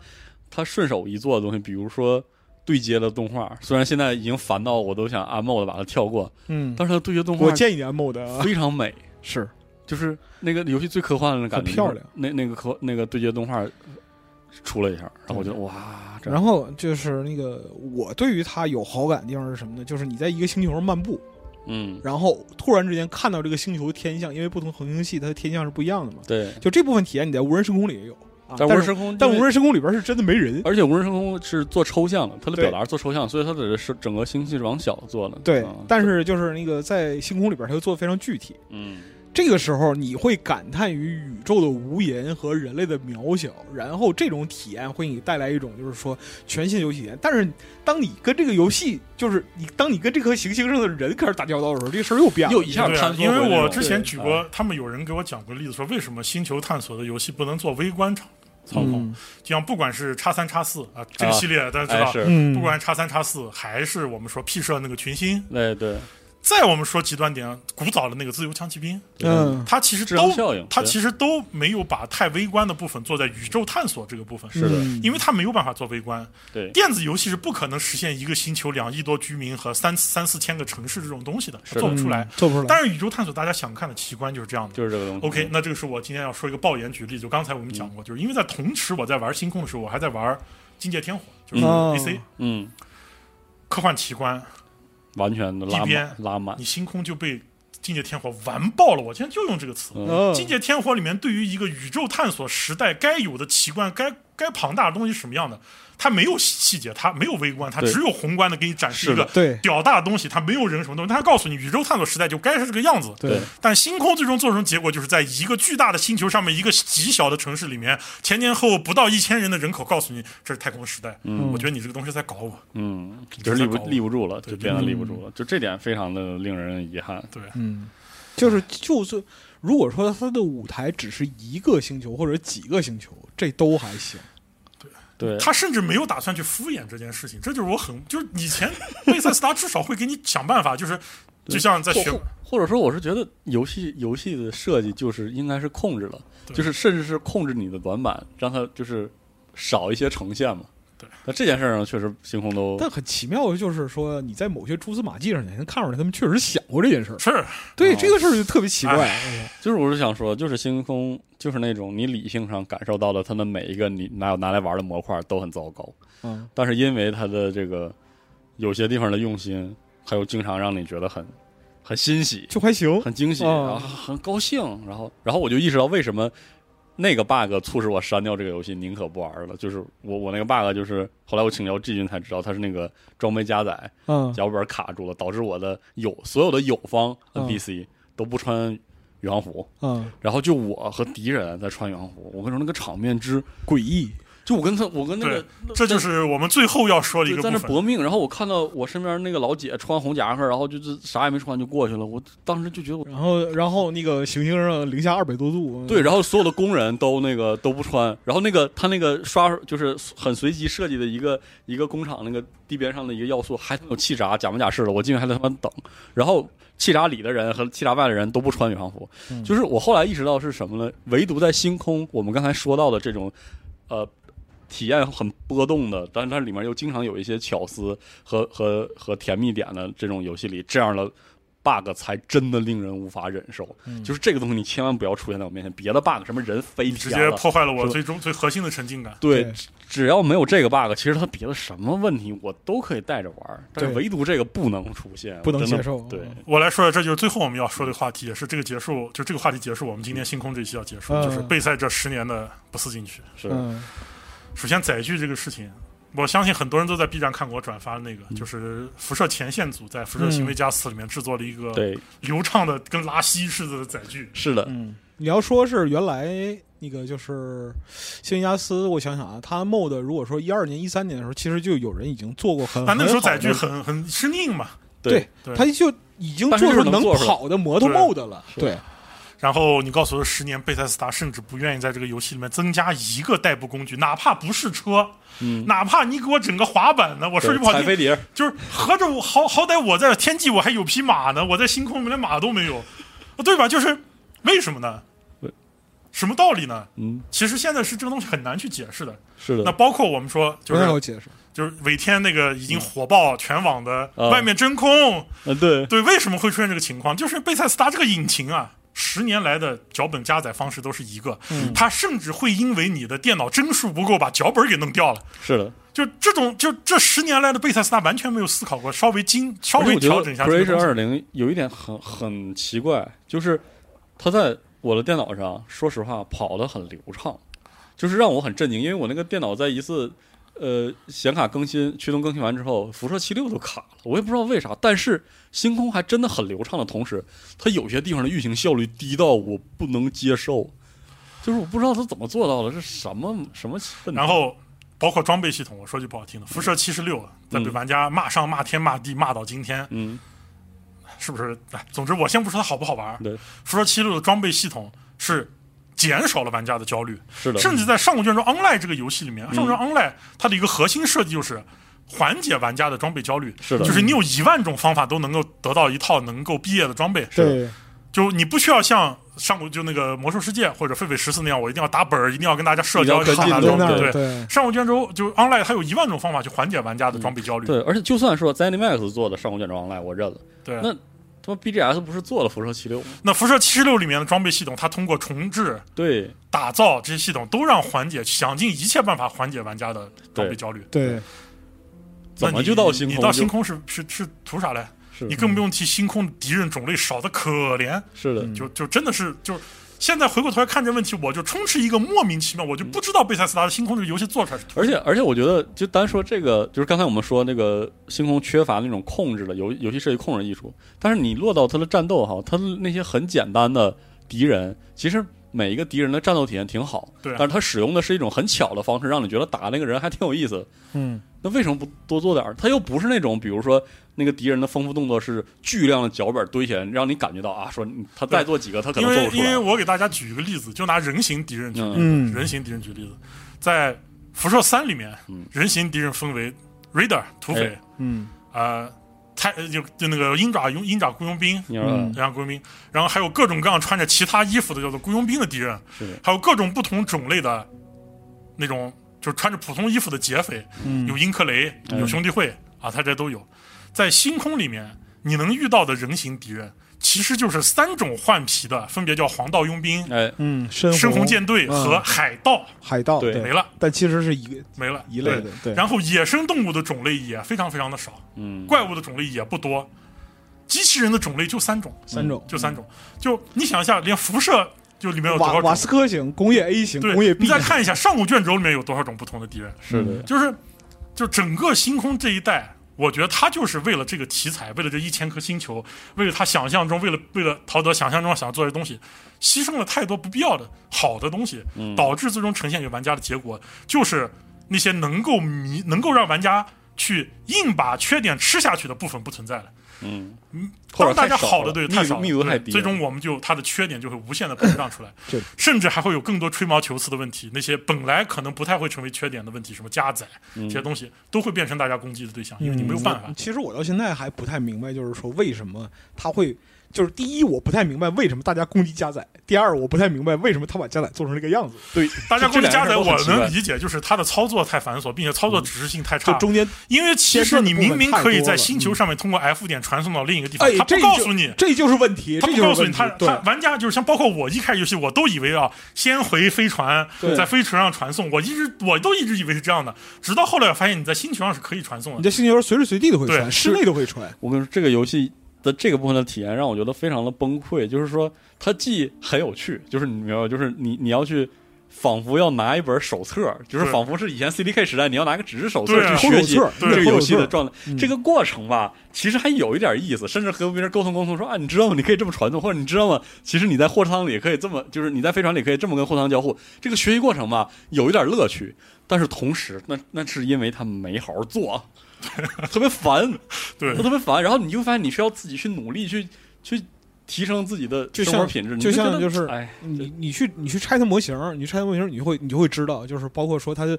[SPEAKER 1] 他顺手一做的东西，比如说对接的动画，虽然现在已经烦到我都想按 mod 把它跳过，
[SPEAKER 3] 嗯，
[SPEAKER 1] 但是它对接动画
[SPEAKER 3] 我建议你按 mod 啊，
[SPEAKER 1] 非常美，
[SPEAKER 3] 是
[SPEAKER 1] <laughs> 就是那个游戏最科幻的感觉，
[SPEAKER 3] 很漂亮。
[SPEAKER 1] 那那个科那个对接动画出了一下，然后我觉得哇，这
[SPEAKER 3] 然后就是那个，我对于它有好感的地方是什么呢？就是你在一个星球上漫步，
[SPEAKER 1] 嗯，
[SPEAKER 3] 然后突然之间看到这个星球的天象，因为不同恒星系它的天象是不一样的嘛。
[SPEAKER 1] 对。
[SPEAKER 3] 就这部分体验，你在无人深空里也有啊，
[SPEAKER 1] 但
[SPEAKER 3] 但
[SPEAKER 1] 无人
[SPEAKER 3] 是
[SPEAKER 1] 深空，啊
[SPEAKER 3] 但无人深空里边是真的没人。
[SPEAKER 1] 而且无人深空是做抽象的，它的
[SPEAKER 3] 对
[SPEAKER 1] 表达是做抽象，所以它的是整个星系是往小做的。
[SPEAKER 3] 对
[SPEAKER 1] 嗯，
[SPEAKER 3] 但是就是那个在星空里边，它又做的非常具体。
[SPEAKER 1] 嗯，
[SPEAKER 3] 这个时候你会感叹于宇宙的无垠和人类的渺小，然后这种体验会给你带来一种就是说全新的游戏体验。但是当你跟这个游戏，就是你当你跟这颗行星上的人开始打交道的时候，这个事儿又变了。
[SPEAKER 1] 又一下
[SPEAKER 2] 对啊
[SPEAKER 1] 看，
[SPEAKER 2] 因为我之前
[SPEAKER 1] 对啊
[SPEAKER 2] 举过，他们有人给我讲过例子，说为什么星球探索的游戏不能做微观操操控，
[SPEAKER 3] 嗯
[SPEAKER 2] 就像不管是叉三叉四啊这个系列，大家知
[SPEAKER 1] 哎
[SPEAKER 2] 道，
[SPEAKER 1] 是，
[SPEAKER 3] 嗯
[SPEAKER 2] 不管叉三叉四还是我们说 P 社那个群星，
[SPEAKER 1] 对哎对，
[SPEAKER 2] 再我们说极端点，古早的那个自由枪骑兵，
[SPEAKER 3] 嗯，
[SPEAKER 2] 它其实
[SPEAKER 1] 质量
[SPEAKER 2] 都
[SPEAKER 1] 效应，
[SPEAKER 2] 它
[SPEAKER 1] 对
[SPEAKER 2] 其实都没有把太微观的部分做在宇宙探索这个部分，
[SPEAKER 1] 是的
[SPEAKER 3] 嗯
[SPEAKER 2] 因为它没有办法做微观。
[SPEAKER 1] 对
[SPEAKER 2] 电子游戏是不可能实现一个星球两亿多居民和三三四千个城市这种东西的，
[SPEAKER 1] 是的
[SPEAKER 2] 做不出来
[SPEAKER 3] 嗯。做不出来。
[SPEAKER 2] 但是宇宙探索，大家想看的奇观就是这样的。
[SPEAKER 1] 就是这个东西。
[SPEAKER 2] OK，那这个是我今天要说一个爆言举例，就刚才我们讲过，就是因为在同时我在玩星空的时候，我还在玩《境界天火》，就是
[SPEAKER 3] 嗯
[SPEAKER 2] AC、
[SPEAKER 1] 嗯，
[SPEAKER 2] 科幻奇观，
[SPEAKER 1] 完全的拉
[SPEAKER 2] 一边
[SPEAKER 1] 满拉满
[SPEAKER 2] 你，星空就被《境界天火》完爆了。我今天就用这个词，
[SPEAKER 1] 嗯，
[SPEAKER 3] 嗯
[SPEAKER 2] 《境界天火》里面对于一个宇宙探索时代该有的奇观、该该庞大的东西是什么样的，它没有细节，它没有微观，它
[SPEAKER 1] 对
[SPEAKER 2] 只有宏观的给你展示
[SPEAKER 1] 是
[SPEAKER 2] 一
[SPEAKER 1] 的
[SPEAKER 2] 个
[SPEAKER 3] 对
[SPEAKER 2] 屌大的东西，它没有人什么东西，它告诉你宇宙探索时代就该是这个样子。
[SPEAKER 1] 对，
[SPEAKER 2] 但星空最终做成结果就是在一个巨大的星球上面，一个极小的城市里面，前前后后不到一千人的人口，告诉你这是太空时代。
[SPEAKER 1] 嗯
[SPEAKER 2] 我觉得你这个东西在搞我。
[SPEAKER 1] 嗯，就是立
[SPEAKER 2] 搞
[SPEAKER 1] 不
[SPEAKER 2] 我
[SPEAKER 1] 立不住了，就
[SPEAKER 2] 对
[SPEAKER 1] 变得
[SPEAKER 3] 嗯
[SPEAKER 1] 立不住了，就这点非常的令人遗憾。
[SPEAKER 2] 对，
[SPEAKER 3] 嗯，就是就算如果说它的舞台只是一个星球或者几个星球，这都还行。
[SPEAKER 1] 对，
[SPEAKER 2] 他甚至没有打算去敷衍这件事情，这就是我很就是以前贝塞斯达至少会给你想办法，就是就像在
[SPEAKER 1] 或
[SPEAKER 2] 学
[SPEAKER 1] 或或者说，我是觉得游戏游戏的设计就是应该是控制了，
[SPEAKER 2] 对
[SPEAKER 1] 就是甚至是控制你的短板，让它就是少一些呈现嘛。
[SPEAKER 2] 对，
[SPEAKER 1] 那这件事儿上确实星空都
[SPEAKER 3] 但很奇妙的就是说，你在某些蛛丝马迹上，你还能看出来他们确实想过这件事儿。哎
[SPEAKER 2] 是
[SPEAKER 3] 对、
[SPEAKER 1] 哦
[SPEAKER 3] 这个事儿就特别奇怪。
[SPEAKER 1] 就是我是想说，就是星空，就是那种你理性上感受到的，它的每一个你拿拿来玩的模块都很糟糕，
[SPEAKER 3] 嗯，
[SPEAKER 1] 但是因为它的这个有些地方的用心，还有经常让你觉得很很欣喜、
[SPEAKER 3] 就还行。
[SPEAKER 1] 很惊喜，
[SPEAKER 3] 哦
[SPEAKER 1] 然后很高兴，然后然后我就意识到为什么那个 bug 促使我删掉这个游戏，宁可不玩了。就是我我那个 bug 就是后来我请教 G 君才知道，它是那个装备加载
[SPEAKER 3] 嗯
[SPEAKER 1] 脚本卡住了，导致我的友所有的友方 NPC 都不穿宇航服。
[SPEAKER 3] 嗯，
[SPEAKER 1] 然后就我和敌人在穿远服，我跟你说那个场面之，
[SPEAKER 3] 诡异。
[SPEAKER 1] 就我跟他，我跟那个
[SPEAKER 2] 对，这就是我们最后要说的一
[SPEAKER 1] 就
[SPEAKER 2] 个
[SPEAKER 1] 在
[SPEAKER 2] 部
[SPEAKER 1] 那
[SPEAKER 2] 分。
[SPEAKER 1] 搏命，然后我看到我身边那个老姐穿红夹克，然后就是啥也没穿就过去了，我当时就觉得我
[SPEAKER 3] 然后，然后那个行星上零下二百多度。
[SPEAKER 1] 对，，然后所有的工人都那个都不穿，然后那个他那个刷就是很随机设计的一个一个工厂那个地边上的一个要素，还有气闸假模假式的，我进去还得他妈等，然后气闸里的人和气闸外的人都不穿宇航服，
[SPEAKER 3] 嗯
[SPEAKER 1] 就是我后来意识到是什么呢？唯独在星空，我们刚才说到的这种，呃。体验很波动的，但是它里面又经常有一些巧思和和和甜蜜点的这种游戏里，这样的 bug 才真的令人无法忍受。
[SPEAKER 3] 嗯
[SPEAKER 1] 就是这个东西，你千万不要出现在我面前。别的 bug，什么人飞
[SPEAKER 2] 你直
[SPEAKER 1] 天
[SPEAKER 2] 接
[SPEAKER 1] 了，
[SPEAKER 2] 破坏了我
[SPEAKER 1] 是吧
[SPEAKER 2] 最终最核心的沉浸感。
[SPEAKER 1] 对
[SPEAKER 3] 对，
[SPEAKER 1] 只要没有这个 bug，其实它别的什么问题我都可以带着玩儿，但是
[SPEAKER 3] 对
[SPEAKER 1] 唯独这个不能出现，
[SPEAKER 3] 不能
[SPEAKER 1] 我真的
[SPEAKER 3] 接受哦
[SPEAKER 1] 对，
[SPEAKER 2] 我来说，这就是最后我们要说的话题，也是这个结束，就这个话题结束，我们今天星空这一期要结束，
[SPEAKER 3] 嗯
[SPEAKER 2] 就是备赛这十年的不思进取。
[SPEAKER 1] 是，
[SPEAKER 3] 嗯
[SPEAKER 2] 首先载具这个事情，我相信很多人都在 B 站看过我转发的那个，
[SPEAKER 1] 嗯
[SPEAKER 2] 就是辐射前线组在《辐射行为加四》里面制作了一个
[SPEAKER 1] 对，
[SPEAKER 2] 流畅的跟拉稀似的载具。
[SPEAKER 1] 是的，
[SPEAKER 3] 嗯，你要说是原来那个就是辛维加斯，我想想啊，他 mod 如果说一二年、一三年的时候，其实就有人已经做过很
[SPEAKER 2] 但啊那个时
[SPEAKER 3] 很
[SPEAKER 2] 候
[SPEAKER 3] 好
[SPEAKER 2] 载
[SPEAKER 3] 的
[SPEAKER 2] 具很很生硬嘛，
[SPEAKER 1] 对
[SPEAKER 3] 对
[SPEAKER 2] 对
[SPEAKER 3] 他就已经
[SPEAKER 1] 但是
[SPEAKER 3] 做
[SPEAKER 1] 就是
[SPEAKER 3] 出
[SPEAKER 1] 能
[SPEAKER 3] 能
[SPEAKER 1] 做出来
[SPEAKER 3] 跑的摩托
[SPEAKER 2] 对
[SPEAKER 3] mod 了。
[SPEAKER 1] 是
[SPEAKER 3] 对，
[SPEAKER 2] 然后你告诉我，十年贝塞斯达甚至不愿意在这个游戏里面增加一个代步工具，哪怕不是车，
[SPEAKER 1] 嗯
[SPEAKER 2] 哪怕你给我整个滑板呢，我说句不好
[SPEAKER 1] 踩飞
[SPEAKER 2] 听，
[SPEAKER 1] 碟儿，
[SPEAKER 2] 就是合着我好好歹我在天际我还有匹马呢，我在星空里面连马都没有，对吧？就是为什么呢
[SPEAKER 1] 对？
[SPEAKER 2] 什么道理呢？
[SPEAKER 1] 嗯，
[SPEAKER 2] 其实现在是这个东西很难去解释的。
[SPEAKER 1] 是
[SPEAKER 2] 那
[SPEAKER 1] 的，
[SPEAKER 2] 包括我们说，就
[SPEAKER 3] 不太
[SPEAKER 2] 是
[SPEAKER 3] 好解释。
[SPEAKER 2] 就是尾天那个已经火爆全网的
[SPEAKER 1] 啊
[SPEAKER 2] 外面真空，
[SPEAKER 1] 嗯，对，
[SPEAKER 2] 对，为什么会出现这个情况？就是贝塞斯达这个引擎啊，十年来的脚本加载方式都是一个，
[SPEAKER 1] 嗯
[SPEAKER 2] 它甚至会因为你的电脑帧数不够，把脚本给弄掉了。
[SPEAKER 1] 是的。
[SPEAKER 2] 就这种，就这十年来的贝塞斯达完全没有思考过，稍微精稍
[SPEAKER 1] 而且
[SPEAKER 2] 微
[SPEAKER 1] 我觉
[SPEAKER 2] 调
[SPEAKER 1] 得
[SPEAKER 2] 整
[SPEAKER 1] c
[SPEAKER 2] 一下
[SPEAKER 1] r
[SPEAKER 2] 这
[SPEAKER 1] a
[SPEAKER 2] 个
[SPEAKER 1] z y
[SPEAKER 2] 东西。
[SPEAKER 1] 二零有一点很很奇怪，就是它在我的电脑上，说实话跑得很流畅，就是让我很震惊，因为我那个电脑在一次呃显卡更新、驱动更新完之后，辐射七六都卡了，我也不知道为啥。但是星空还真的很流畅的同时，它有些地方的运行效率低到我不能接受。就是我不知道它怎么做到的，是什么什么问题？
[SPEAKER 2] 然后包括装备系统，我说句不好听的，辐射七十六在被
[SPEAKER 1] 嗯
[SPEAKER 2] 玩家骂上骂天骂地骂到今天，
[SPEAKER 1] 嗯，
[SPEAKER 2] 是不是？哎，总之我先不说它好不好玩，
[SPEAKER 1] 对，
[SPEAKER 2] 辐射七六的装备系统是减少了玩家的焦虑，
[SPEAKER 1] 是的，
[SPEAKER 2] 甚至在《上古卷轴 Online》这个游戏里
[SPEAKER 1] 嗯
[SPEAKER 2] 面，上古卷轴 Online》它的一个核心设计就是缓解玩家的装备焦虑，
[SPEAKER 1] 是的
[SPEAKER 2] 就是你有一万种方法都能够得到一套能够毕业的装备，
[SPEAKER 3] 对，
[SPEAKER 2] 就你不需要像上古就那个魔兽世界或者狒狒十四那样，我一定要打本儿，一定要跟大家社交，
[SPEAKER 1] 一定要
[SPEAKER 2] 一定要
[SPEAKER 1] 跟
[SPEAKER 3] 卡
[SPEAKER 1] 进
[SPEAKER 2] 打
[SPEAKER 3] 在
[SPEAKER 1] 度
[SPEAKER 3] 那
[SPEAKER 2] 装
[SPEAKER 1] 对
[SPEAKER 2] 备
[SPEAKER 3] 儿，
[SPEAKER 2] 对。
[SPEAKER 3] 对，
[SPEAKER 2] 上古卷轴就 Online 它有一万种方法去缓解玩家的装备焦虑，
[SPEAKER 1] 对，而且就算说 Zenimax 做的上古卷轴 Online，我认了。
[SPEAKER 2] 对
[SPEAKER 1] 那他妈 BGS 不是做了辐射七六吗？
[SPEAKER 2] 那辐射七十六里面的装备系统，它通过重置、
[SPEAKER 1] 对，
[SPEAKER 2] 打造这些系统，都让缓解，想尽一切办法缓解玩家的装备
[SPEAKER 1] 对
[SPEAKER 2] 焦虑。
[SPEAKER 3] 对，
[SPEAKER 1] 怎么
[SPEAKER 2] 那你
[SPEAKER 1] 就到星
[SPEAKER 2] 你
[SPEAKER 1] 空？
[SPEAKER 2] 到星空是是是图啥嘞？
[SPEAKER 1] 是嗯
[SPEAKER 2] 你更不用提星空的敌人种类少的可怜，
[SPEAKER 1] 是
[SPEAKER 3] 嗯
[SPEAKER 1] 的，
[SPEAKER 2] 就就真的是就是。现在回过头来看这问题，我就充斥一个莫名其妙，我就
[SPEAKER 1] 嗯
[SPEAKER 2] 不知道贝塞斯达的《星空》这个游戏做出来是图
[SPEAKER 1] 而且而且我觉得，就单说这个，就是刚才我们说那个星空缺乏那种控制的游游戏设计控制艺术，但是你落到他的战斗哈，他的那些很简单的敌人，其实。每一个敌人的战斗体验挺好，
[SPEAKER 2] 对啊
[SPEAKER 1] 但是他使用的是一种很巧的方式，让你觉得打那个人还挺有意思。
[SPEAKER 3] 嗯，
[SPEAKER 1] 那为什么不多做点儿？他又不是那种，比如说那个敌人的丰富动作是巨量的脚本堆起来，让你感觉到啊，说你他再做几个，他可
[SPEAKER 2] 因
[SPEAKER 1] 能做
[SPEAKER 2] 为
[SPEAKER 1] 不出
[SPEAKER 2] 因为
[SPEAKER 1] 来。
[SPEAKER 2] 我给大家举一个例子，就拿人形敌人举例子，
[SPEAKER 3] 嗯
[SPEAKER 2] 呃人形敌人举例子，在《辐射三》里面，
[SPEAKER 1] 嗯
[SPEAKER 2] 人形敌人分为 Raider 土匪
[SPEAKER 1] 哎，
[SPEAKER 3] 嗯，
[SPEAKER 2] 呃，泰就就那个鹰爪佣鹰爪雇佣兵，
[SPEAKER 1] 你说
[SPEAKER 3] 嗯
[SPEAKER 2] 然后雇佣兵，然后还有各种各样穿着其他衣服的叫做雇佣兵的敌人
[SPEAKER 1] 是的，
[SPEAKER 2] 还有各种不同种类的那种就是穿着普通衣服的劫匪，
[SPEAKER 3] 嗯
[SPEAKER 2] 有英克雷，有兄弟会、啊，他这都有。在星空里面，你能遇到的人形敌人其实就是三种换皮的，分别叫黄道佣兵、
[SPEAKER 1] 哎，
[SPEAKER 3] 嗯，深
[SPEAKER 2] 深
[SPEAKER 3] 红
[SPEAKER 2] 红舰队和
[SPEAKER 3] 嗯
[SPEAKER 2] 海盗，
[SPEAKER 3] 海盗
[SPEAKER 1] 对
[SPEAKER 2] 没，了
[SPEAKER 3] 但其实是一个
[SPEAKER 2] 没了。
[SPEAKER 3] 一类的，对，
[SPEAKER 2] 然后野生动物的种类也非常非常的少，
[SPEAKER 1] 嗯，
[SPEAKER 2] 怪物的种类也不多，机器人的种类就三种。
[SPEAKER 3] 三种，
[SPEAKER 2] 就三种。就你想一下，连辐射就嗯里面有多
[SPEAKER 3] 瓦
[SPEAKER 2] 少
[SPEAKER 3] 瓦
[SPEAKER 2] 种？
[SPEAKER 3] 斯科型、工业 A 型、
[SPEAKER 2] 对
[SPEAKER 3] 工业，B
[SPEAKER 2] 你再
[SPEAKER 3] 型，嗯
[SPEAKER 2] 看一下上古卷轴里面有多少种不同的敌人？
[SPEAKER 1] 是的，
[SPEAKER 2] 就是，就整个星空这一代，我觉得他就是为了这个题材，为了这一千颗星球，为了他想象中，为了为了陶德想象中想做的东西，牺牲了太多不必要的好的东西，
[SPEAKER 3] 嗯
[SPEAKER 2] 导致最终呈现给玩家的结果就是那些能够迷，能够让玩家去硬把缺点吃下去的部分不存在了。
[SPEAKER 1] 嗯，或
[SPEAKER 2] 当
[SPEAKER 1] 者
[SPEAKER 2] 大家
[SPEAKER 1] 太少
[SPEAKER 2] 好的
[SPEAKER 1] 了
[SPEAKER 2] 队
[SPEAKER 1] 密
[SPEAKER 2] 太
[SPEAKER 1] 度
[SPEAKER 2] 少了，
[SPEAKER 1] 密度
[SPEAKER 2] 对
[SPEAKER 1] 太低
[SPEAKER 2] 最
[SPEAKER 1] 了
[SPEAKER 2] 终我们就它的缺点就会无限
[SPEAKER 1] <laughs>
[SPEAKER 2] 的膨胀出来
[SPEAKER 3] 对，
[SPEAKER 2] 甚至还会有更多吹毛求疵的问题。那些本来可能不太会成为缺点的问题，什么加载
[SPEAKER 1] 嗯
[SPEAKER 2] 这些东西，都会变成大家攻击的对象，因为你没有办法
[SPEAKER 3] 嗯。其实我到现在还不太明白，就是说为什么他会，就是第一，我不太明白为什么大家攻击加载；第二，我不太明白为什么他把加载做成这个样子，
[SPEAKER 1] 对，
[SPEAKER 2] 大家攻击加载，
[SPEAKER 1] 这两个
[SPEAKER 2] 我
[SPEAKER 1] 事儿都很奇怪嗯
[SPEAKER 2] 能理解，就是它的操作太繁琐，并且操作指示性太
[SPEAKER 3] 就
[SPEAKER 2] 差。
[SPEAKER 3] 中间，
[SPEAKER 2] 因为其实你明明可以在
[SPEAKER 1] 嗯
[SPEAKER 3] 牵涉的部分太多
[SPEAKER 2] 星球
[SPEAKER 3] 了
[SPEAKER 2] 上面通过 F 点传送到另一个地方
[SPEAKER 3] 哎，，
[SPEAKER 2] 它
[SPEAKER 3] 这
[SPEAKER 2] 不
[SPEAKER 3] 就
[SPEAKER 2] 告诉你。
[SPEAKER 3] 这就是问题，
[SPEAKER 2] 他
[SPEAKER 3] 这
[SPEAKER 2] 不
[SPEAKER 3] 就是
[SPEAKER 2] 告诉
[SPEAKER 3] 问
[SPEAKER 2] 你，
[SPEAKER 3] 题
[SPEAKER 2] 他他
[SPEAKER 3] 对
[SPEAKER 2] 玩家就是像包括我一开始游戏，我都以为啊，先回飞船
[SPEAKER 3] 对，
[SPEAKER 2] 在飞船上传送，我一直我都一直以为是这样的，直到后来我发现你在星球上是可以传送
[SPEAKER 3] 你
[SPEAKER 2] 的。
[SPEAKER 3] 这星球随时随地都会
[SPEAKER 2] 对
[SPEAKER 3] 穿，室内都会穿，
[SPEAKER 1] 我跟你说，这个游戏的这个部分的体验让我觉得非常的崩溃。就是说，它既很有趣，就是你明白吗，就是你你要去，仿佛要拿一本手册，就是
[SPEAKER 2] 对
[SPEAKER 1] 仿佛是以前 CDK 时代，你要拿个纸质手
[SPEAKER 2] 对
[SPEAKER 1] 册
[SPEAKER 2] 啊
[SPEAKER 1] 去学习
[SPEAKER 3] 后
[SPEAKER 1] <laughs>
[SPEAKER 3] 手册
[SPEAKER 1] 这个
[SPEAKER 3] 对
[SPEAKER 1] 游戏
[SPEAKER 3] 后手
[SPEAKER 1] 的
[SPEAKER 3] 册
[SPEAKER 1] 状态。这个过程吧，其实还有一点意思，甚至和别人沟通沟通说啊，你知道吗？你可以这么传送，或者你知道吗？其实你在货仓里也可以这么，就是你在飞船里可以这么跟货仓交互。这个学习过程吧，有一点乐趣。但是同时，那那是因为他没好好做， <laughs> 特别烦。
[SPEAKER 2] 对
[SPEAKER 1] 我特别烦。然后你就发现你需要自己去努力去去提升自己的
[SPEAKER 3] 就
[SPEAKER 1] 生活
[SPEAKER 3] 像
[SPEAKER 1] 品质，你
[SPEAKER 3] 就
[SPEAKER 1] 觉
[SPEAKER 3] 像
[SPEAKER 1] 得
[SPEAKER 3] 就是
[SPEAKER 1] 哎，
[SPEAKER 3] 你你去你去拆它模型儿，你去拆它模型儿，你就会你就会知道，就是包括说它的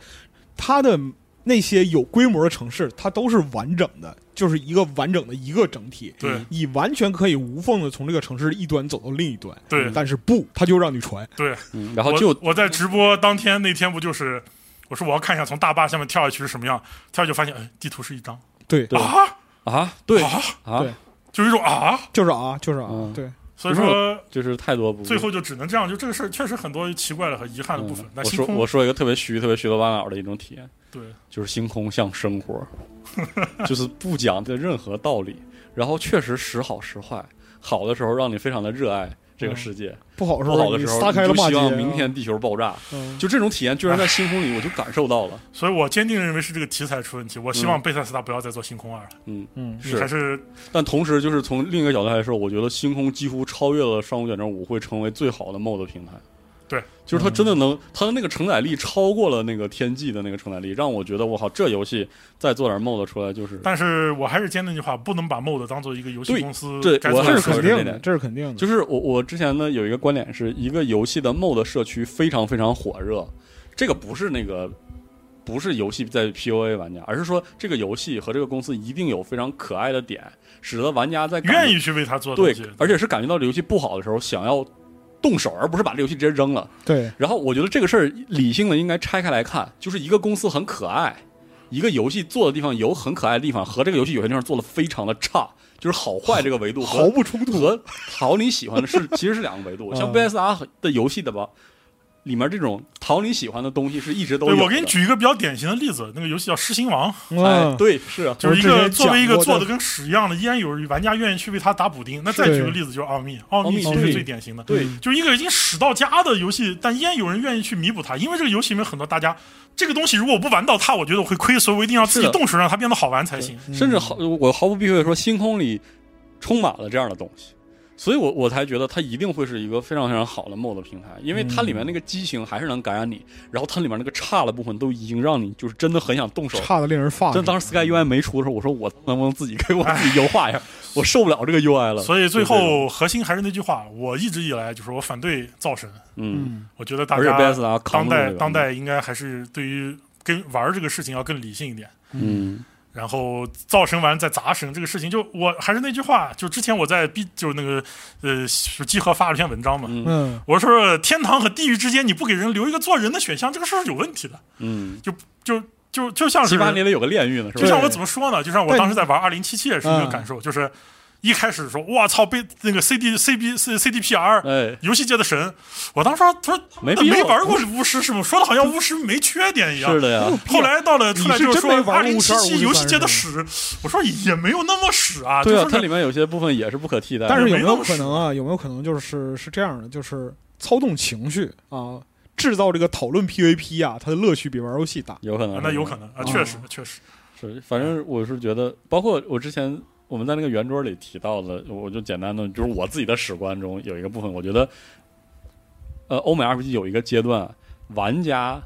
[SPEAKER 3] 它的那些有规模的城市，它都是完整的，就是一个完整的一个整体。
[SPEAKER 2] 对
[SPEAKER 3] 你完全可以无缝的从这个城市的一端走到另一端。
[SPEAKER 2] 对
[SPEAKER 3] 但是不，它就让你传。
[SPEAKER 2] 对，
[SPEAKER 1] 嗯然后就
[SPEAKER 2] 我我在直播当天那天不就是，我说我要看一下从大坝下面跳下去是什么样，跳下去发现，哎，地图是一张
[SPEAKER 3] 对，
[SPEAKER 1] 对
[SPEAKER 2] 啊
[SPEAKER 1] 啊，对
[SPEAKER 2] 啊，
[SPEAKER 1] 啊
[SPEAKER 3] 对，
[SPEAKER 2] 就是一种啊，
[SPEAKER 3] 就是啊，就是啊，
[SPEAKER 1] 嗯
[SPEAKER 3] 对，
[SPEAKER 2] 所以
[SPEAKER 1] 不是
[SPEAKER 2] 说
[SPEAKER 1] 就是太多不
[SPEAKER 2] 最后就只能这样，就这个事儿确实很多奇怪的和遗憾的部分
[SPEAKER 1] 嗯。
[SPEAKER 2] 那
[SPEAKER 1] 我
[SPEAKER 2] 星
[SPEAKER 1] 说
[SPEAKER 2] 空
[SPEAKER 1] 我说一个特别虚、特别虚头巴脑的一种体验，
[SPEAKER 2] 对
[SPEAKER 1] 就是星空像生活， <laughs> 就是不讲的任何道理，然后确实时好时坏，好的时候让你非常的热爱这个世界，
[SPEAKER 3] 不好的时
[SPEAKER 1] 不好
[SPEAKER 3] 候
[SPEAKER 1] 的
[SPEAKER 3] 嗯你
[SPEAKER 1] 时候
[SPEAKER 3] 撒开了
[SPEAKER 1] 你
[SPEAKER 3] 骂
[SPEAKER 1] 就希
[SPEAKER 3] 街啊。
[SPEAKER 1] 望明天地球爆炸。
[SPEAKER 3] 嗯，
[SPEAKER 1] 就这种体验，居然在星空里我就感受到
[SPEAKER 3] <laughs>
[SPEAKER 1] 了。
[SPEAKER 2] 所以我坚定认为是这个题材出问题。我希望贝塞斯达不要再做星空二了，
[SPEAKER 1] 嗯，
[SPEAKER 3] 嗯，
[SPEAKER 2] 你还
[SPEAKER 1] 是。
[SPEAKER 2] 是
[SPEAKER 1] 但同时，就是从另一个角度来说，我觉得星空几乎超越了上古卷轴五，会成为最好的 MOD 平台。
[SPEAKER 2] 对，
[SPEAKER 1] 就是它真的能，它的那个承载力超过了那个天际的那个承载力，让我觉得我靠，这游戏再做点 MOD 出来就是。
[SPEAKER 2] 但是我还是坚定一句话，不能把 MOD 当做一个游戏
[SPEAKER 1] 对
[SPEAKER 2] 公司
[SPEAKER 1] 对
[SPEAKER 2] 该
[SPEAKER 1] 我
[SPEAKER 2] 做
[SPEAKER 3] 这
[SPEAKER 2] 的
[SPEAKER 1] 还
[SPEAKER 3] 是
[SPEAKER 2] 事儿
[SPEAKER 1] 说
[SPEAKER 3] 肯
[SPEAKER 1] 的这
[SPEAKER 3] 定
[SPEAKER 1] 点
[SPEAKER 3] 的，这是肯定的。
[SPEAKER 1] 就是我我之前呢有一个观点是一个游戏的 MOD 社区非常非常火热，这个不是那个不是游戏在 PUA 玩家，而是说这个游戏和这个公司一定有非常可爱的点，使得玩家在感
[SPEAKER 2] 愿意去为他做的
[SPEAKER 1] 对
[SPEAKER 2] 东西，，
[SPEAKER 1] 而且是感觉到这游戏不好的时候想要动手，而不是把这游戏直接扔了。
[SPEAKER 3] 对，
[SPEAKER 1] 然后我觉得这个事儿理性的应该拆开来看，就是一个公司很可爱，一个游戏做的地方有很可爱的地方，和这个游戏有些地方做的非常的差，就是好坏这个维度
[SPEAKER 3] 毫
[SPEAKER 1] 和
[SPEAKER 3] 不冲突。
[SPEAKER 1] 和讨你喜欢的
[SPEAKER 2] <laughs>
[SPEAKER 1] 是其实是两个维度。像
[SPEAKER 3] 嗯
[SPEAKER 1] BSR 的游戏的吧，里面这种讨你喜欢的东西是一直都有
[SPEAKER 2] 对
[SPEAKER 1] 的。
[SPEAKER 2] 我给你举一个比较典型的例子，那个游戏叫《狮心王》，
[SPEAKER 1] 哎
[SPEAKER 3] 嗯，，
[SPEAKER 1] 对，是啊，
[SPEAKER 2] 就是一
[SPEAKER 3] 我之
[SPEAKER 2] 个
[SPEAKER 3] 前
[SPEAKER 2] 作为一个
[SPEAKER 3] 讲过
[SPEAKER 2] 做
[SPEAKER 3] 的
[SPEAKER 2] 的跟屎一样的，依然有玩家愿意去为他打补丁。那再
[SPEAKER 3] 是
[SPEAKER 2] 举个例子，就是奥秘，奥
[SPEAKER 1] 秘
[SPEAKER 2] 秘其实
[SPEAKER 3] 奥秘
[SPEAKER 2] 是最典型的，
[SPEAKER 1] 对，
[SPEAKER 2] 就是一个已经屎到家的游戏，但依然有人愿意去弥补它，因为这个游戏里面很多大家。这个东西如果我不玩到它，我觉得我会亏，所以我一定要自
[SPEAKER 1] 是
[SPEAKER 2] 己
[SPEAKER 1] 的
[SPEAKER 2] 动手让它变得好玩才行。
[SPEAKER 3] 嗯
[SPEAKER 1] 甚至毫我毫不避讳地说，星空里充满了这样的东西，所以我我才觉得它一定会是一个非常非常好的 MOD 平台，因为它里面那个激情还是能感染你，然后它里面那个差的部分都已经让你就是真的很想动手。
[SPEAKER 3] 差的令人发
[SPEAKER 1] 但
[SPEAKER 3] 指。
[SPEAKER 1] 当时 Sky UI 没出的时候，我说我能不能自己给我自己优化一下，我受不了这个 UI 了。
[SPEAKER 2] 哎所以最
[SPEAKER 1] 就这种，
[SPEAKER 2] 后核心还是那句话，我一直以来就是我反对造神，
[SPEAKER 1] 嗯，
[SPEAKER 3] 嗯，
[SPEAKER 2] 我觉得大
[SPEAKER 1] 而且
[SPEAKER 2] 家
[SPEAKER 1] BSR
[SPEAKER 2] 当
[SPEAKER 1] 扛住了
[SPEAKER 2] 代
[SPEAKER 1] 这个嗯
[SPEAKER 2] 当，代应该还是对于跟玩儿这个事情要更理性一点。
[SPEAKER 1] 嗯
[SPEAKER 2] 然后造神完再砸神这个事情，就我还是那句话，就之前我在 B 就是那个呃手机盒发了篇文章嘛，
[SPEAKER 1] 嗯
[SPEAKER 3] 嗯，
[SPEAKER 2] 我说天堂和地狱之间你不给人留一个做人的选项，这个事儿是有问题的，
[SPEAKER 1] 嗯，
[SPEAKER 2] 就就就像是
[SPEAKER 1] 七八年得有个炼狱呢，是
[SPEAKER 2] 就
[SPEAKER 1] 吧？
[SPEAKER 2] 像我怎么说呢？就像我
[SPEAKER 3] 但
[SPEAKER 2] 当时在玩二零七七也是一个
[SPEAKER 3] 嗯
[SPEAKER 2] 感受，就是一开始说哇操被那个 CD CB C CDPR。
[SPEAKER 1] 哎，
[SPEAKER 2] 游戏界的神，我当时说，他说他
[SPEAKER 1] 没
[SPEAKER 2] 妈的
[SPEAKER 1] 必
[SPEAKER 2] 没
[SPEAKER 1] 要
[SPEAKER 2] 玩过巫师是吗？说的好像巫师没缺点一样。嗯
[SPEAKER 1] 是的呀，
[SPEAKER 2] 后来到了出来就
[SPEAKER 3] 你是
[SPEAKER 2] 是说
[SPEAKER 3] 真没
[SPEAKER 2] 二
[SPEAKER 3] 玩过
[SPEAKER 2] 零
[SPEAKER 3] 五
[SPEAKER 2] 七
[SPEAKER 3] 十二
[SPEAKER 2] 七
[SPEAKER 3] 五
[SPEAKER 2] 游
[SPEAKER 3] 十
[SPEAKER 2] 戏
[SPEAKER 3] 三
[SPEAKER 2] 界的屎，我说也没有那么屎啊，
[SPEAKER 1] 对啊，
[SPEAKER 2] 就
[SPEAKER 1] 它
[SPEAKER 2] 是
[SPEAKER 1] 里面有些部分也是不可替代的。
[SPEAKER 3] 但是有
[SPEAKER 2] 没
[SPEAKER 3] 没
[SPEAKER 2] 那
[SPEAKER 3] 有
[SPEAKER 2] 么
[SPEAKER 3] 可能啊？有没有可能就是是这样的？就是操纵情绪啊，制造这个讨论 PVP 啊，它的乐趣比玩游戏大。
[SPEAKER 1] 有可能
[SPEAKER 2] 啊
[SPEAKER 1] 是，
[SPEAKER 2] 那有可能啊，
[SPEAKER 3] 嗯
[SPEAKER 2] 确实确实，
[SPEAKER 1] 是，反正我是觉得，包括我之前我们在那个圆桌里提到的，我就简单的就是我自己的史观中有一个部分，我觉得，呃，欧美 RPG 有一个阶段，玩家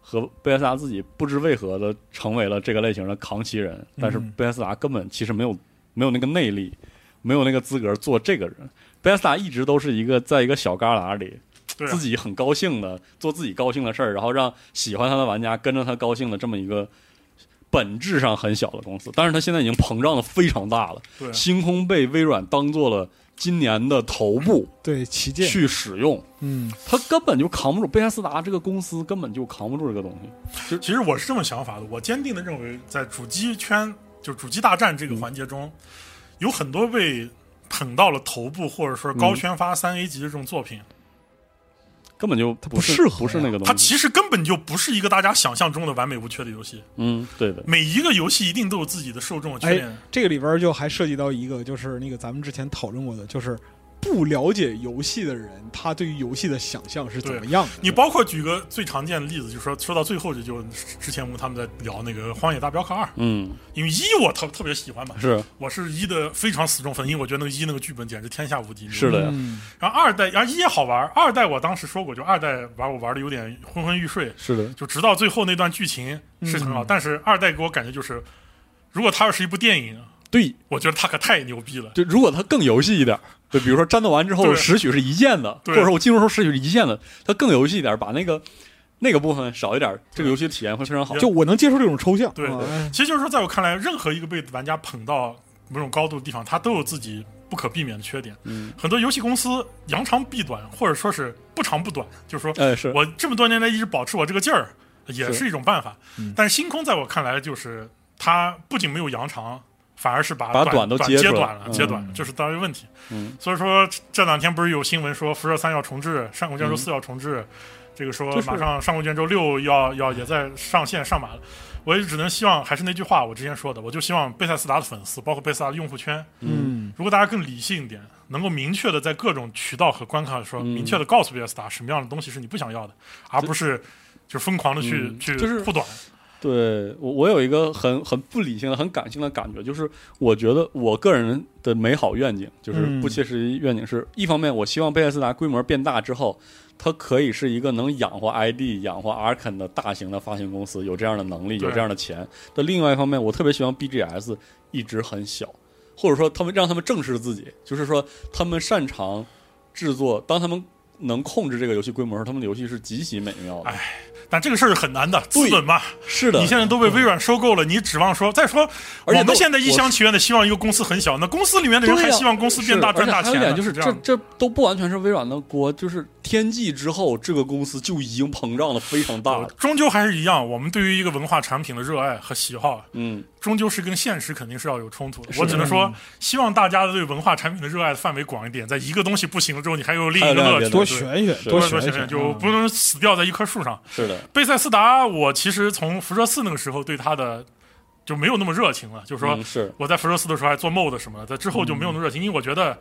[SPEAKER 1] 和贝塞斯达自己不知为何的成为了这个类型的扛旗人，但是
[SPEAKER 3] 嗯
[SPEAKER 1] 贝塞斯达根本其实没有没有那个内力，没有那个资格做这个人。贝塞斯达一直都是一个在一个小旮旯里，
[SPEAKER 2] 对啊
[SPEAKER 1] 自己很高兴的做自己高兴的事儿，然后让喜欢他的玩家跟着他高兴的这么一个本质上很小的公司，但是他现在已经膨胀的非常大了。
[SPEAKER 2] 对啊
[SPEAKER 1] 星空被微软当做了今年的头部
[SPEAKER 3] 对，旗舰，
[SPEAKER 1] 去使用，
[SPEAKER 3] 嗯，
[SPEAKER 1] 他根本就扛不住贝塞斯达这个公司根本就扛不住这个东西。
[SPEAKER 2] 其实我是这么想法的，我坚定的认为，在主机圈就主机大战这
[SPEAKER 1] 嗯
[SPEAKER 2] 个环节中，有很多被捧到了头部或者说高
[SPEAKER 1] 嗯
[SPEAKER 2] 宣发三 A 级的这种作品，
[SPEAKER 1] 根本就不是
[SPEAKER 3] 它不适合呀
[SPEAKER 1] 不是那个
[SPEAKER 2] 它
[SPEAKER 1] 东西。
[SPEAKER 2] 其实根本就不是一个大家想象中的完美无缺的游戏，
[SPEAKER 1] 嗯，对的，
[SPEAKER 2] 每一个游戏一定都有自己的受众和缺
[SPEAKER 3] 哎
[SPEAKER 2] 点，，
[SPEAKER 3] 这个里边儿就还涉及到一个，就是那个咱们之前讨论过的，就是不了解游戏的人，他对于游戏的想象是怎么样的？
[SPEAKER 2] 你包括举个最常见的例子，就是说说到最后，这就是之前我们他们在聊那个《荒野大镖客二》，
[SPEAKER 1] 嗯，
[SPEAKER 2] 因为一我特特别喜欢嘛，
[SPEAKER 1] 是
[SPEAKER 2] 我是一的非常死忠粉，因为我觉得那个一那个剧本简直天下无敌。
[SPEAKER 1] 是的呀，
[SPEAKER 3] 嗯
[SPEAKER 2] 然后二代，然后一也好玩，二代我当时说过，就二代玩我玩的有点昏昏欲睡，
[SPEAKER 1] 是的，
[SPEAKER 2] 就直到最后那段剧情是很好，
[SPEAKER 3] 嗯
[SPEAKER 2] 但是二代给我感觉就是，如果它要是一部电影，
[SPEAKER 1] 对，
[SPEAKER 2] 我觉得他可太牛逼 <laughs> 了。
[SPEAKER 1] 就如果它更游戏一点儿，就比如说战斗完之后
[SPEAKER 2] 对
[SPEAKER 1] 拾取是一键的，或
[SPEAKER 2] 对
[SPEAKER 1] 者说我进入时候拾取是一键的，它更游戏一点儿，把那个那个部分少一点儿，这个游戏的体验会非常好。
[SPEAKER 3] 就我能接受这种抽象，
[SPEAKER 2] 对
[SPEAKER 3] 啊哎
[SPEAKER 2] 其实就是说，在我看来，任何一个被玩家捧到某种高度的地方，它都有自己不可避免的缺点。
[SPEAKER 1] 嗯，
[SPEAKER 2] 很多游戏公司扬长避短，或者说是不长不短，就是说
[SPEAKER 1] 哎 <laughs> 是，
[SPEAKER 2] 我这么多年来一直保持我这个劲儿，也
[SPEAKER 1] 是
[SPEAKER 2] 是一种办法
[SPEAKER 3] 嗯。
[SPEAKER 2] 但是星空在我看来，就是它不仅没有扬长，反而是把
[SPEAKER 1] 把短
[SPEAKER 2] 短
[SPEAKER 1] 都
[SPEAKER 2] 截
[SPEAKER 1] 截出来
[SPEAKER 2] 短了，
[SPEAKER 1] 嗯
[SPEAKER 2] 截短了，这是当然问题。
[SPEAKER 1] 嗯，
[SPEAKER 2] 所以说这这两天不是有新闻说《辐射三》要重置，《上古卷轴
[SPEAKER 1] 嗯
[SPEAKER 2] 四》要重置，这个说
[SPEAKER 1] 就是
[SPEAKER 2] 马上《上古卷轴六》要要也在上线上马了。我也只能希望，还是那句话，我之前说的，我就希望贝塞斯达的粉丝，包括贝塞斯达的用户圈，
[SPEAKER 3] 嗯，
[SPEAKER 2] 如果大家更理性一点，能够明确的在各种渠道和关卡说，
[SPEAKER 1] 嗯
[SPEAKER 2] 明确的告诉 VS 达什么样的东西是你不想要的，而不是就疯狂的去、
[SPEAKER 1] 嗯
[SPEAKER 2] 去
[SPEAKER 1] 就是
[SPEAKER 2] 护短。
[SPEAKER 1] 对我我有一个很很不理性的、很感性的感觉，就是我觉得我个人的美好愿景，就是
[SPEAKER 3] 嗯
[SPEAKER 1] 不切实际愿景是，一方面我希望贝塞斯达规模变大之后，它可以是一个能养活 ID、养活 Arkn 的大型的发行公司，有这样的能力，
[SPEAKER 2] 对
[SPEAKER 1] 有这样的钱。但另外一方面，我特别希望 BGS 一直很小，或者说他们让他们正视自己，就是说他们擅长制作，当他们能控制这个游戏规模的时，候，他们的游戏是极其美妙的。
[SPEAKER 2] 哎但这个事儿很难的，资本嘛，
[SPEAKER 1] 是的，
[SPEAKER 2] 你现在都被微软收购了，你指望说再说，
[SPEAKER 1] 而且
[SPEAKER 2] 我
[SPEAKER 1] 都
[SPEAKER 2] 们现在一
[SPEAKER 1] 我
[SPEAKER 2] 厢情愿的希望一个公司很小，那公司里面的人
[SPEAKER 1] 对呀
[SPEAKER 2] 还希望公司变大
[SPEAKER 1] 是而
[SPEAKER 2] 赚
[SPEAKER 1] 且
[SPEAKER 2] 大
[SPEAKER 1] 还有
[SPEAKER 2] 钱
[SPEAKER 1] 一
[SPEAKER 2] 呢，
[SPEAKER 1] 点就是
[SPEAKER 2] 这
[SPEAKER 1] 这
[SPEAKER 2] 样的。
[SPEAKER 1] 这都不完全是微软的锅，就是天际之后，这个公司就已经膨胀的非常大了。
[SPEAKER 2] 终究还是一样，我们对于一个文化产品的热爱和喜好，
[SPEAKER 1] 嗯，
[SPEAKER 2] 终究是跟现实肯定是要有冲突的。嗯
[SPEAKER 1] 是
[SPEAKER 2] 我只能说，希望大家对文化产品的热爱的范围广一点，在一个东西不行哎了之后，你还有另一个
[SPEAKER 1] 还有两
[SPEAKER 2] 乐趣，
[SPEAKER 1] 边
[SPEAKER 3] 多啊
[SPEAKER 2] 对
[SPEAKER 3] 选选，
[SPEAKER 1] 是
[SPEAKER 2] 多
[SPEAKER 3] 选
[SPEAKER 2] 选
[SPEAKER 3] 选，
[SPEAKER 2] 就不能死掉在一棵树上。
[SPEAKER 1] 是的，
[SPEAKER 2] 贝塞斯达，我其实从辐射四那个时候对他的就没有那么热情了，就是说
[SPEAKER 1] 嗯是
[SPEAKER 2] 我在辐射四的时候还做 MOD 什么的，在之后就没有那么热情，因为我觉得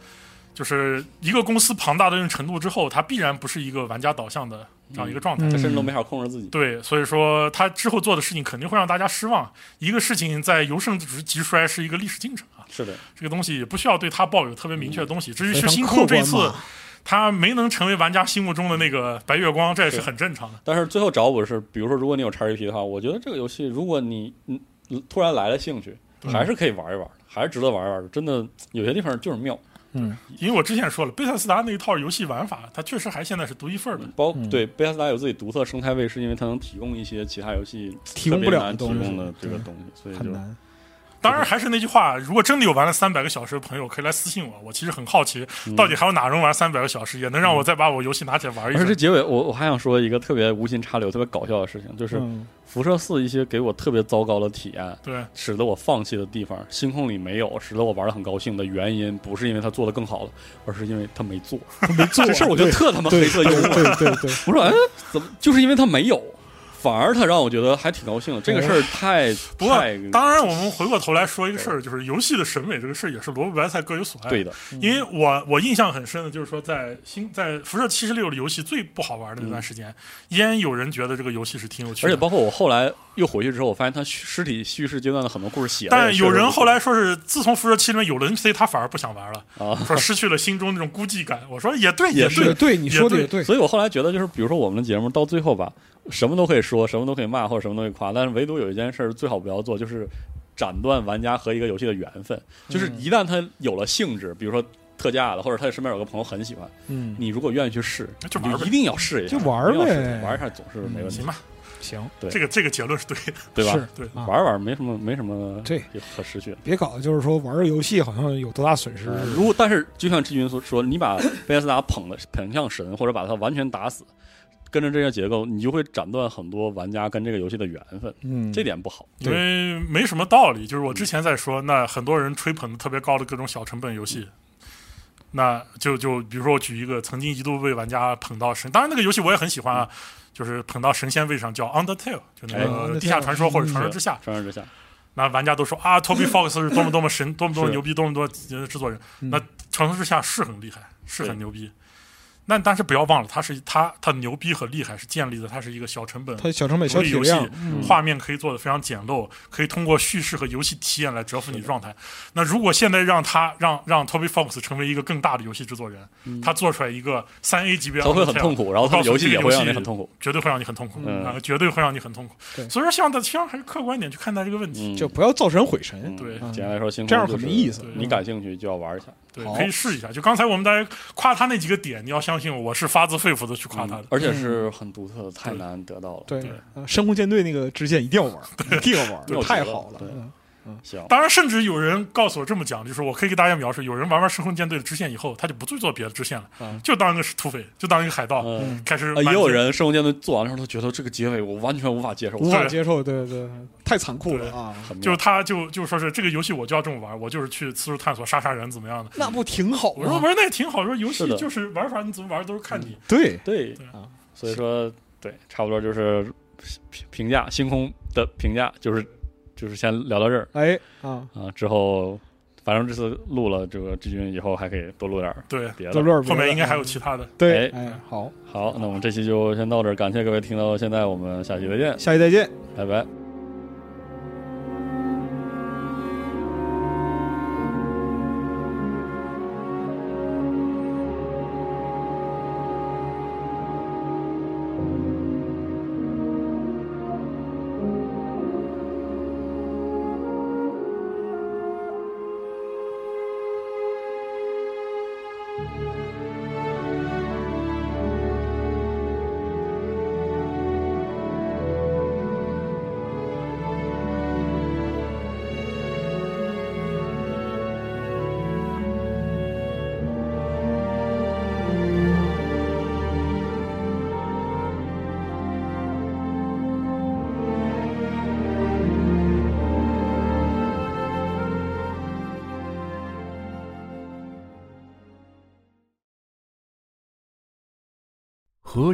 [SPEAKER 2] 就是一个公司庞大到一定程度之后，它必然不是一个玩家导向的这样一个状态。
[SPEAKER 1] 他
[SPEAKER 3] 嗯
[SPEAKER 1] 甚至都没法控制自己。
[SPEAKER 2] 对，所以说他之后做的事情肯定会让大家失望。一个事情在由盛及衰是一个历史进程啊，
[SPEAKER 1] 是的，
[SPEAKER 2] 这个东西也不需要对它抱有特别明确的东西。至于
[SPEAKER 3] 非
[SPEAKER 2] 是
[SPEAKER 3] 常
[SPEAKER 2] 星
[SPEAKER 3] 客
[SPEAKER 2] 空这一
[SPEAKER 3] 观
[SPEAKER 2] 次
[SPEAKER 3] 嘛，
[SPEAKER 2] 他没能成为玩家心目中的那个白月光，这也是
[SPEAKER 1] 是
[SPEAKER 2] 很正常的。
[SPEAKER 1] 但是最后找我是，比如说，如果你有叉 GP 的话，我觉得这个游戏，如果你嗯突然来了兴趣，
[SPEAKER 3] 嗯
[SPEAKER 2] 对
[SPEAKER 1] 还是可以玩一玩，还是值得玩一玩的。真的，有些地方就是妙，
[SPEAKER 3] 嗯，
[SPEAKER 2] 因为我之前说了，贝塞斯达那一套游戏玩法，它确实还现在是独一份儿的。
[SPEAKER 1] 包
[SPEAKER 3] 嗯
[SPEAKER 1] 对贝塞斯达有自己独特生态位，是因为它能提供一些其他游戏
[SPEAKER 3] 提供不了
[SPEAKER 1] 特别难提
[SPEAKER 3] 的东西
[SPEAKER 1] 供的这个东西，所以
[SPEAKER 3] 很
[SPEAKER 1] 就
[SPEAKER 3] 难。
[SPEAKER 2] 当然，还是那句话，如果真的有玩了三百个小时的朋友，可以来私信我。我其实很好奇，
[SPEAKER 3] 嗯
[SPEAKER 2] 到底还有哪能玩三百个小时，也能让我再把我游戏拿起来玩一
[SPEAKER 1] 而
[SPEAKER 2] 下
[SPEAKER 1] 这。结尾，我我还想说一个特别无心插柳、特别搞笑的事情，就是
[SPEAKER 3] 嗯
[SPEAKER 1] 辐射四一些给我特别糟糕的体验，
[SPEAKER 2] 对，
[SPEAKER 1] 使得我放弃的地方，星空里没有，使得我玩的很高兴的原因，不是因为它做的更好了，而是因为它没做。
[SPEAKER 3] 没做
[SPEAKER 1] <laughs> 这事儿我觉得特他妈黑
[SPEAKER 3] 对
[SPEAKER 1] 色
[SPEAKER 3] 对
[SPEAKER 1] 幽
[SPEAKER 3] 对
[SPEAKER 1] 默。
[SPEAKER 3] 对对对，
[SPEAKER 1] 我说，哎，怎么就是因为它没有，反而它让我觉得还挺高兴的。这个事儿太
[SPEAKER 2] 哦 <laughs> 不过
[SPEAKER 1] 太
[SPEAKER 2] 当然，我们回过头来说一个事儿，就是游戏的审美这个事儿也是萝卜白菜各有所爱。
[SPEAKER 1] 对的，
[SPEAKER 2] 因为我我印象很深的就是说在，新在辐射七十六的游戏最不好玩的那段时间，依然有人觉得这个游戏是挺有
[SPEAKER 1] 嗯
[SPEAKER 2] 趣
[SPEAKER 1] 而
[SPEAKER 2] 的，
[SPEAKER 1] 且包括我后来又回去之后，我发现它叙尸体叙事阶段的很多故事写得也
[SPEAKER 2] 但
[SPEAKER 1] 是
[SPEAKER 2] 有人后来说是，自从辐射七里面有了 NPC，他反而不想玩了，
[SPEAKER 1] 啊，
[SPEAKER 2] 说失去了心中那种孤寂感。我说也对，
[SPEAKER 1] 也
[SPEAKER 2] 也
[SPEAKER 1] 是
[SPEAKER 3] 对
[SPEAKER 2] 对，
[SPEAKER 3] 对，你
[SPEAKER 2] 也
[SPEAKER 3] 说的
[SPEAKER 2] 对
[SPEAKER 3] 也对，
[SPEAKER 1] 所以我后来觉得，就是比如说我们的节目到最后吧，什么都可以说，什么都可以骂，或者什么都可以夸，但是唯独有一件事儿最好不要做，就是斩断玩家和一个游戏的缘分。就是
[SPEAKER 3] 嗯
[SPEAKER 1] 一旦他有了兴致，比如说特价了，或者他身边有个朋友很喜欢，
[SPEAKER 3] 嗯，
[SPEAKER 1] 你如果愿意去试，
[SPEAKER 2] 就
[SPEAKER 1] 你
[SPEAKER 2] 玩
[SPEAKER 1] 就
[SPEAKER 2] 呗
[SPEAKER 1] 一定要试一下，
[SPEAKER 3] 就玩儿
[SPEAKER 1] 一
[SPEAKER 3] 呗
[SPEAKER 1] 定要试一下玩一下总是没问题
[SPEAKER 2] 行，吧，
[SPEAKER 3] 行，
[SPEAKER 1] 对
[SPEAKER 2] 这个这个结论是对的，
[SPEAKER 1] 对吧？
[SPEAKER 3] 是
[SPEAKER 2] 对。
[SPEAKER 3] 啊
[SPEAKER 1] 玩玩没什么，没什么
[SPEAKER 3] 对
[SPEAKER 1] 可失去的。
[SPEAKER 3] 别搞，就是说玩个游戏好像有多大损失似的。
[SPEAKER 1] 呃如果但是就像志云所说，你把贝斯达捧的捧像神，或者把他完全打死，跟着这个结构，你就会斩断很多玩家跟这个游戏的缘分，
[SPEAKER 3] 嗯，
[SPEAKER 1] 这点不好。
[SPEAKER 2] 因为没什么道理，就是我之前在说，那很多人吹捧的特别高的各种小成本游戏，那就就比如说我举一个曾经一度被玩家捧到神，当然那个游戏我也很喜欢啊，就是捧到神仙位上叫 Undertale，就那
[SPEAKER 3] 哎
[SPEAKER 2] 个地下传说或者传说之下，
[SPEAKER 1] 穿越之下，
[SPEAKER 2] 那玩家都说啊，Toby Fox 是多么多么神，多么多么
[SPEAKER 1] 是
[SPEAKER 2] 呃牛逼，多么多么制作人。
[SPEAKER 3] 嗯
[SPEAKER 2] 那传说之下是很厉害，是
[SPEAKER 1] 对
[SPEAKER 2] 很牛逼，那但是不要忘了，它是它它牛逼和厉害是建立的，它是一个小成本
[SPEAKER 3] 它小成本、
[SPEAKER 2] 独
[SPEAKER 3] 小
[SPEAKER 2] 立
[SPEAKER 3] 体
[SPEAKER 2] 游戏
[SPEAKER 3] 量，，
[SPEAKER 2] 画面可以做的非常简陋，可以通过叙事和游戏体验来折服你的状态。那如果现在让他让让 Toby Fox 成为一个更大的游戏制作人，他做出来一个三 A 级别，
[SPEAKER 1] 他嗯会很痛，苦，然后他的游戏也会让你很痛苦。
[SPEAKER 2] 绝对会让你很痛苦
[SPEAKER 1] 嗯
[SPEAKER 2] 啊，绝对会让你很痛苦。
[SPEAKER 3] 对
[SPEAKER 2] 所以说，希望大希望还是客观一点去看待这个问题。
[SPEAKER 1] 嗯，
[SPEAKER 3] 就不要造神毁神
[SPEAKER 1] 嗯。
[SPEAKER 2] 对
[SPEAKER 1] 简单来说，星空
[SPEAKER 3] 这样
[SPEAKER 1] 就是
[SPEAKER 3] 很没意思
[SPEAKER 2] 对
[SPEAKER 1] 你感兴趣就要玩一下，
[SPEAKER 2] 对，
[SPEAKER 3] 好
[SPEAKER 2] 可以试一下。就刚才我们大家夸他那几个点，你要相信我，我是发自肺腑的去夸他的。
[SPEAKER 1] 嗯而且是很独特的，太难得到了。
[SPEAKER 3] 嗯对
[SPEAKER 2] 对，
[SPEAKER 3] 呃深空舰队那个支线一定要玩，一定要玩
[SPEAKER 1] 对，
[SPEAKER 3] 太
[SPEAKER 1] 我觉得
[SPEAKER 3] 好了。
[SPEAKER 1] 对
[SPEAKER 3] 嗯
[SPEAKER 1] 行，
[SPEAKER 2] 当然，甚至有人告诉我这么讲，就是我可以给大家描述，有人玩完《深空舰队》的支线以后，他就不去做别的支线了，
[SPEAKER 1] 啊
[SPEAKER 2] 就当一个是土匪，就当一个海盗，
[SPEAKER 1] 嗯，
[SPEAKER 2] 开始
[SPEAKER 1] 啊
[SPEAKER 2] 满
[SPEAKER 1] 也
[SPEAKER 2] 街
[SPEAKER 1] 有人《生活舰队》做完之后，他觉得这个结尾我完全无法接受，
[SPEAKER 3] 无
[SPEAKER 1] 我
[SPEAKER 3] 法接受，对对，对太残酷了啊！
[SPEAKER 1] 很妙
[SPEAKER 2] 就是他就就说是这个游戏我就要这么玩，我就是去四处探索杀杀人怎么样的。
[SPEAKER 3] 那不挺好
[SPEAKER 2] 我说
[SPEAKER 3] 吗？
[SPEAKER 2] 玩那也挺好，说游
[SPEAKER 1] 是
[SPEAKER 2] 戏
[SPEAKER 1] 的嗯
[SPEAKER 2] 就是玩法，你怎么玩都是看你。
[SPEAKER 3] 对，
[SPEAKER 1] 对
[SPEAKER 3] 啊，
[SPEAKER 1] 所以说对，差不多就是评评价星空的评价，就是就是先聊到这儿
[SPEAKER 3] 哎啊，
[SPEAKER 1] 啊，之后反正这次录了这个志军，以后还可以多录点儿
[SPEAKER 2] 对，
[SPEAKER 1] 别
[SPEAKER 3] 都
[SPEAKER 1] 的。
[SPEAKER 3] 乐
[SPEAKER 2] 后面应该还有其他的。
[SPEAKER 3] 对，
[SPEAKER 1] 哎
[SPEAKER 3] 哎，好，
[SPEAKER 1] 好，那我们这期就先到这儿，感谢各位听到现在，我们下期再见，
[SPEAKER 3] 下期再见。
[SPEAKER 1] 拜拜。
[SPEAKER 4] 核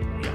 [SPEAKER 4] 模样。